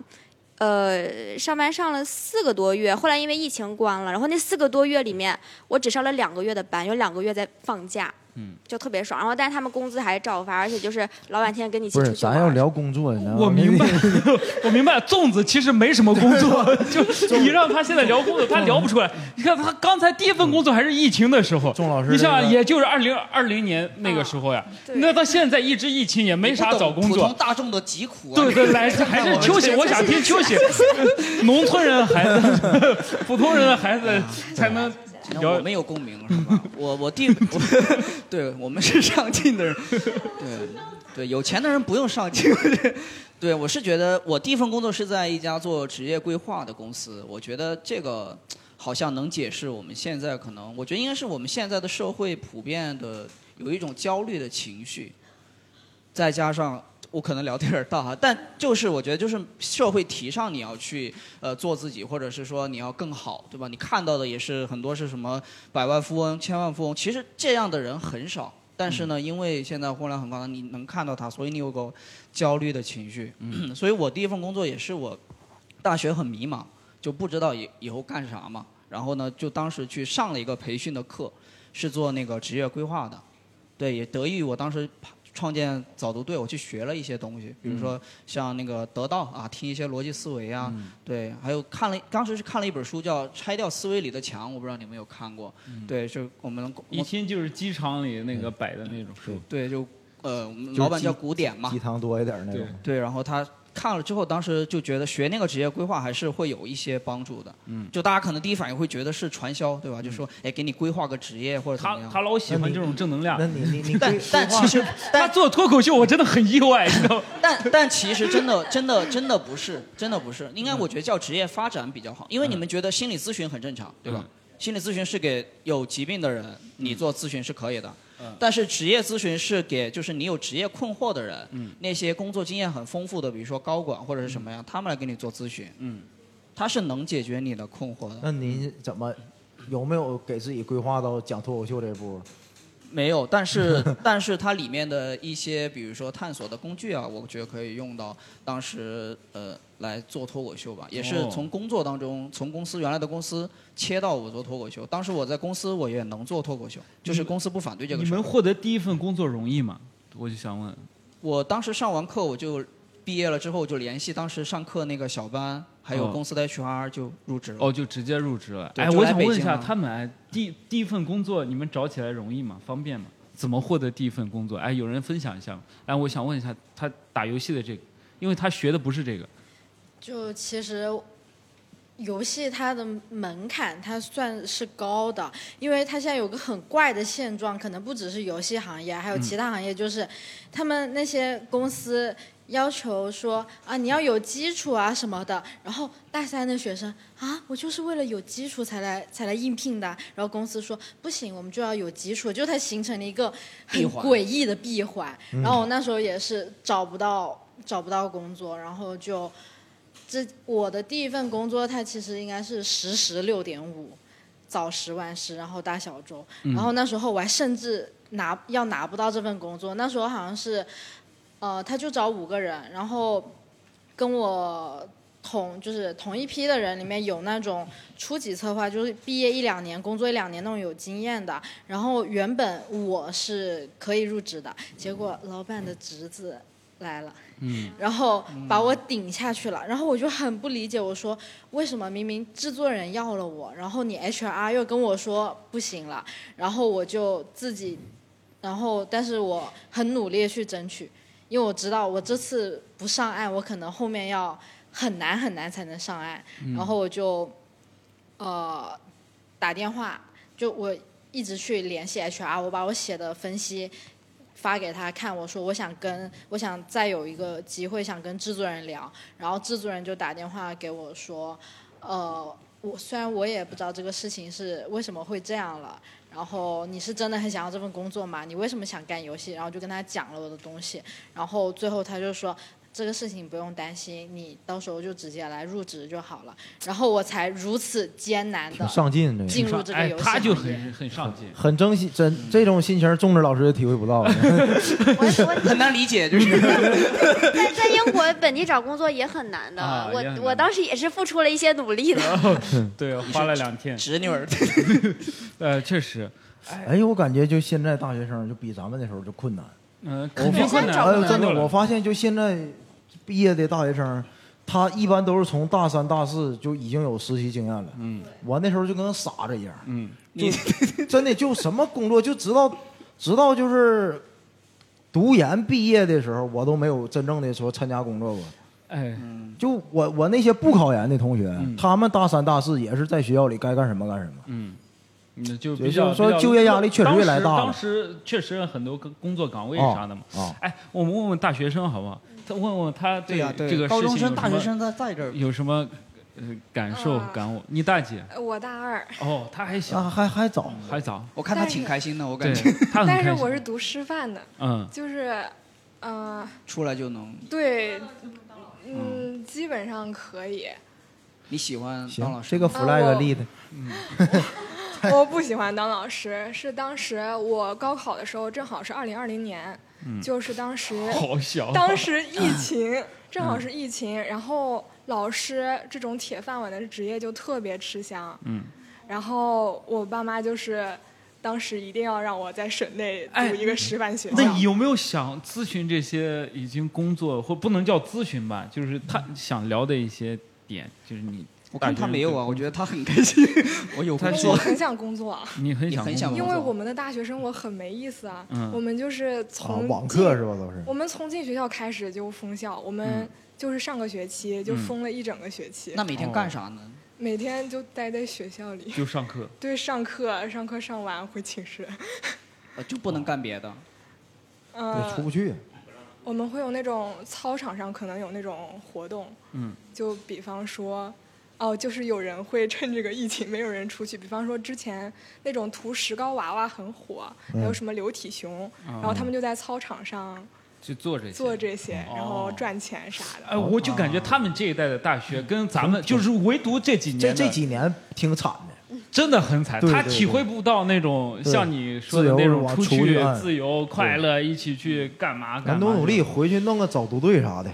Speaker 8: 呃，上班上了四个多月，后来因为疫情关了，然后那四个多月里面，我只上了两个月的班，有两个月在放假，
Speaker 3: 嗯，
Speaker 8: 就特别爽。然后，但是他们工资还是照发，而且就是老板天天跟你一起
Speaker 7: 不是，
Speaker 8: 出去玩
Speaker 7: 咱
Speaker 8: 儿。
Speaker 7: 要聊工作，你知道吗？
Speaker 3: 我明白， 我明白，粽子其实没什么工作，
Speaker 1: 啊
Speaker 3: 就你让他现在聊工作，
Speaker 1: 嗯
Speaker 3: 他聊不出来。你看他刚才第一份工作还是疫情的时候，钟老
Speaker 6: 师
Speaker 3: 你想啊，
Speaker 6: 这个
Speaker 3: 也就是二零二零年那个时候呀，那到现在一直疫情也没啥找工
Speaker 1: 普
Speaker 3: 作
Speaker 1: 通，大众的疾苦、啊。
Speaker 3: 对对，来
Speaker 1: 看看
Speaker 3: 还是
Speaker 1: 们
Speaker 3: 秋
Speaker 1: 这，
Speaker 3: 姐，我想听秋姐 农村人的孩子， 普通人的孩子才能
Speaker 1: 嗯那我们有共鸣是 吧？我我 弟，我对我们是上 进的人，对对，有钱的人不用上进。 对，我是觉得我第一份工作是在一家做职业规划的公司，我觉得这个好像能解释我们现在可能，我觉得应该是我们现在的社会普遍的有一种焦虑的情绪，再加上我可能聊的有点大哈，但就是我觉得就是社会提倡你要去呃做自己，或者是说你要更好，对吧？你看到的也是很多是什么百万富翁、千万富翁，其实这样的人很少。但是呢，因为现在互联网很发达，你能看到他，所以你有个焦虑的情绪。嗯所以我第一份工作也是我大学很迷茫，就不知道以以后干啥嘛。然后呢，就当时去上了一个培训的课，是做那个职业规划的。对，也得益于我当时创建早读队，我去学了一些东西，比如说像那个得到啊，听一些逻辑思维啊，对，还有看了当时是看了一本书叫《拆掉思维里的墙》，我不知道你们有看过，嗯对，就我们
Speaker 3: 一听就是机场里那个摆的那种书，
Speaker 1: 对，就呃，我们
Speaker 7: 就是
Speaker 1: 老板叫
Speaker 7: 鸡
Speaker 1: 古典嘛
Speaker 7: 鸡，汤多一点那种。
Speaker 1: 对，然后他看了之后，当时就觉得学那个职业规划还是会有一些帮助的。
Speaker 3: 嗯
Speaker 1: 就大家可能第一反应会觉得是传销，对吧？就说哎，给你规划个职业或者怎么样。
Speaker 3: 他老喜欢这种正能量。那
Speaker 7: 你你你
Speaker 1: 但但其 实，
Speaker 3: 他做脱口秀，我真的很意外，你知道吗？
Speaker 1: 但但其实真的真的真的不是，真的不是。应该
Speaker 7: 嗯
Speaker 1: 我觉得叫职业发展比较好，因为你们觉得心理咨询很正常，对吧？心理咨询是给有疾病的人，
Speaker 7: 嗯
Speaker 1: 你做咨询是可以的。但是职业咨询是给就是你有职业困惑的人，
Speaker 3: 嗯
Speaker 1: 那些工作经验很丰富的，比如说高管或者是什么样，他们来给你做咨询，
Speaker 3: 嗯，
Speaker 1: 他是能解决你的困惑的。
Speaker 7: 那您怎么有没有给自己规划到讲脱口秀这一步？
Speaker 1: 没有，但是但是它里面的一些，比如说探索的工具啊，我觉得可以用到当时呃来做脱口秀吧，也是
Speaker 6: 哦
Speaker 1: 从工作当中，从公司原来的公司切到我做脱口秀。当时我在公司我也能做脱口秀，就是公司不反对这个
Speaker 3: 你
Speaker 1: 事儿。
Speaker 3: 们获得第一份工作容易吗？我就想问，
Speaker 1: 我当时上完课我就毕业了之后就联系当时上课那个小班，还有
Speaker 3: 哦
Speaker 1: 公司的 HR 就入职了。
Speaker 3: 哦，就直接入职了。
Speaker 1: 对
Speaker 3: 哎，
Speaker 1: 就
Speaker 3: 我
Speaker 1: 来
Speaker 3: 想
Speaker 1: 北
Speaker 3: 问一
Speaker 1: 京
Speaker 3: 下，
Speaker 1: 了
Speaker 3: 他们哎，第第一份工作你们找起来容易吗？方便吗？怎么获得第一份工作？哎，有人分享一下吗？哎，我想问一下，他打游戏的这个，因为他学的不是这个，
Speaker 2: 就其实游戏它的门槛它算是高的，因为它现在有个很怪的现状，可能不只是游戏行业，还有
Speaker 18: 嗯
Speaker 2: 其他行业，就是他们那些公司要求说啊你要有基础啊什么的，然后大三的学生啊我就是为了有基础才来才来应聘的，然后公司说不行，我们就要有基础，就它形成了一个很
Speaker 1: 闭环
Speaker 2: 诡异的闭环。
Speaker 1: 嗯
Speaker 2: 然后我那时候也是找不到找不到工作，然后就。这我的第一份工作，它其实应该是时时六点五，早十晚十，然后大小周。
Speaker 18: 嗯
Speaker 2: 然后那时候我还甚至拿要拿不到这份工作，那时候好像是，呃，他就找五个人，然后跟我同就是同一批的人里面有那种初级策划，就是毕业一两年、工作一两年那种有经验的。然后原本我是可以入职的，结果老板的侄子来了。
Speaker 18: 嗯
Speaker 2: 然后把我顶下去了。然后我就很不理解，我说为什么明明制作人要了我，然后你 HR 又跟我说不行了，然后我就自己，然后但是我很努力地去争取，因为我知道我这次不上岸，我可能后面要很难很难才能上岸。
Speaker 18: 嗯
Speaker 2: 然后我就呃打电话，就我一直去联系 HR，我把我写的分析发给他看，我说我想跟我想再有一个机会，想跟制作人聊，然后制作人就打电话给我说，呃，我虽然我也不知道这个事情是为什么会这样了，然后你是真的很想要这份工作吗？你为什么想干游戏？然后就跟他讲了我的东西，然后最后他就说。这个事情不用担心，你到时候就直接来入职就好了。然后我才如此艰难的
Speaker 7: 挺上进的
Speaker 2: 进入这个
Speaker 3: 哎
Speaker 2: 游，戏行业、
Speaker 3: 他就很很上 进。
Speaker 7: 很珍惜，真这种心情，种子老师也体会不到。
Speaker 1: 很难理 解，就是
Speaker 8: 在在英国本地找工作也很难的，
Speaker 3: 啊也很
Speaker 8: 我
Speaker 3: 难
Speaker 8: 我当时也是付出了一些努力的。
Speaker 3: 对，花了两天。
Speaker 1: 侄女儿。
Speaker 3: 呃，确实，
Speaker 7: 哎，我感觉就现在大学生就比咱们那时候就困难。
Speaker 3: 嗯，
Speaker 7: 我
Speaker 3: 肯定
Speaker 7: 发
Speaker 3: 困
Speaker 7: 现，
Speaker 3: 难。
Speaker 7: 哎，真的，我发现就现在毕业的大学生，他一般都是从大三、大四就已经有实习经验了。
Speaker 3: 嗯，
Speaker 7: 我那时候就跟傻子一样。
Speaker 3: 嗯，
Speaker 7: 就 真的就什么工作就知道，直到就是读研毕业的时候，我都没有真正的说参加工作过。
Speaker 3: 哎，
Speaker 7: 就我我那些不考研的同学，他们大三、大四也是在学校里该干什么干什么。
Speaker 3: 嗯，那就
Speaker 7: 也
Speaker 3: 比
Speaker 7: 就
Speaker 3: 较
Speaker 7: 是说
Speaker 3: 比较
Speaker 7: 就业压力确实越来越大了
Speaker 3: 当时当时确实很多工工作岗位
Speaker 7: 哦
Speaker 3: 啥的嘛。
Speaker 7: 哦
Speaker 3: 哎，我们问问大学生好不好？他问问他
Speaker 1: 嗯对呀对
Speaker 3: 这个
Speaker 1: 高
Speaker 3: 事
Speaker 1: 中
Speaker 3: 情
Speaker 1: 生
Speaker 3: 有
Speaker 1: 大
Speaker 3: 什么
Speaker 1: 学生在在这儿
Speaker 3: 有什么呃感受
Speaker 18: 啊
Speaker 3: 感悟？你大 姐
Speaker 18: 呃我大二，
Speaker 3: 哦，她还小，
Speaker 7: 啊
Speaker 3: 嗯
Speaker 7: 还还早，
Speaker 3: 还早。
Speaker 1: 我看她挺开心的，我感
Speaker 3: 对
Speaker 1: 觉
Speaker 3: 她很
Speaker 18: 但
Speaker 3: 开
Speaker 18: 是我
Speaker 3: 心。
Speaker 18: 是读师范的，
Speaker 3: 嗯
Speaker 18: 就是，呃，
Speaker 1: 出来就能。
Speaker 18: 对，嗯，基本上可以。
Speaker 1: 你喜欢当
Speaker 7: 行
Speaker 1: 老，师？嗯
Speaker 7: 这个
Speaker 18: 啊
Speaker 7: flag
Speaker 18: 我
Speaker 7: 立的，
Speaker 3: 嗯
Speaker 18: 我不喜欢当老师，是当时我高考的时候，正好是二零二零年，
Speaker 3: 嗯
Speaker 18: 就是当时
Speaker 3: 好小啊嗯
Speaker 18: 当时疫 情正好是疫情，然后老师这种铁饭碗的职业就特别吃香，
Speaker 3: 嗯，
Speaker 18: 然后我爸妈就是当时一定要让我在省内读一个师范
Speaker 1: 啊
Speaker 18: 学校，
Speaker 3: 哎那你有没有想咨询这些已经工作或不能叫咨询吧，就是他想聊的一些点，就是你
Speaker 1: 嗯我
Speaker 3: 大
Speaker 1: 看
Speaker 3: 学
Speaker 1: 她
Speaker 3: 生
Speaker 1: 没有啊，
Speaker 3: 对嗯
Speaker 1: 我觉得她很开心。 我有
Speaker 18: 但
Speaker 1: 工
Speaker 18: 是
Speaker 1: 作
Speaker 18: 我，很想工作啊，
Speaker 3: 你很
Speaker 1: 你
Speaker 3: 想
Speaker 1: 很
Speaker 3: 工
Speaker 1: 想
Speaker 3: 作
Speaker 18: 因为我们的大学生活很没意思啊，
Speaker 3: 嗯
Speaker 18: 我们就是
Speaker 7: 啊
Speaker 18: 从、
Speaker 7: 网课是吧？都是。
Speaker 18: 我们从进学校开始就封校，我们
Speaker 7: 嗯
Speaker 18: 就是上个学期就
Speaker 7: 嗯
Speaker 18: 封了一整个学期。
Speaker 1: 那每天
Speaker 7: 哦
Speaker 1: 干啥呢？
Speaker 18: 每天就待在学校里，
Speaker 3: 哦就上课，
Speaker 18: 对，上课，上课上完回寝室。
Speaker 1: 呃就不能干别的。
Speaker 18: 呃，
Speaker 7: 出不去。
Speaker 18: 我们会有那种操场上可能有那种活动，
Speaker 3: 嗯，
Speaker 18: 就比方说，哦，就是有人会趁这个疫情没有人出去，比方说之前那种涂石膏娃娃很火，还有
Speaker 3: 嗯
Speaker 18: 什么流体熊，
Speaker 3: 啊
Speaker 18: 然后他们就在操场上
Speaker 3: 去做这些。
Speaker 18: 做这些，然后
Speaker 3: 哦
Speaker 18: 赚钱啥的。
Speaker 3: 哎，我就感觉他们这一代的大学跟咱们就是唯独这几年
Speaker 7: 这
Speaker 3: 的，
Speaker 7: 这几年挺惨的，
Speaker 3: 真的很惨，
Speaker 7: 对
Speaker 3: 他
Speaker 7: 对
Speaker 3: 体
Speaker 7: 对
Speaker 3: 会不到那种
Speaker 7: 对
Speaker 3: 像你说
Speaker 7: 自
Speaker 3: 的
Speaker 7: 由
Speaker 3: 那种
Speaker 7: 往
Speaker 3: 出
Speaker 7: 出去
Speaker 3: 去
Speaker 7: 哎
Speaker 3: 自由快乐，一起去干嘛干
Speaker 7: 咱
Speaker 3: 嘛。
Speaker 7: 多努力，回去弄个早读队啥的，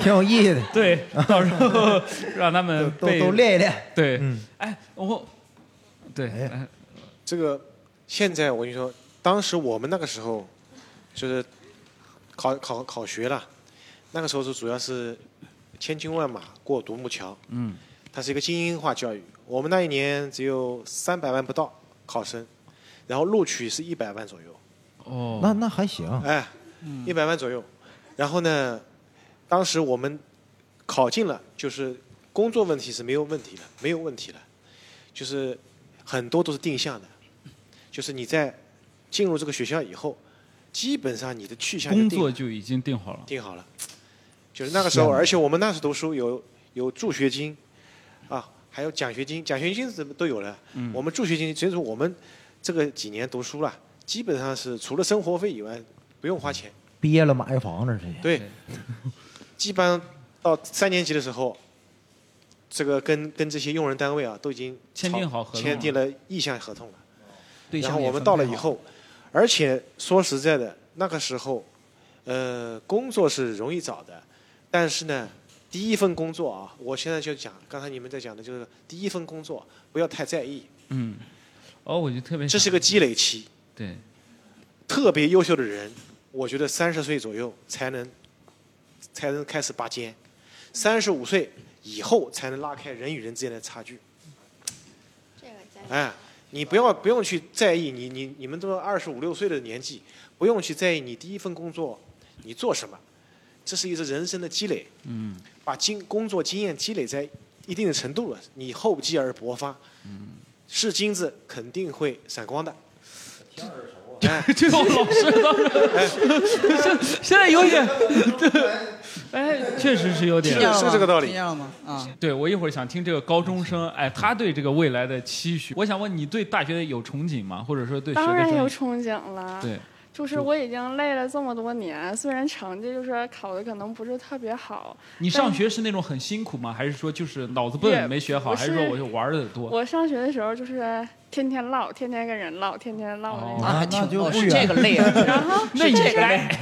Speaker 7: 挺有意义的。
Speaker 3: 对，到时候 让他们
Speaker 7: 都
Speaker 3: 被
Speaker 7: 都练一练。嗯
Speaker 3: 对，哎，我对，哎
Speaker 4: 这个现在我跟你说，当时我们那个时候就是考考考学了，那个时候是主要是千军万马过独木桥，
Speaker 3: 嗯，
Speaker 4: 它是一个精英化教育。我们那一年只有三百万不到考生，然后录取是一百万左右，
Speaker 3: 哦，
Speaker 7: 那那还行。
Speaker 4: 哎，
Speaker 3: 嗯
Speaker 4: 一百万左右。然后呢，当时我们考进了，就是工作问题是没有问题的，没有问题的，就是很多都是定向的，就是你在进入这个学校以后，基本上你的去向就定
Speaker 3: 工
Speaker 4: 了
Speaker 3: 作就已经定好了。
Speaker 4: 定好了。就是那个时候，
Speaker 3: 是啊
Speaker 4: 而且我们那时读书有有助学金，啊，还有奖学金，奖学金怎么都有了。
Speaker 3: 嗯
Speaker 4: 我们助学金，所以说我们这个几年读书了，基本上是除了生活费以外不用花钱。
Speaker 7: 毕业了买个房子这
Speaker 3: 哎
Speaker 7: 些。
Speaker 4: 对，基本上到三年级的时候，这个跟跟这些用人单位啊都已经
Speaker 3: 签
Speaker 4: 草
Speaker 3: 订好合同了
Speaker 4: 签订了意向合同了。
Speaker 1: 对象
Speaker 4: 然后
Speaker 1: 也
Speaker 4: 我们
Speaker 1: 分
Speaker 4: 到
Speaker 1: 配
Speaker 4: 了以
Speaker 1: 好
Speaker 4: 后，而且说实在的，那个时候，呃，工作是容易找的，但是呢，第一份工作啊，我现在就讲，刚才你们在讲的就是第一份工作不要太在意，
Speaker 3: 嗯，哦，我就特别
Speaker 4: 这是个积累期。
Speaker 3: 对，
Speaker 4: 特别优秀的人，我觉得三十岁左右才能才能开始拔尖，三十五岁以后才能拉开人与人之间的差距。
Speaker 3: 嗯
Speaker 4: 哎，你不要不用去在意你你你们都二十五六岁的年纪，不用去在意你第一份工作你做什么，这是一个人生的积累，
Speaker 3: 嗯
Speaker 4: 把经工作经验积累在一定的程度了，你厚积而薄发，
Speaker 3: 嗯，
Speaker 4: 是金子肯定会闪光的。
Speaker 3: 啊
Speaker 4: 哎
Speaker 3: 这种老师 倒是 现现在有点，哎，确实是有点，
Speaker 1: 听见了吗？
Speaker 5: 嗯
Speaker 7: 嗯
Speaker 1: 啊，
Speaker 3: 对，我一会儿想听这个高中生，哎，他对这个未来的期许。我想问你，对大学有憧憬吗？或者说对学
Speaker 15: 当
Speaker 3: 的
Speaker 15: 然
Speaker 3: 专
Speaker 15: 有
Speaker 3: 业？
Speaker 15: 憧憬啊了。
Speaker 3: 对，
Speaker 15: 就是我已经累了这么多年，虽然成绩就是考的可能不是特别好，
Speaker 3: 你
Speaker 15: 但
Speaker 3: 上学是那种很辛苦吗？还是说就是脑子笨
Speaker 15: 也
Speaker 3: 没学好，
Speaker 15: 不
Speaker 3: 还是说
Speaker 15: 是
Speaker 3: 我就玩儿的多？
Speaker 15: 我上学的时候就是天天唠，天天跟人唠，天天唠那种。
Speaker 1: 那还挺
Speaker 7: 就
Speaker 1: 哦
Speaker 7: 不
Speaker 1: 是
Speaker 7: 远
Speaker 1: 这个累啊，
Speaker 15: 然后
Speaker 1: 那
Speaker 15: 是
Speaker 1: 也
Speaker 15: 这个
Speaker 1: 该，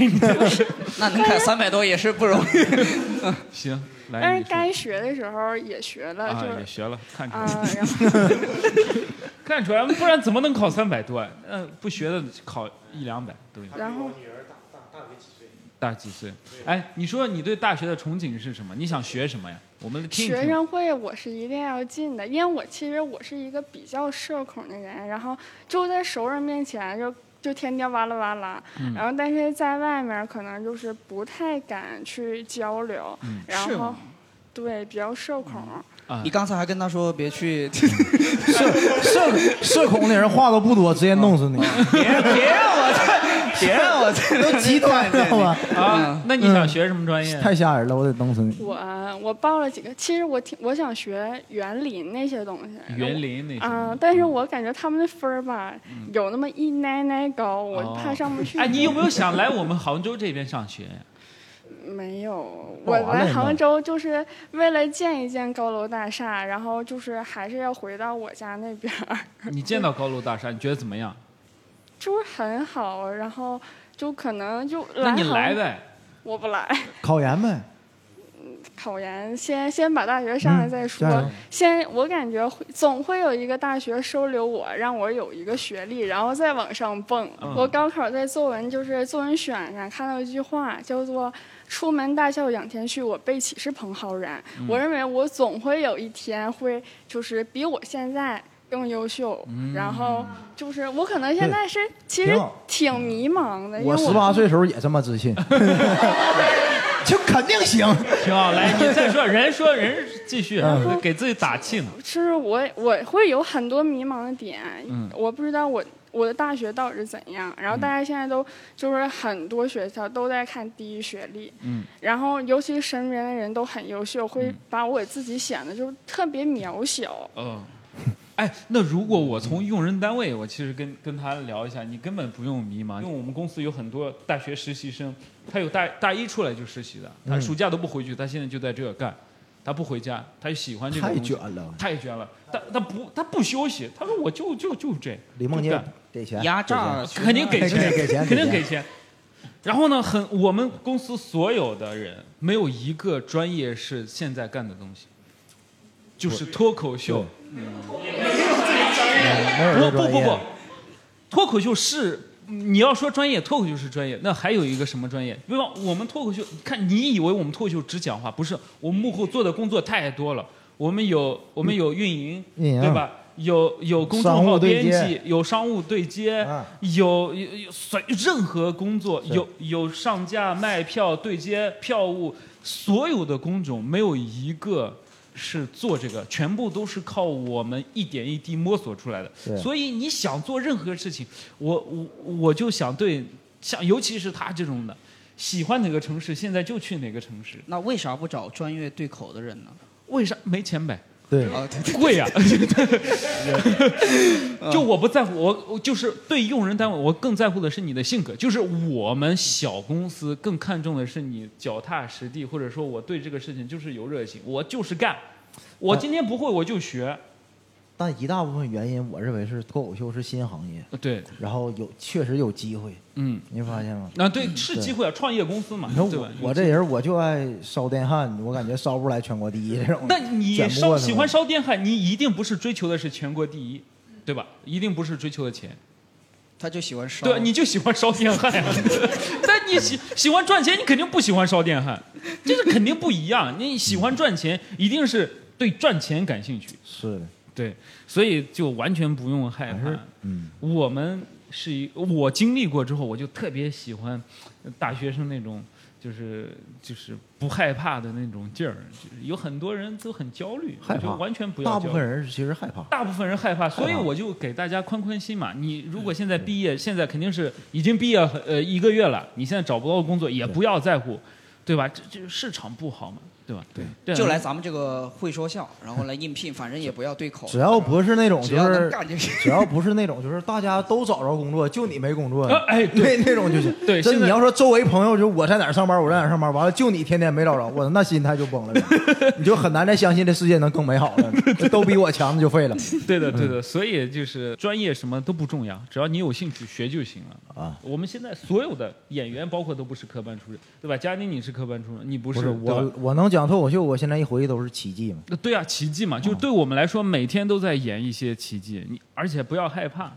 Speaker 1: 那能看三百多也是不容易。 哎
Speaker 3: 行，
Speaker 15: 但
Speaker 3: 来，
Speaker 15: 是
Speaker 3: 你说
Speaker 15: 该学的时候也学了，
Speaker 3: 啊
Speaker 15: 就，
Speaker 3: 也学了，看出
Speaker 15: 啊，
Speaker 3: 来，
Speaker 15: 然后
Speaker 3: 看出来，不然怎么能考三百多啊？嗯、不学的考一两百都有。
Speaker 15: 然后
Speaker 3: 大几岁？哎，你说你对大学的憧憬是什么？你想学什么呀？我们听一听
Speaker 15: 学生会我是一定要进的，因为我其实我是一个比较社恐的人，然后就在熟人面前就就天天哇啦哇啦，
Speaker 11: 嗯
Speaker 15: 然后但是在外面可能就是不太敢去交流，
Speaker 1: 嗯
Speaker 15: 然
Speaker 1: 是
Speaker 15: 后
Speaker 1: 吗
Speaker 15: 对比较社恐。
Speaker 3: 嗯啊
Speaker 1: 你刚才还跟他说别去，
Speaker 7: 社社恐的人话都不多，直接弄死 你。
Speaker 1: 别让我在，别让我在，
Speaker 7: 都极端了吧？嗯
Speaker 3: 啊，那你想学什么专业？啊
Speaker 7: 太吓人了，我得弄死你。
Speaker 15: 我我报了几个，其实我挺我想学园林那些东西，
Speaker 3: 园林那些嗯
Speaker 15: 啊、但是我感觉他们的分儿吧，有那么一奶奶高，我
Speaker 3: 哦
Speaker 15: 怕 上不去。
Speaker 3: 哎，你有没有想来我们杭州这边上学呀？
Speaker 15: 没有，
Speaker 7: 那
Speaker 15: 我
Speaker 7: 完
Speaker 15: 来
Speaker 7: 了呢
Speaker 15: 杭州就是为了见一见高楼大厦，然后就是还是要回到我家那边儿，
Speaker 3: 你见到高楼大厦，你觉得怎么样？
Speaker 15: 就是很好，然后就可能就
Speaker 3: 那你
Speaker 15: 杭
Speaker 3: 来，呗。
Speaker 15: 我不 来，
Speaker 7: 考研呗，
Speaker 15: 考研先先把大学上了
Speaker 7: 嗯
Speaker 15: 再说，
Speaker 7: 加油
Speaker 15: 先我感觉会总会有一个大学收留我，让我有一个学历，然后再往上蹦。
Speaker 11: 嗯
Speaker 15: 我高考在作文就是作文选上看到一句话叫做“出门大笑仰天去，我辈岂是蓬蒿然”
Speaker 11: 嗯
Speaker 15: 我认为我总会有一天会就是比我现在。更优秀，
Speaker 11: 嗯
Speaker 15: 然后就是我可能现在是其实
Speaker 7: 挺好嗯
Speaker 15: 挺迷茫的，因为
Speaker 7: 我十 八岁的时候也这么自信，就肯定行。
Speaker 3: 挺好，来你再说，人说人继续
Speaker 7: 嗯
Speaker 3: 给自己打气呢。
Speaker 15: 就是我我会有很多迷茫的点，
Speaker 3: 嗯
Speaker 15: 我不知道我我的大学到底是怎样。然后大家现在都就是很多学校都在看第一学历，
Speaker 11: 嗯
Speaker 15: 然后尤其身边的人都很优秀，会把我自己显得就特别渺小。
Speaker 3: 嗯。哎，那如果我从用人单位，我其实跟跟他聊一下，你根本不用迷茫，因为我们公司有很多大学实习生，他有大大一出来就实习的，他
Speaker 7: 嗯
Speaker 3: 暑假都不回去，他现在就在这干，他不回家，他就喜欢这个
Speaker 7: 太
Speaker 3: 东西
Speaker 7: 卷了，
Speaker 3: 太卷了，他他不他不休息，他说我就就就这，
Speaker 7: 李梦洁
Speaker 3: 就干
Speaker 7: 给钱
Speaker 3: 压榨肯定给
Speaker 7: 钱，给钱，
Speaker 3: 肯定给。钱。然后呢，很我们公司所有的人没有一个专业是现在干的东西，就是脱口秀。不不不不，脱口秀是你要说专业，脱口秀是专业，那还有一个什么专业？比方我们脱口秀，看你以为我们脱口秀只讲话，不是，我们幕后做的工作太多了。我们有我们有运营，
Speaker 7: 运营啊
Speaker 3: 对吧？有有公
Speaker 7: 商
Speaker 3: 众
Speaker 7: 务
Speaker 3: 号
Speaker 7: 对
Speaker 3: 编
Speaker 7: 接啊
Speaker 3: 辑，有商务对接，有有有随任何工作，
Speaker 7: 是
Speaker 3: 有有上架、卖票、对接、票务，所有的工种没有一个是做这个，全部都是靠我们一点一滴摸索出来的。
Speaker 6: 对
Speaker 3: 所以你想做任何事情，我我我就想对，像尤其是他这种的，喜欢哪个城市现在就去哪个城市。
Speaker 1: 那为啥不找专业对口的人呢？
Speaker 3: 为啥没钱呗？
Speaker 7: 对
Speaker 1: 啊，对对
Speaker 3: 贵呀、啊 就我不在乎，我我就是对用人单位，我更在乎的是你的性格。就是我们小公司更看重的是你脚踏实地，或者说我对这个事情就是有热情，我就是干。我今天不会我就学，
Speaker 7: 但一大部分原因，我认为是脱口秀是新行业，
Speaker 3: 对，
Speaker 7: 然后有确实有机会，
Speaker 3: 嗯，
Speaker 7: 你发现吗？
Speaker 3: 啊，对，是机会啊，创业公司嘛，
Speaker 7: 嗯你说
Speaker 3: 对吧
Speaker 7: 我？我这人我就爱烧电焊，我感觉烧不出来全国第一这种。
Speaker 3: 那你
Speaker 7: 卷不过
Speaker 3: 烧
Speaker 7: 他们
Speaker 3: 喜欢烧电焊，你一定不是追求的是全国第一，对吧？一定不是追求的钱。
Speaker 1: 他就喜欢烧
Speaker 3: 对，啊你就喜欢烧电焊呀、啊但你喜喜欢赚钱，你肯定不喜欢烧电焊，这是肯定不一样。你喜欢赚钱，一定是对赚钱感兴趣。
Speaker 7: 是的，
Speaker 3: 对，所以就完全不用害怕。
Speaker 7: 嗯，
Speaker 3: 我们是一，我经历过之后，我就特别喜欢大学生那种，就是就是不害怕的那种劲儿。就是有很多人都很焦虑，
Speaker 7: 害
Speaker 3: 我就
Speaker 7: 怕，
Speaker 3: 完全不要
Speaker 7: 大
Speaker 3: 焦虑。
Speaker 7: 部分人其实害怕。
Speaker 3: 大部分人害怕，所以我就给大家宽宽心嘛。你如果现在毕业，现在肯定是已经毕业很呃一个月了，你现在找不到工作，也不要在乎，对吧？这这市场不好嘛，对吧？对啊
Speaker 1: 就来咱们这个会说笑，然后来应聘，反正也不要对
Speaker 3: 哦
Speaker 1: 口。
Speaker 7: 只要不是那种
Speaker 1: 只
Speaker 7: 就
Speaker 1: 要能
Speaker 7: 是
Speaker 1: 干就行
Speaker 7: 只要不是那种就是大家都找着工作，就你没工作
Speaker 3: 呃
Speaker 1: 啊，哎对
Speaker 7: 那那 种就行。
Speaker 1: 对
Speaker 7: 就
Speaker 1: 现
Speaker 7: 你
Speaker 1: 在
Speaker 7: 要说周围朋友，就我在哪儿上班，我在哪儿上班，完了就你天天没找着，我那心态就崩了， 你就很难再相信这世界能更美好了，都比我强的就废了。
Speaker 3: 对的，对的，所以就是专业什么都不重要，只要你有兴趣学就行了
Speaker 7: 啊。
Speaker 3: 我们现在所有的演员，包括都不是科班出身，对吧？嘉丁你是科班出身，你不
Speaker 7: 不
Speaker 3: 是
Speaker 7: 是
Speaker 3: 对吧
Speaker 7: 我，我能讲脱口秀，我现在一回忆都是奇迹嘛。
Speaker 3: 那对啊，奇迹嘛，就是对我们来说，每天都在演一些奇迹。你而且不要害怕。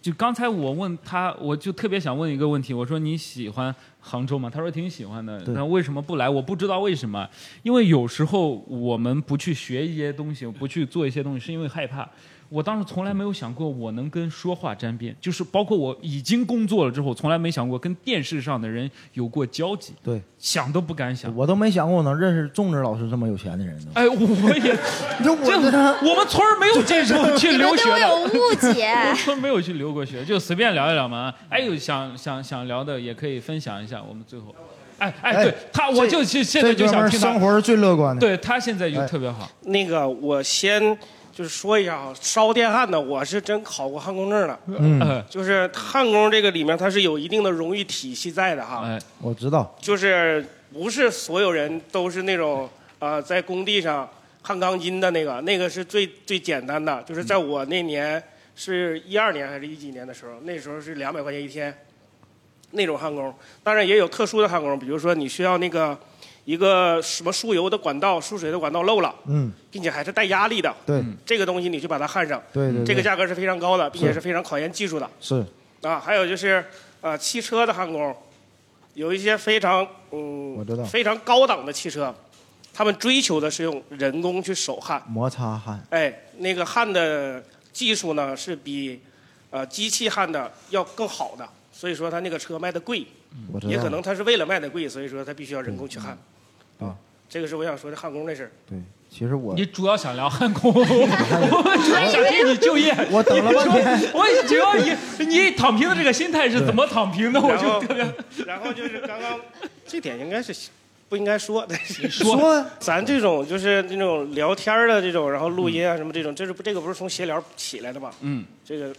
Speaker 3: 就刚才我问他，我就特别想问一个问题，我说你喜欢杭州吗？他说挺喜欢的，
Speaker 6: 对
Speaker 3: 那为什么不来？我不知道为什么，因为有时候我们不去学一些东西，不去做一些东西，是因为害怕。我当时从来没有想过我能跟说话沾边，就是包括我已经工作了之后，从来没想过跟电视上的人有过交集，
Speaker 7: 对，
Speaker 3: 想都不敢想。
Speaker 7: 我都没想过我能认识仲志老师这么有钱的人呢。
Speaker 3: 哎，我 也，
Speaker 7: 这
Speaker 3: 我们村儿没有这种去留学的，
Speaker 8: 你们对我有 误解
Speaker 3: 我们村儿没有去留过学，就随便聊一聊嘛。哎，有想想想聊的也可以分享一下，我们最后。哎哎，对他，我就
Speaker 7: 这
Speaker 3: 是现在就
Speaker 7: 这哥们
Speaker 3: 想
Speaker 7: 儿
Speaker 3: 听他
Speaker 7: 生活哎是最乐观的。
Speaker 3: 对他现在就特别好。
Speaker 5: 那个我先就是说一下啊，烧电焊的我是真考过焊工证的，
Speaker 3: 呃
Speaker 7: 嗯
Speaker 5: 就是焊工这个里面它是有一定的荣誉体系在的哈，
Speaker 7: 我知道，
Speaker 5: 就是不是所有人都是那种呃在工地上焊钢筋的那个，那个是最最简单的，就是在我那年是一二年还是一几年的时候，那时候是两百块钱一天，那种焊工，当然也有特殊的焊工，比如说你需要那个一个什么输油的管道、输水的管道漏了。
Speaker 7: 嗯，
Speaker 5: 并且还是带压力的，
Speaker 7: 对，
Speaker 3: 嗯
Speaker 5: 这个东西你去把它焊上，
Speaker 7: 对对对
Speaker 5: 这个价格是非常高的，并且
Speaker 7: 是
Speaker 5: 是非常考验技术的
Speaker 7: 是
Speaker 5: 啊。还有就是，呃，汽车的焊工，有一些非常嗯，
Speaker 7: 我知道
Speaker 5: 非常高档的汽车，他们追求的是用人工去手焊，
Speaker 7: 摩擦汗。
Speaker 5: 哎，那个焊的技术呢是比呃机器焊的要更好的，所以说它那个车卖的贵，
Speaker 7: 我知道
Speaker 5: 也可能它是为了卖的贵，所以说它必须要人工去焊。
Speaker 7: 嗯啊，
Speaker 5: 这个是我想说的焊工的事儿。
Speaker 7: 对，其实我
Speaker 3: 你主要想聊焊工，我们主要想听你就业。
Speaker 7: 我等了半天
Speaker 3: 你说我只要你你躺平的这个心态是怎么躺平的，我
Speaker 5: 然
Speaker 3: 就
Speaker 5: 后
Speaker 3: 特别。
Speaker 5: 然后就是刚刚 这点应该是不应该说，但是
Speaker 3: 说啊说
Speaker 5: 咱这种就是那种聊天儿的这种，然后录音啊什么这种，这是不这个不是从闲聊起来的吗？
Speaker 3: 嗯，
Speaker 5: 这个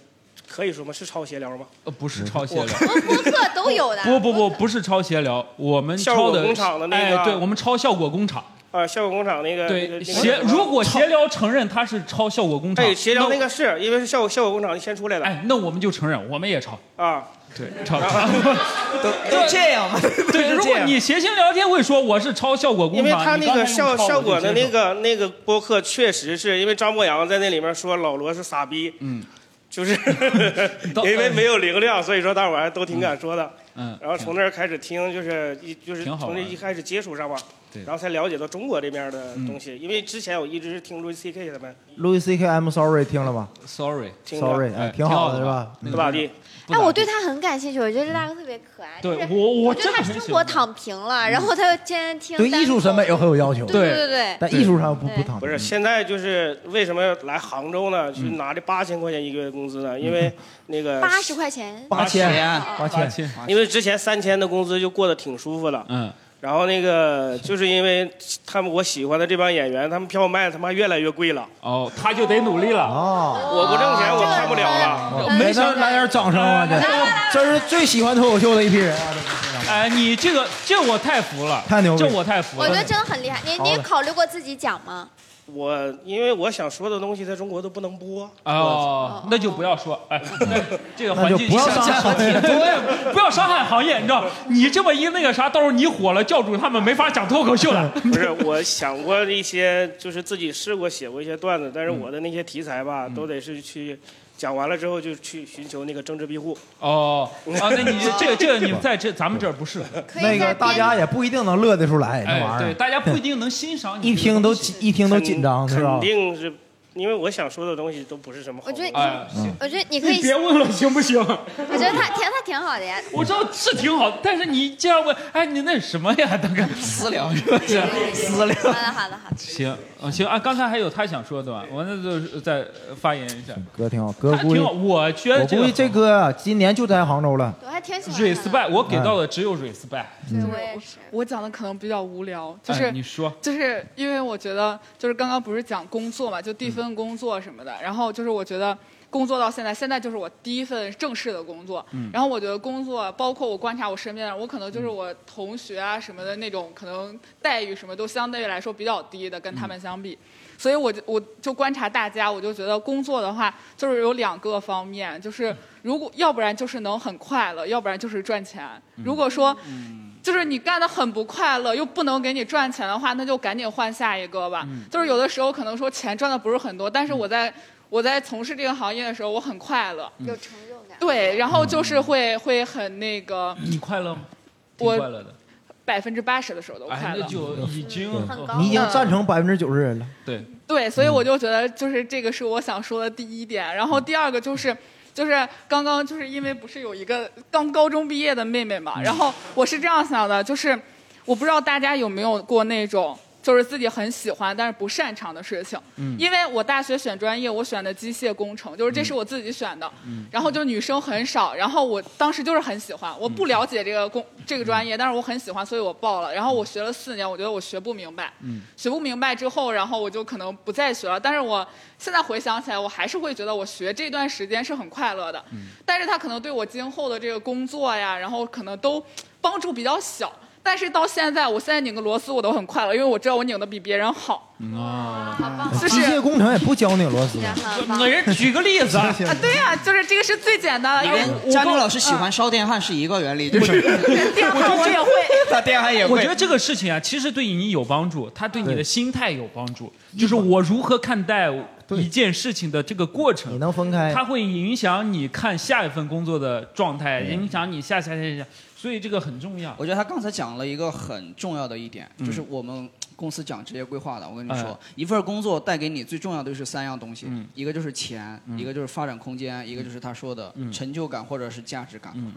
Speaker 5: 可以说吗？是超闲聊吗？
Speaker 3: 呃，不是抄袭了。
Speaker 8: 播客都有的。
Speaker 3: 不不不，不是抄闲聊，我们
Speaker 5: 效
Speaker 3: 抄
Speaker 5: 果
Speaker 3: 的
Speaker 5: 工厂的那个
Speaker 3: 哎，对，我们抄效果工厂。
Speaker 5: 啊，效果工厂那个那
Speaker 3: 对，
Speaker 5: 个
Speaker 3: 协
Speaker 5: 那个
Speaker 3: 如果协聊承认他是抄效果工厂，
Speaker 5: 哎协调
Speaker 3: 那
Speaker 5: 那个是因为是效果效果工厂先出来的，
Speaker 3: 哎，那我们就承认，我们也抄。
Speaker 5: 啊，
Speaker 3: 对，抄。
Speaker 5: 都
Speaker 3: 都这
Speaker 1: 样吗？
Speaker 3: 对，如果你谐星聊天会说我是抄效果工
Speaker 5: 因
Speaker 3: 厂，
Speaker 5: 为他
Speaker 3: 你
Speaker 5: 那
Speaker 3: 刚才
Speaker 5: 个效
Speaker 3: 用抄
Speaker 5: 效
Speaker 3: 我就
Speaker 5: 果的
Speaker 3: 接
Speaker 5: 那
Speaker 3: 受
Speaker 5: 个那个播客，确实是因为张博洋在那里面说老罗是傻逼，
Speaker 3: 嗯，
Speaker 5: 就是因为没有流量，所以说大伙儿都挺敢说的。
Speaker 3: 嗯
Speaker 5: 然后从那儿开始听，就是一就是
Speaker 3: 挺好
Speaker 5: 从
Speaker 3: 玩
Speaker 5: 这
Speaker 3: 的
Speaker 5: 一开始接触上吧，
Speaker 3: 对嗯
Speaker 5: 然后才了解到中国这边的东西，因为之前我一直是听 Louis C.K. 他们，
Speaker 7: Louis C K I'm Sorry 听了吗
Speaker 3: Sorry
Speaker 5: 听过
Speaker 7: Sorry 哎，挺好的是吧？
Speaker 3: 嗯
Speaker 5: 不咋地。
Speaker 8: 哎，我对他很感兴趣，我觉得这大哥特别可爱。
Speaker 3: 对我我
Speaker 8: 觉得他生活躺平了，然后他又天天听
Speaker 7: 对
Speaker 8: 单
Speaker 7: 艺术审美又很有要求，
Speaker 8: 对对对对
Speaker 7: 但艺术上不
Speaker 8: 对
Speaker 7: 不躺
Speaker 5: 不是，现在就是为什么来杭州呢？
Speaker 3: 嗯
Speaker 5: 去拿这八千块钱一个月工资呢？因为那个
Speaker 8: 八十块钱，
Speaker 3: 哎
Speaker 7: 八
Speaker 3: 千，
Speaker 5: 因为之前三千的工资就过得挺舒服了。
Speaker 3: 啊嗯。
Speaker 5: 然后那个就是因为他们我喜欢的这帮演员，他们票卖他妈越来越贵了。
Speaker 3: 哦，他就得努力了。
Speaker 7: 哦，
Speaker 5: 我不挣钱，我看不了了。
Speaker 7: 没事，哎来点掌声啊！这这是最喜欢脱口秀的一批人啊！
Speaker 3: 哎，你这个这我太服了，
Speaker 7: 太牛逼
Speaker 3: 这我太服
Speaker 8: 我
Speaker 3: 了。
Speaker 8: 觉得真的很厉害。你你
Speaker 3: 好的
Speaker 8: 考虑过自己讲吗？
Speaker 5: 我因为我想说的东西在中国都不能播。
Speaker 3: 哦，那就不要说，哎，那这个
Speaker 5: 那
Speaker 3: 环
Speaker 5: 就
Speaker 3: 境
Speaker 5: 不要伤害行业
Speaker 3: 对，不要伤害行业，你知道，你这么一那个啥，到时候你火了，教主他们没法讲脱口秀了。
Speaker 5: 不是，我想过一些，就是自己试过写过一些段子，但
Speaker 3: 嗯
Speaker 5: 是我的那些题材吧，都得是去讲完了之后就去寻求那个政治庇护。
Speaker 3: 哦，啊，那你这个这个你在这咱们这儿不是，
Speaker 7: 那个大家也不一定能乐得出来，那
Speaker 3: 哎
Speaker 7: 玩意
Speaker 3: 对，
Speaker 7: 儿
Speaker 3: 大家不一定能欣赏你这
Speaker 7: 一
Speaker 3: 个
Speaker 7: 听都
Speaker 3: 东西
Speaker 7: 一听都紧张，是
Speaker 5: 肯？
Speaker 7: 吧
Speaker 5: 定是因为我想说的东西都不是什么好
Speaker 8: 我
Speaker 5: 东
Speaker 8: 觉
Speaker 5: 西。哎
Speaker 8: 得你，我觉得你可以，
Speaker 3: 别问了，行不行？
Speaker 8: 我觉得他挺他挺好的呀。
Speaker 3: 我知道是挺好，但是你这样问，哎，你那什么呀，大 哥？私聊是不是？私聊。
Speaker 8: 好的好的好的。
Speaker 3: 行，啊行啊，刚才还有他想说的吧？我那就再呃发言一下。
Speaker 7: 歌挺好，歌
Speaker 3: 他
Speaker 7: 估计
Speaker 3: 挺好，我觉得
Speaker 7: 我
Speaker 3: 这
Speaker 7: 估计
Speaker 3: 个
Speaker 7: 这歌啊今年就在杭州了。
Speaker 8: 我还挺喜
Speaker 3: 欢。respect，我给到的只有 respect。
Speaker 10: 对，我也是。嗯我讲的可能比较无聊，就
Speaker 3: 哎
Speaker 10: 是
Speaker 3: 你说
Speaker 10: 就是因为我觉得，就是刚刚不是讲工作嘛，就第一份工作什么的，然后就是我觉得。工作到现在，现在就是我第一份正式的工作。
Speaker 11: 嗯
Speaker 10: 然后我觉得工作，包括我观察我身边的人，我可能就是我同学啊什么的那种，可能待遇什么都相对来说比较低的，跟他们相比。所以我就我就观察大家，我就觉得工作的话，就是有两个方面，就是如果要不然就是能很快乐，要不然就是赚钱。如果说就是你干的很不快乐，又不能给你赚钱的话，那就赶紧换下一个吧。
Speaker 11: 嗯
Speaker 10: 就是有的时候可能说钱赚的不是很多，但是我
Speaker 3: 嗯
Speaker 10: 在、我在从事这个行业的时候，我很快乐。
Speaker 8: 有成就感。
Speaker 10: 对，然后就是会会很那个
Speaker 3: 你快乐吗？嗯挺
Speaker 10: 我
Speaker 3: 快乐的。
Speaker 10: 百分之八十的时候都
Speaker 3: 哎
Speaker 10: 快，乐。
Speaker 3: 那就已经
Speaker 7: 对
Speaker 10: 很高
Speaker 7: 你已经
Speaker 10: 了
Speaker 7: 占成百分之九十人了。
Speaker 3: 对，
Speaker 10: 对，
Speaker 11: 嗯
Speaker 10: 所以我就觉得就是这个是我想说的第一点，然后第二个就是。就是刚刚就是因为不是有一个刚高中毕业的妹妹
Speaker 11: 嗯
Speaker 10: 嘛，然后我是这样想的，就是我不知道大家有没有过那种就是自己很喜欢但是不擅长的事情，
Speaker 11: 嗯
Speaker 10: 因为我大学选专业我选的机械工程，就是这是我自己选的，
Speaker 11: 嗯
Speaker 10: 然后就女生很少，然后我当时就是很喜欢，我
Speaker 11: 嗯
Speaker 10: 不了解这个工这个专业，但是我很喜欢，所以我报了，然后我学了四年，我觉得我学不明白，
Speaker 11: 嗯
Speaker 10: 学不明白之后，然后我就可能不再学了。但是我现在回想起来，我还是会觉得我学这段时间是很快乐的。
Speaker 11: 嗯
Speaker 10: 但是它可能对我今后的这个工作呀，然后可能都帮助比较小。但是到现在，我现在拧个螺丝我都很快乐，因为我知道我拧的比别人好。
Speaker 7: 啊
Speaker 10: 就是
Speaker 7: 机械工程也不教拧螺丝。
Speaker 3: 那人举个例子啊，
Speaker 10: 啊，对呀、就是这个是最简单的。
Speaker 1: 你
Speaker 10: 因为嗯
Speaker 1: 跟
Speaker 10: 我
Speaker 1: 张
Speaker 10: 跟
Speaker 1: 军老师喜欢烧电焊是一个原理，就是
Speaker 10: 电焊我也会，
Speaker 1: 打电焊也会。
Speaker 3: 我觉得这个事情啊，其实对你有帮助，它对你的心态有帮助，就是我如何看待一件事情的这个过程。你
Speaker 7: 能分开
Speaker 3: 它会影响你看下一份工作的状态，影响你下下下下，所 以这个很重要。
Speaker 1: 我觉得他刚才讲了一个很重要的一点，
Speaker 3: 嗯
Speaker 1: 就是我们公司讲职业规划的。我跟你说
Speaker 3: 哎，
Speaker 1: 一份工作带给你最重要的就是三样东西，
Speaker 3: 嗯
Speaker 1: 一个就是钱，一个就是发展空间，一个就是他说的
Speaker 3: 嗯
Speaker 1: 成就感或者是价值感。
Speaker 3: 嗯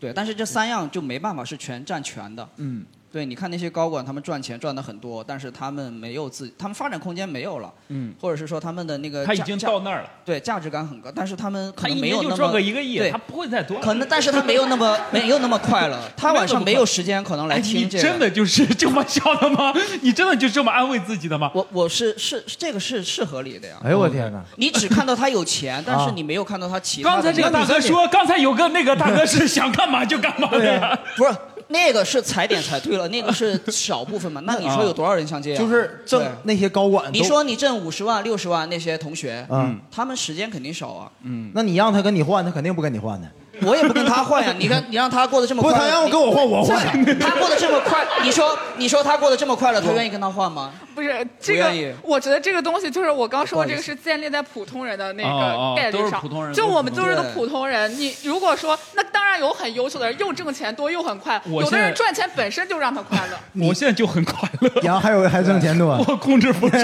Speaker 1: 对，但是这三样就没办法是全占全的。
Speaker 3: 嗯，
Speaker 1: 对，你看那些高管，他们赚钱赚的很多，但是他们没有自，他们发展空间没有了，
Speaker 3: 嗯，
Speaker 1: 或者是说他们的那个
Speaker 3: 他已
Speaker 1: 价
Speaker 3: 经
Speaker 1: 价
Speaker 3: 到那儿了，
Speaker 1: 对，价值感很高，但是他们可
Speaker 3: 他
Speaker 1: 能
Speaker 3: 一
Speaker 1: 没
Speaker 3: 年
Speaker 1: 有那
Speaker 3: 就
Speaker 1: 么
Speaker 3: 赚个一个亿，
Speaker 1: 对
Speaker 3: 他不会再多了。
Speaker 1: 可能，但是他没有那么没有那么快乐，他晚上没有时间可能来
Speaker 3: 哎
Speaker 1: 听
Speaker 3: 你
Speaker 1: 这个。
Speaker 3: 真的就是这么想的吗？你真的就这么安慰自己的吗？
Speaker 1: 我我是是这个是是合理的呀。
Speaker 7: 哎呦我天哪！
Speaker 1: 你只看到他有钱，但是
Speaker 7: 啊
Speaker 1: 你没有看到他其他
Speaker 3: 刚
Speaker 1: 的。
Speaker 3: 才这个大哥说，刚才有个那个大哥是想干嘛就干嘛的
Speaker 7: 啊
Speaker 3: 呀。
Speaker 1: 不是那个是踩点踩对了，那个是少部分嘛。那你说有多少人像这样？
Speaker 7: 就是挣
Speaker 1: 对
Speaker 7: 那些高管。
Speaker 1: 你说，你挣五十万、六十万，那些同学，
Speaker 7: 嗯，
Speaker 1: 他们时间肯定少啊。
Speaker 3: 嗯，
Speaker 7: 那你让他跟你换，他肯定不跟你换的。
Speaker 1: 我也不跟 他换呀。你看，你让他过得这么快乐，
Speaker 7: 不他让我
Speaker 1: 你
Speaker 7: 跟我换我换
Speaker 1: 真的他过得这么快，你说你说他过得这么快乐，他愿意跟他换吗？
Speaker 10: 不是这
Speaker 1: 愿意
Speaker 10: 个，我觉得这个东西就是我刚说的这个
Speaker 1: 不好意思
Speaker 10: 是建立在普通人的那
Speaker 1: 哦哦
Speaker 10: 个概率
Speaker 1: 都是
Speaker 10: 上，
Speaker 1: 普通人
Speaker 10: 就
Speaker 1: 都是
Speaker 10: 我们
Speaker 1: 普
Speaker 10: 都
Speaker 1: 通
Speaker 10: 是
Speaker 1: 人
Speaker 10: 个普通人。你如果说那当然有很优秀的人，又挣钱多又很快，
Speaker 3: 我
Speaker 10: 有的
Speaker 3: 现在
Speaker 10: 人赚钱本身就让他快乐。
Speaker 3: 我现在就很快乐，
Speaker 7: 然后还有还挣钱多，啊我
Speaker 3: 控制不住。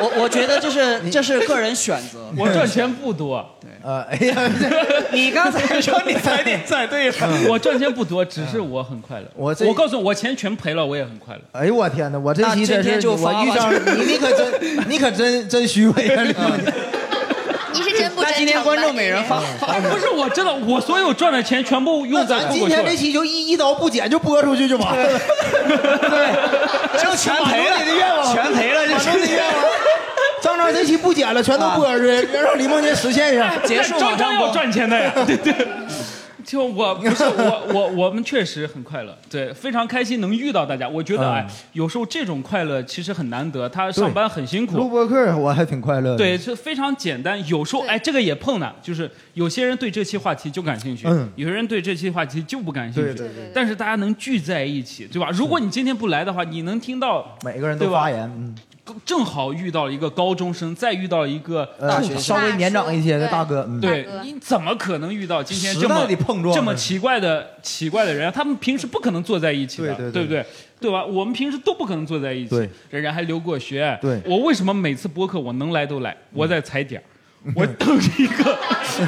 Speaker 1: 我我觉得这是这是个 人选择。
Speaker 3: 我赚钱不多，
Speaker 7: 呃，哎呀，
Speaker 1: 你刚才说你踩点踩对了，
Speaker 3: 我赚钱不多，只是我很快乐。
Speaker 7: 嗯我这
Speaker 3: 我告诉你，我钱全赔了，我也很快乐。
Speaker 7: 哎呦我天哪！我这期
Speaker 3: 那今
Speaker 7: 真
Speaker 3: 天
Speaker 7: 是
Speaker 3: 就
Speaker 7: 我
Speaker 3: 发
Speaker 7: 遇
Speaker 3: 了
Speaker 7: 上你， 你可真你可真真虚伪啊！
Speaker 8: 你是真不真诚吧？
Speaker 3: 哎，不是我真的，我所有赚的钱全部用在
Speaker 7: 咱
Speaker 3: 脱
Speaker 7: 今
Speaker 3: 口秀
Speaker 7: 天这期就一一刀不剪就播出去就完了，
Speaker 1: 对，就全
Speaker 7: 满
Speaker 1: 赔
Speaker 7: 足
Speaker 1: 了
Speaker 7: 你的愿望，
Speaker 1: 全赔了，这
Speaker 7: 满足你的愿望。张张这期不剪了，全都播出去，让李梦洁实现一下。
Speaker 3: 啊哎结束啊马上播赚钱的呀，对对。 就我不是我我我们确实很快乐，对，非常开心能遇到大家。我觉得哎，
Speaker 7: 嗯
Speaker 3: 有时候这种快乐其实很难得，他上班很 辛
Speaker 7: 录
Speaker 3: 苦，
Speaker 7: 播客我还挺快乐的。
Speaker 3: 对，是非常简单。有时候哎，这个也碰呢，就是有些人对这期话题就感兴趣，
Speaker 7: 嗯
Speaker 3: 有些人对这期话题就不感兴趣。
Speaker 7: 对对对对
Speaker 3: 但是大家能聚在一起，对吧？如果你今天不来的话，你能听到
Speaker 7: 每个人
Speaker 3: 对
Speaker 7: 都
Speaker 3: 吧
Speaker 7: 发言，嗯，
Speaker 3: 正好遇到一个高中生，再遇到一个
Speaker 7: 呃稍微年长一些的大哥，嗯，
Speaker 3: 对，你怎么可能遇到今天
Speaker 7: 时
Speaker 3: 这么
Speaker 7: 代的碰撞
Speaker 3: 这么奇怪的奇怪的人？他们平时不可能坐在一起的，
Speaker 7: 对对对
Speaker 3: 不对？对吧？我们平时都不可能坐在一起，
Speaker 7: 对
Speaker 3: 人家还留过学，
Speaker 7: 对
Speaker 3: 我为什么每次播客我能来都来？我在踩点儿我等一个，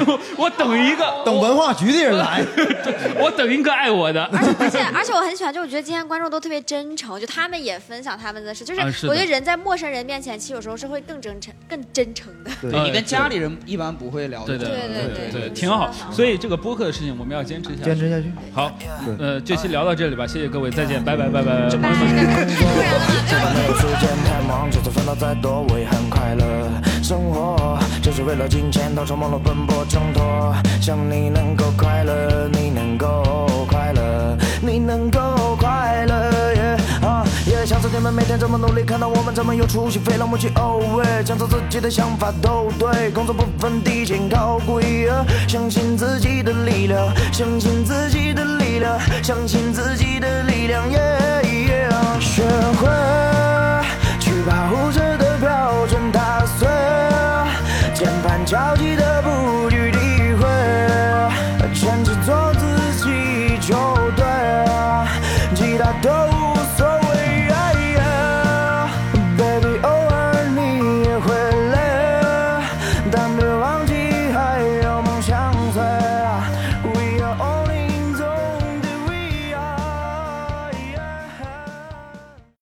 Speaker 3: 我等一个，
Speaker 7: 嗯 等文化局的人来，
Speaker 3: 我 等一个爱我 的。
Speaker 8: 而且而且我很喜欢，就我觉得今天观众都特别真诚，就他们也分享他们的事，就是
Speaker 1: 啊是的
Speaker 8: 我觉得人在陌生人面前，其实有时候是会更真诚、更真诚的。
Speaker 1: 对你跟家里人一般不会聊
Speaker 3: 对
Speaker 1: 的。
Speaker 3: 对对，挺好。所以这个播客的事情，我们要坚持下去，
Speaker 7: 坚持下去。
Speaker 3: 好，呃，这期聊到这里吧，谢谢各位，再见，拜拜，拜拜，拜拜。
Speaker 11: 时间太忙，就算烦恼再多，我也很快乐。生活就是为了金钱，到处忙碌奔波挣脱。想你能够快乐，你能够快乐，你能够快乐耶啊耶！享受你们每天这么努力，看到我们这么有出息，飞来莫去哦喂，享受自己的想法都对，工作不分低贱高贵啊，相信自己的力量，相信自己的力量，相信自己的力量耶耶！学会去把物质的标准打碎，键盘敲击的布局。